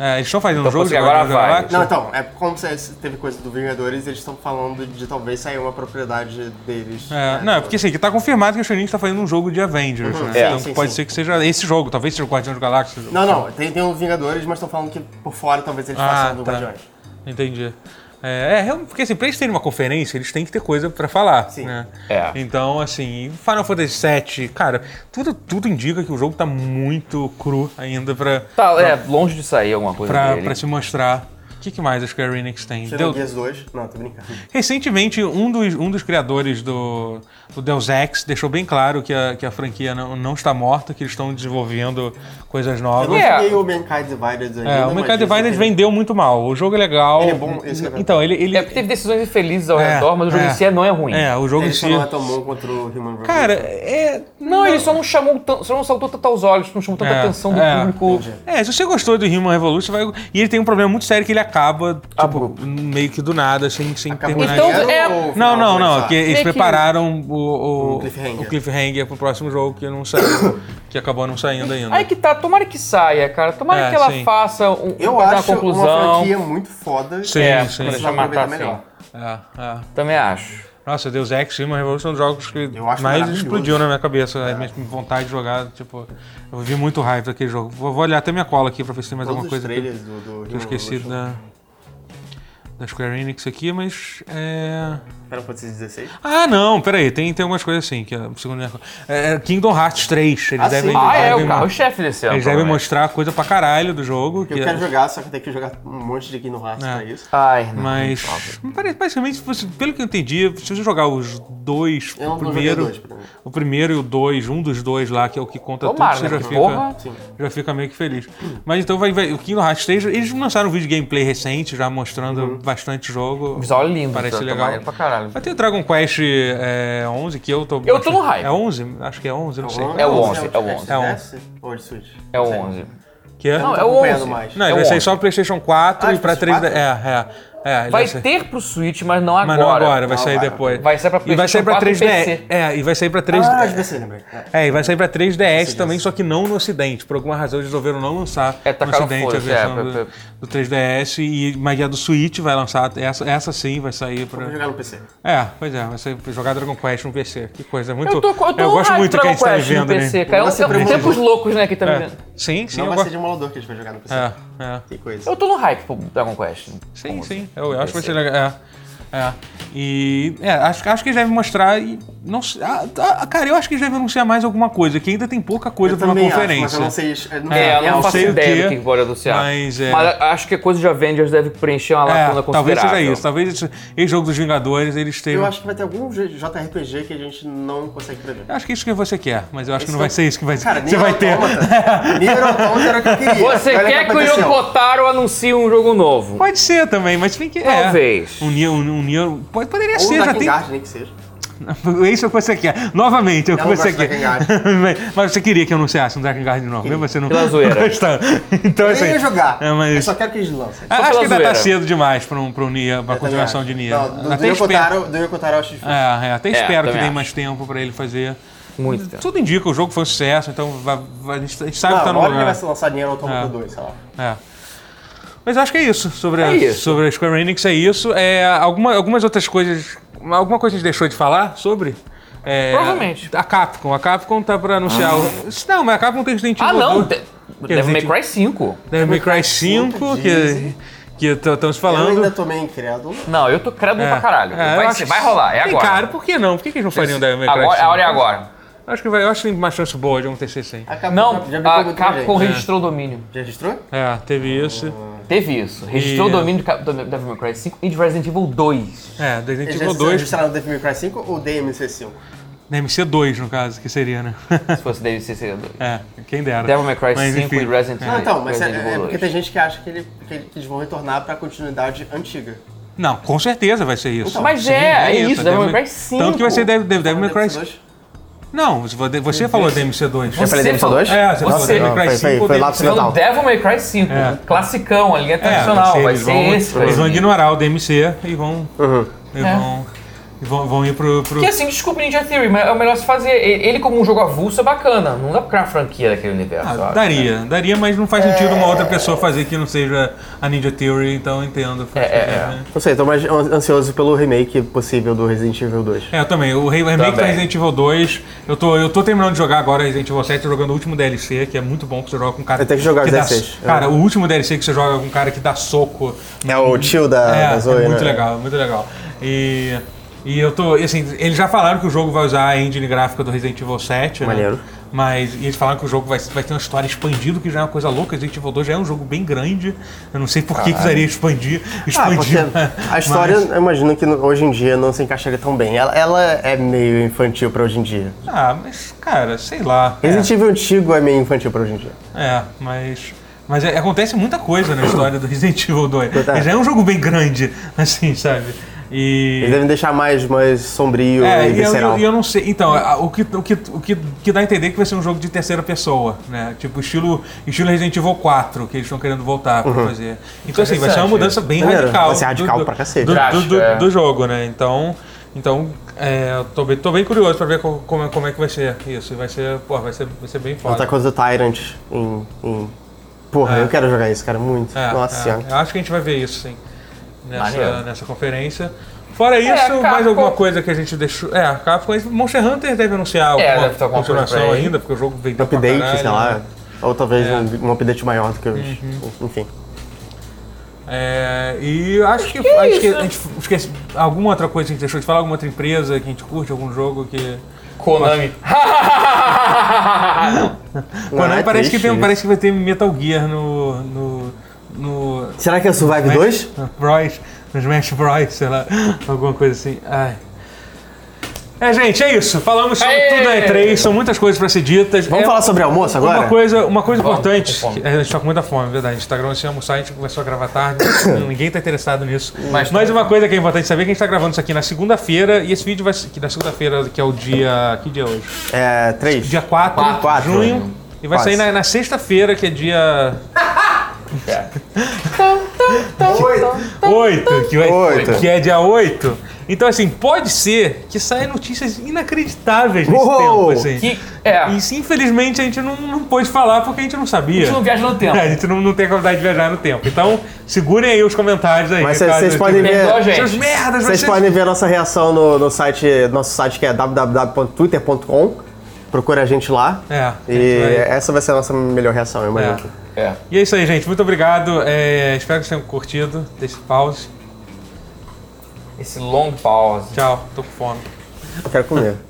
É, eles estão fazendo um Então, jogo pode ser que agora Guardiões da vai. Galáxia. Não, então, é como se teve coisa do Vingadores, eles estão falando de talvez sair uma propriedade deles. É, né? não, é porque assim, que tá confirmado que o Shonin tá fazendo um jogo de Avengers, Uhum. né? É, então sim, pode sim. ser que seja esse jogo, talvez seja o Guardião da Galáxia. Não, não, tem, tem o Vingadores, mas estão falando que por fora talvez eles façam do tá. Guardiões. Entendi. É, é, realmente, porque assim, pra eles terem uma conferência, eles têm que ter coisa pra falar, Sim. né? É. Então, assim, Final Fantasy VII, cara, tudo, tudo indica que o jogo tá muito cru ainda pra, Tá, é, longe de sair alguma coisa pra, dele. pra se mostrar. O que, que mais a Square Enix tem? Chegou Deu- Guias 2. Não, tô brincando. Recentemente, um dos, um dos criadores do, do Deus Ex deixou bem claro que a, que a franquia não, não está morta, que eles estão desenvolvendo coisas Eu não novas. É. joguei o Mankind Divided ainda. É, o Mercado mas dizem Divided que ele- vendeu muito mal. O jogo é legal. Ele é bom, esse é verdade. então, ele. ele É porque teve decisões infelizes ao é, redor, mas o jogo é. em si é- não é ruim. É, o jogo em Ele si. só não é tão bom contra o Human Revolution. Cara, é. Não, ele só não chamou tanto, só não saltou tanto aos olhos, não chamou tanta É, atenção do é. público. É, se você gostou do Human Revolution, vai. E ele tem um problema muito sério que ele acaba, tipo, Abrupto. meio que do nada, assim, sem Acabou terminar. Então, de- dinheiro é- ou o Não, final não, começar? não. é Porque eles Meio que- prepararam o, o, Um cliffhanger. o cliffhanger pro próximo jogo que não saiu. que acabou não saindo ainda. Aí que tá, tomara que saia, cara. Tomara É, que ela sim. faça um, Eu uma acho uma conclusão. franquia muito foda. Sim, é, sim. pra Sim. deixar matar Aproveitar assim. melhor. É, é. Também acho. Nossa, Deus Ex foi uma revolução um dos jogos que Eu acho mais maravilhoso. explodiu na minha cabeça. A minha vontade de jogar, tipo, eu vi muito hype daquele jogo. Vou, vou olhar até minha cola aqui pra ver se tem mais é, Todos alguma os coisa que, trailers do, do que eu Human esqueci né? Revolution. da, da Square Enix aqui, mas é... Final Fantasy 16? Ah, não, peraí, tem, tem algumas coisas assim, que é, segundo minha... co- é, é Kingdom Hearts 3, eles Ah, sim. devem... Ah, é, devem o mo- carro-chefe desse ano. Eles devem provavelmente. mostrar coisa pra caralho do jogo. né? Eu que é- quero jogar, só que eu tenho que jogar um monte de Kingdom Hearts É. pra isso. Ai, não. Tá, Mas, tá pare- basicamente, se você- pelo que eu entendi, se você jogar os dois, Eu o não joguei primeiro, dois, pra mim. o primeiro e o dois, um dos dois lá, que é o que conta Tomara, tudo, você né? já Porra. fica, já fica meio que feliz. Mas então vai, vai- o Kingdom Hearts 3, eles lançaram um vídeo de gameplay recente, já mostrando bastante jogo. O visual é lindo, Parece tá- tá legal. maneiro pra caralho. Vai ter Dragon Quest é, 11, que eu tô... Eu tô no hype. É 11? Acho que é 11, Então, não sei. É o 11, de é o PS10 11. É o Ou de Switch? É o 11. Que é? Eu não Não, é tô o acompanhando 11. mais. Não, ele é vai sair 11. só pro PlayStation 4 Ah, e pra 3... 4? É, é. é ele Vai sair- ter pro Switch, mas não agora. Mas não agora, vai Não sair agora. depois. Vai sair pra E vai sair pra PlayStation 4 e 3DS. É, e vai sair pra 3DS. Ah, de PC, lembrei. É. É, e vai sair pra 3DS também, só que não no Ocidente. Por alguma razão eles resolveram não lançar É, no tacaram Ocidente a foda-se, versão é, do, pra- pra- do 3DS. E, mas a do Switch vai lançar, essa, essa sim vai sair Vou pra... jogar no PC. É, pois é, vai sair pra jogar Dragon Quest no PC. Que coisa, é muito... Eu tô, eu tô no gosto hype muito do que a gente tá Dragon Quest no vivendo, né? PC, cara. É um- Você é um primeiro tempos jogo. loucos, né, que tá É. vivendo. Sim, sim, Não eu vai ser gosto... de molador que a gente vai jogar no PC. É, é. Que coisa. Eu tô no hype pro Dragon Quest. Sim, Como sim. assim? Eu, eu acho que vai ser PC. legal. É. É. E. É, acho, acho que eles devem mostrar e. Não sei. ah, ah, cara, eu acho que eles devem anunciar mais alguma coisa, que ainda tem pouca coisa pra uma também acho, conferência. mas eu não sei... isso- eu não um sei- É, eu não não faço sei o ideia do quê, que pode anunciar. mas é- a- acho que a coisa de Avengers deve preencher uma É, lacuna talvez considerável. seja isso. Talvez esse, esse jogo dos Vingadores eles tenham. Eu acho que vai ter algum J- JRPG que a gente não consegue prever. Eu acho que é isso que você quer, mas eu acho que Esse não vai é- ser isso que vai, Cara, você vai ter. ter. Nier Automata era o que eu queria. Você Olha assim, quer que o aconteceu. Yokotaro anuncie um jogo novo? Pode ser também, mas se bem que. é. Talvez. Um Nier. Um, um Nier pode, poderia Ou ser, já Dark tem. Garden, nem que seja. Isso é o que você quer. Novamente, é o que não você gosto quer. de Drakengard. mas, mas você queria que anunciasse um Dragon Guard novo, mesmo você não. Pela zoeira. não gostando. Então, Eu assim. ia jogar. É, mas- Eu só quero que eles lancem. Ah, acho pela que ainda zoeira. tá cedo demais pra, um, pra, um Nier, pra Eu continuação de também Nia. acho. Não, do, do Yokotaro, do Yokotaro eu acho difícil. É, é, até espero que também dê acho. mais tempo pra ele fazer. Muito tempo. Tudo indica, o jogo foi um sucesso, então vai- vai- a gente a gente sabe Não, que tá no agora ele lugar. vai ser lançado Nier Automata É. 2, sei lá. É. Mas acho que é isso sobre, a, É isso. sobre a Square Enix, é isso. É, alguma, algumas outras coisas. Alguma coisa a gente deixou de falar sobre? É, Provavelmente. A Capcom. A Capcom tá pra anunciar o. Não, mas a Capcom tem Resident Evil Ah, não. 2. de- Quer Devil May dizer, Cry 5. Devil May Cry 5, que dizem. que estamos Eu ainda falando. tô meio incrédulo. Não, eu tô crédulo É, pra caralho. é, eu vai, acho ser- que vai rolar, é tem agora. Cara, por que não? Por que, que eles não fariam Devil May Cry agora 5? a hora é agora. Acho que vai, eu acho que tem mais chance boa de um acontecer sim. A Capcom- Não, Tá, já brigou a muito Capcom com gente. registrou o domínio. um Já registrou? É, teve isso. Teve isso. Registrou E- o domínio do Cap- do Devil May Cry 5 e de Resident Evil 2. É, do Resident Eles Evil né, já 2, registraram o Devil May Cry 5 ou DMC5? na MC2 no caso, que seria, né? Se fosse DLC, seria 2. É, quem dera. Devil May Cry Mas, 5 enfim. e Resident Evil Não, então, mas é, Resident é Evil porque 2. tem gente que acha que, ele- que ele- que eles vão retornar pra continuidade antiga. Não, com certeza vai ser isso. Mas Sim, é, é isso, Devil May Cry 5. Tanto que vai ser Devil, Devil, Devil May Cry... DMC2? Não, você- você falou DMC2. Você falei DMC2? É, você falou Você- Devil May Cry Não, 5 foi- foi- ou foi DMC2. lápis Então, Total. Devil May Cry 5, É. classicão, a linha tradicional, É, vai eles ser vão- esse. Eles vão Resident Evil. ignorar o DMC e vão... Uhum. E É. vão, e vão, vão ir pro... pro... Que assim, desculpa Ninja Theory, mas é o melhor se fazer. E- Ele como um jogo avulso é bacana. Não dá pra criar uma franquia daquele universo, eu Ah, acho, né? daria, daria, mas não É. faz sentido uma outra pessoa fazer que não seja a Ninja Theory, então eu entendo. né? É, é, Não sei, tô mais an- ansioso pelo remake possível do Resident Evil 2. É, eu também. O re- o remake do Também. Resident Evil 2, eu tô, eu tô terminando de jogar agora Resident Evil 7, tô jogando o último DLC, que é muito bom, que você joga com um cara... Eu tenho que jogar os dá- 16, é. Cara, o último DLC que você joga com um cara que dá soco... É o tio da, É, da Zoe, é muito né? legal, muito legal. E... E eu tô, e assim, eles já falaram que o jogo vai usar a engine gráfica do Resident Evil 7, né? Maneiro. Mas e eles falaram que o jogo vai, vai ter uma história expandida, que já é uma coisa louca. Resident Evil 2 já é um jogo bem grande. Eu não sei por que precisaria expandir. Ah, porque expandir né? a mas- história, eu imagino que no- hoje em dia não se encaixaria tão bem. Ela, ela é meio infantil pra hoje em dia. Ah, mas, cara, sei lá. É. Resident Evil antigo é meio infantil pra hoje em dia. É, mas. Mas é- acontece muita coisa na história do Resident Evil 2. Coitado. Ele já é um jogo bem grande, assim, sabe? Eles E. devem deixar mais, mais sombrio É, e e eu, visceral. eu- eu não sei. Então, a- o que, o, que, o que, que dá a entender é que vai ser um jogo de terceira pessoa, né? Tipo, estilo, estilo Resident Evil 4, que eles estão querendo voltar pra fazer. Então, assim, vai ser uma Interessante. mudança bem Uhum. Maneiro, radical. vai ser radical do, do, pra cacete. Do, do, Drástico, do- é. do jogo, né? Então, então é, eu tô bem, tô bem curioso pra ver co- como, é- como é que vai ser isso. E vai ser, pô, vai ser, vai ser bem foda. Outra coisa do Tyrant em. em- Porra, eu quero jogar isso, cara, muito. É, Nossa é. senhora. Eu acho que a gente vai ver isso, sim. Nessa, Maneiro. nessa conferência. Fora isso, a mais Capcom- alguma coisa que a gente deixou. É, a Capcom. Monster Hunter deve anunciar É, alguma deve ter alguma coisa continuação pra aí. ainda, porque o jogo vendeu pra Um Update, caralho, sei lá. né? Uhum. Ou talvez um, um update maior do que os. Enfim. É, e acho, que, acho que a gente esquece alguma outra coisa que a gente deixou de falar, alguma outra empresa que a gente curte, algum jogo que. Konami. Não. Pô, Não, né, é parece, que triste tem, isso. parece que vai ter Metal Gear no. no. no. Será que é o Survive 2? Bros, no um Smash Bros, sei lá, alguma coisa assim. Ai. É, gente, é isso. Falamos sobre Aê! tudo na E3, são muitas coisas pra ser ditas. Vamos É falar sobre almoço agora? Uma coisa, uma coisa Vamos, importante, tô com fome. que- a gente tá com muita fome, verdade. A gente tá gravando sem almoçar, a gente começou a gravar tarde, ninguém tá interessado nisso. Mas Mas, uma coisa que é importante saber é que a gente tá gravando isso aqui na segunda-feira, e esse vídeo vai ser que na segunda-feira, que é o dia. Que dia é hoje? É, 3. Dia 4, Quatro, de junho. junho. E vai Quase. sair na, na sexta-feira, que é dia Oito. 8, que, vai, Oito. que é dia 8. Então, assim, pode ser que saia notícias inacreditáveis nesse Uou! tempo, assim. Que, é, a E se, infelizmente a gente não, não pôde falar porque a gente não sabia. gente não viaja no tempo. É, a gente não, não tem a capacidade de viajar no tempo. Então, segurem aí os comentários aí. Mas Ricardo, vocês tipo, podem ver- Perdoa a Seus gente. merdas, Vocês vocês... podem ver a nossa reação no, no site, nosso site que é www.twitter.com. Procura a gente lá. É, a gente E vai- essa vai ser a nossa melhor reação, eu imagino. É. É. E é isso aí, gente. Muito obrigado. É, espero que vocês tenham curtido. Deixe pause. Esse long pause. Tchau. Tô com fome. É. Eu quero comer.